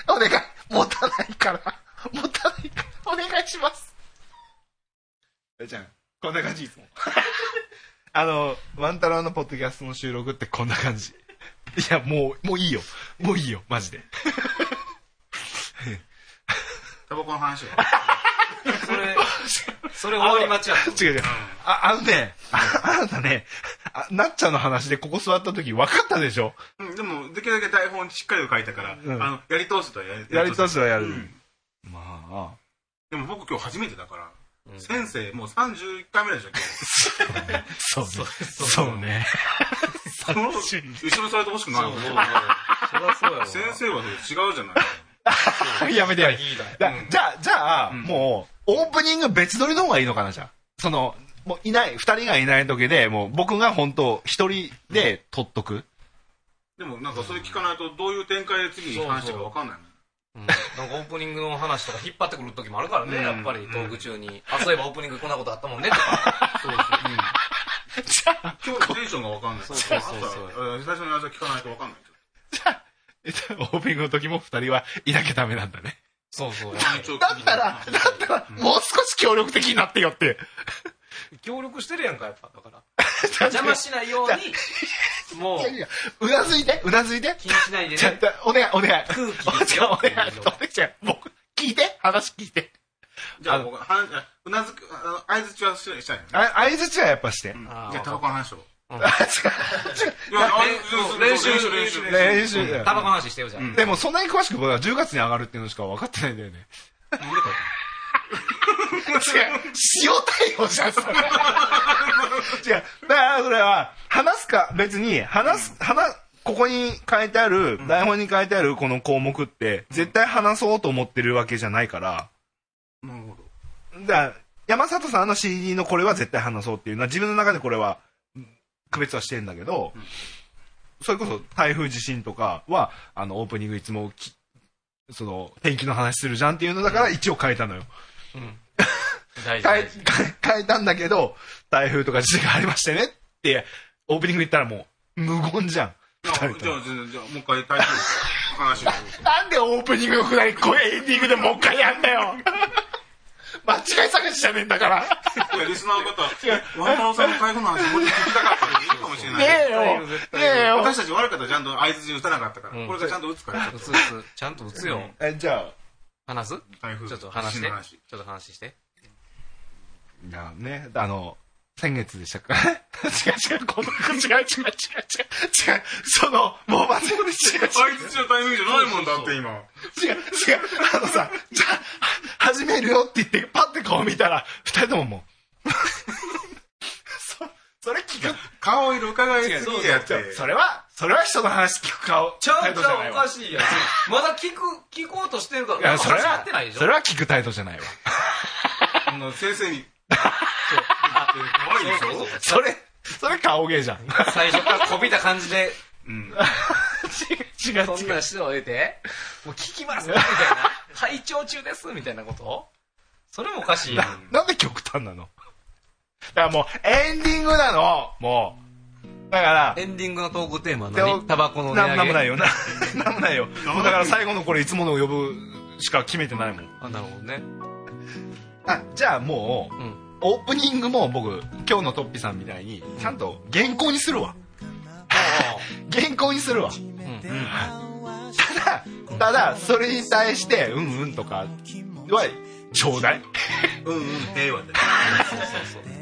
Speaker 2: お願い。お願い。持たないから。持たないから。お願いします。じゃん、こん な感じいつも。あの、ワン太郎のポッドキャストの収録ってこんな感じ。いや、もう、もういいよ。もういいよ、マジで。
Speaker 5: タバコの話を
Speaker 4: それそれ終わり待ちやった
Speaker 2: 違う違う。あ、あのね、ああなたね、あなっちゃんの話でここ座った時分かったでしょ
Speaker 5: うんでもできるだけ台本しっかりと書いたから
Speaker 2: うん
Speaker 5: あのやり通すとはや
Speaker 2: やりと
Speaker 5: す
Speaker 2: しはやる。
Speaker 5: うん
Speaker 2: まあ、
Speaker 5: でも僕今日初めてだから先生もう31回目でしょ今日
Speaker 2: そうね。そうね。
Speaker 5: その後ろされてほしくないもん
Speaker 4: そうそうそうそりゃそうやわ
Speaker 5: 先生はそれ違うじゃない
Speaker 2: やめてやめて
Speaker 4: いいだよ
Speaker 2: だじゃあ、じゃあ、もう、オープニング別撮りの方がいいのかな、じゃあ。その、もういない、二人がいない時で、もう僕が本当一人で撮っとく。
Speaker 5: でもなんかそれ聞かないとどういう展開で次に話してるか分かんないもん
Speaker 4: うんなんかオープニングの話とか引っ張ってくる時もあるからね、やっぱりトーク中に、あそういえばオープニングこんなことあったもんねとか
Speaker 5: 今日のテンションが分かんない
Speaker 4: そうそうそうそう
Speaker 5: 朝うん最初の話は聞かないと分かんない
Speaker 2: えじゃあオープニングの時も二人はいなきゃダメなんだね。
Speaker 4: そうそう
Speaker 5: 一応
Speaker 2: だったら、だったら、もう少し協力的になってよって。
Speaker 4: 協力してるやんかやっぱだから 邪魔しないようにもう
Speaker 5: いやうなずいてうなずいて
Speaker 4: 気にしないで
Speaker 5: ちゃん
Speaker 4: ね
Speaker 5: とお願いお願い
Speaker 4: 空
Speaker 5: お
Speaker 4: 気
Speaker 5: ば
Speaker 4: です
Speaker 5: ちゃんお
Speaker 4: よ
Speaker 5: 願いお願いちゃん僕聞いて話聞いて
Speaker 16: じゃあ、僕、はん、あうなずく、あ相づちはししたいのね。
Speaker 5: あ相づちはやっぱ して、
Speaker 16: じ
Speaker 4: あー
Speaker 16: ゃあ、タバコの話を。い
Speaker 4: や
Speaker 16: やあれ
Speaker 4: うん
Speaker 16: 練習
Speaker 4: 練習
Speaker 16: 練習練習
Speaker 5: 練習
Speaker 4: タバコの話してよじゃん、
Speaker 5: でもそんなに詳しく僕は10月に上がるっていうのしか分かってないんだよね
Speaker 16: なんでか
Speaker 5: 違う塩対応じゃんそれ違うだからそれは話すか別に話す、話ここに書いてある、台本に書いてあるこの項目って絶対話そうと思ってるわけじゃないから
Speaker 16: なるほど。
Speaker 5: だから山里さんの CD のこれは絶対話そうっていうのは自分の中でこれは区別はしてんだけど、それこそ台風地震とかはあのオープニングいつもきその天気の話するじゃんっていうのだから一応変えたのよ、
Speaker 4: 大丈夫
Speaker 5: 変え変え変えたんだけど台風とか地震がありましてねってオープニング言ったらもう無言じゃん
Speaker 16: じゃあ、
Speaker 5: 二人
Speaker 16: じ
Speaker 5: と
Speaker 16: ゃ
Speaker 5: も
Speaker 16: あ、じゃあじゃあ、もう一回タイトル、話を。
Speaker 5: なんでオープニングよくないこれエンディングでもう一回やんだよ間違い探しじゃねえんだから
Speaker 16: いや、リスナーの方、ワンタロウさんの台風の話、もうちょっと聞きたかったらいいかもしれない。
Speaker 5: ねえよねえよ
Speaker 16: 私たち悪かったらちゃんと合図に打たなかったから、
Speaker 4: うん
Speaker 16: これがちゃんと打つから、
Speaker 4: うつうつちゃんと打つよ、
Speaker 5: えじゃあ
Speaker 4: 話す
Speaker 16: 台風。
Speaker 4: ちょっと話
Speaker 16: 地
Speaker 4: して
Speaker 16: 震の話
Speaker 4: ちょっと話して
Speaker 5: いやね、あの、先月でしたか違う違う、この、違う違う違う違う違う、その、もう忘れる違
Speaker 16: 合
Speaker 5: う
Speaker 16: 図の台風じゃないもんだって、今。
Speaker 5: 違う違う違う、あのさ、じゃあ、は始めるよって言って、パッて顔見たら、二人とももう、そ、それ聞く
Speaker 16: 顔色伺いすぎでやって。
Speaker 5: それは、それは人の話聞く顔。
Speaker 4: ちゃ
Speaker 5: 態
Speaker 4: う
Speaker 5: 度
Speaker 4: ち
Speaker 5: じな
Speaker 4: ゃ
Speaker 5: いう
Speaker 4: お
Speaker 5: わ
Speaker 4: かしいやんまだ聞く聞こうとしてるから
Speaker 5: いや、それ
Speaker 4: 始まってない
Speaker 5: は
Speaker 4: で、しょ
Speaker 5: それは聞く態度じゃないわ。
Speaker 16: あの先生に。怖いでしょ
Speaker 5: それ、 それ顔芸じゃん。
Speaker 4: 最初からこびた感じで
Speaker 16: うん。
Speaker 5: 違う違う違う。
Speaker 4: そんな人を得て、もう聞きますみたいな、拝聴中ですみたいなことそれもおかしいやん。
Speaker 5: なんで極端なのだからもう、エンディングなのもう。だから、
Speaker 4: エンディングのトークテーマは
Speaker 5: で
Speaker 4: 何
Speaker 5: も
Speaker 4: タバコの値
Speaker 5: な
Speaker 4: 上げ
Speaker 5: んなんもないよ。 ななんもないよ。もうだから最後のこれいつものを呼ぶしか決めてないもん。
Speaker 4: あなるほどね。
Speaker 5: あ、じゃあもう、
Speaker 4: うん。
Speaker 5: オープニングも僕、今日のトッピさんみたいに、ちゃんと原稿にするわ。 原稿にするわ。
Speaker 4: うん
Speaker 5: ただ、ただ、それに対して、うんうんとか、は、ちょうだい。
Speaker 16: うんうん、平和で。
Speaker 4: そう
Speaker 16: え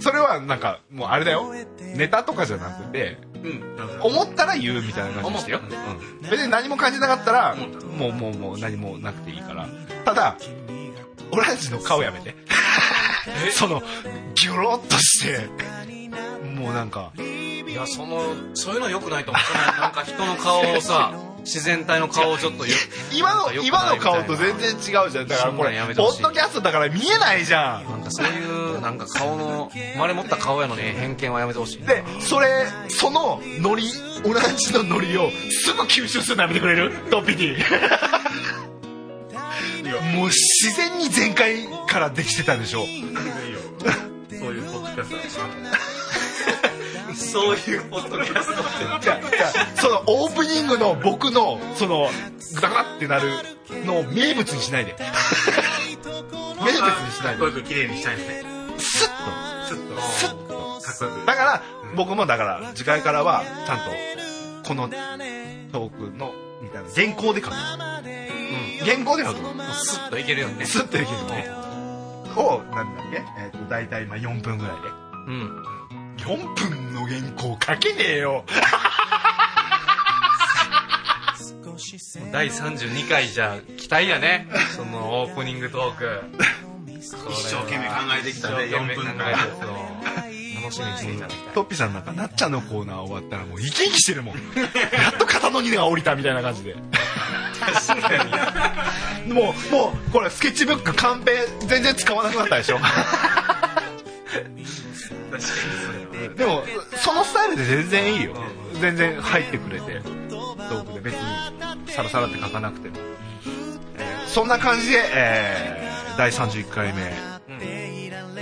Speaker 5: それはなんか、もうあれだよ。ネタとかじゃなくて、
Speaker 16: ーうん。だから
Speaker 5: 思ったら言うみたいな感じにしてよ、うん、別に何も感じなかったらもうもうもう何もなくていいからただオランジの顔やめて そのギョロッとしてもうなんか
Speaker 4: そういや、その、そういうの良くないと思う。なんか人の顔をさ、自然体の顔をちょっとよ
Speaker 5: 今
Speaker 4: なんか
Speaker 5: の
Speaker 4: 良く
Speaker 5: 今
Speaker 4: ないみ
Speaker 5: の
Speaker 4: たいな
Speaker 5: 顔と全然違うじゃんだから
Speaker 4: そん
Speaker 5: こ
Speaker 4: なん
Speaker 5: れ
Speaker 4: やめて
Speaker 5: ポ
Speaker 4: ほしい
Speaker 5: ッドキャストだから見えないじゃん
Speaker 4: なんかそういう、なんか顔の、生まれ持った顔やのに偏見はやめてほしい。
Speaker 5: でそれそのノリオランジのノリをすぐ吸収するのやめてくれるドッピティもう自然に前回からできてたでしょ
Speaker 16: いいよそういうポッドキャストだな。
Speaker 4: そういうポッドキャストっ
Speaker 5: じゃあじゃあそのオープニングの僕のそのグダグダってなるのを名物にしないで名物にしない
Speaker 16: こう
Speaker 5: で
Speaker 16: いう綺麗にしたいのね。
Speaker 5: スッ
Speaker 16: スッと、
Speaker 5: とスッと
Speaker 16: かっこよく。
Speaker 5: だから僕もだから次回からはちゃんとこのトークのみたいな原稿で書く、うん、原稿で書く
Speaker 4: て、スッといけるよね。
Speaker 5: スッとできるのねをなんだっけ、えー、と大体今4分ぐらいで
Speaker 4: うん。
Speaker 5: 4分の原稿書けねえよ
Speaker 4: 第32回じゃ、期待やね。そのオープニングトーク。
Speaker 16: 一生懸命考えてきたね、
Speaker 4: 4
Speaker 16: 4
Speaker 4: 分
Speaker 16: 分
Speaker 4: 間
Speaker 16: 間。
Speaker 4: 楽しみにしていただき
Speaker 5: トッピさんなんかなっちゃんのコーナー終わったらもう生き生きしてる もんやっと肩の荷が下りたみたいな感じで もうもうこれスケッチブックカンペ全然使わなくなったでしょでもそのスタイルで全然いいよ全然入ってくれてトークで別にサラサラって書かなくても、えーそんな感じで、えー第31回目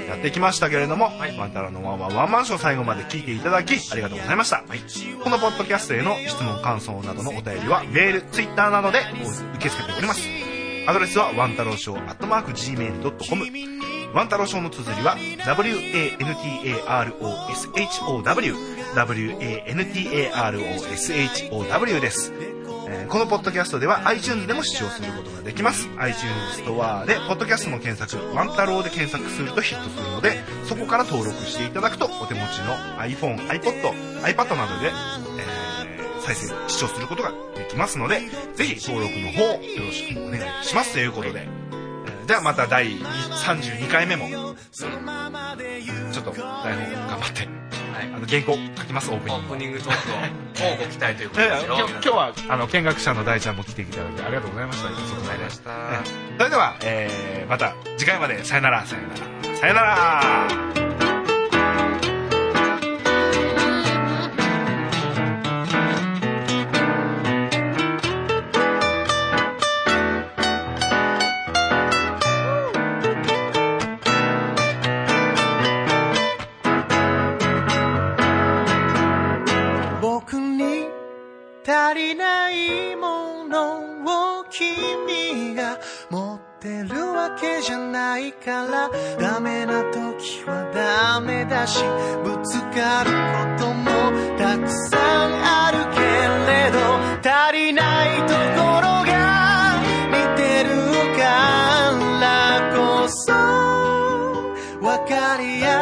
Speaker 5: やってきましたけれども、ワンタラのワンワンワンマンション最後まで聞いていただきありがとうございました、このポッドキャストへの質問感想などのお便りはメールツイッターなどで受け付けておりますアドレスはワンタローショーアットマーク Gmail.com ワンタローショーの綴りは WANTAROSHOW WANTAROSHOW です、えーこのポッドキャストでは iTunes でも視聴することができます iTunes ストアでポッドキャストの検索ワンタローで検索するとヒットするのでそこから登録していただくとお手持ちの iPhone、iPod、iPad などで、えー再生視聴することができますのでぜひ登録の方よろしくお願いしますということで、えーではまた第32回目も、ちょっと台本頑張って、あの原稿書きますオープ
Speaker 4: オ
Speaker 5: ニン
Speaker 4: ープニン
Speaker 5: グ
Speaker 4: グトー クを乞うご期待ということ
Speaker 5: え
Speaker 4: で
Speaker 5: ー
Speaker 4: す
Speaker 5: 今
Speaker 4: よ
Speaker 5: 日今日はあの見学者の大ちゃんも来ていただいてありがとうございました
Speaker 4: ありがとうございました、
Speaker 5: それでは、えーまた次回までさよならさよならさよなら
Speaker 7: 僕に足りないものを君が持ってるわけじゃないからダメな時はダメだしぶつかることもたくさんあるけれど足りないところが似てるからこそ分かり合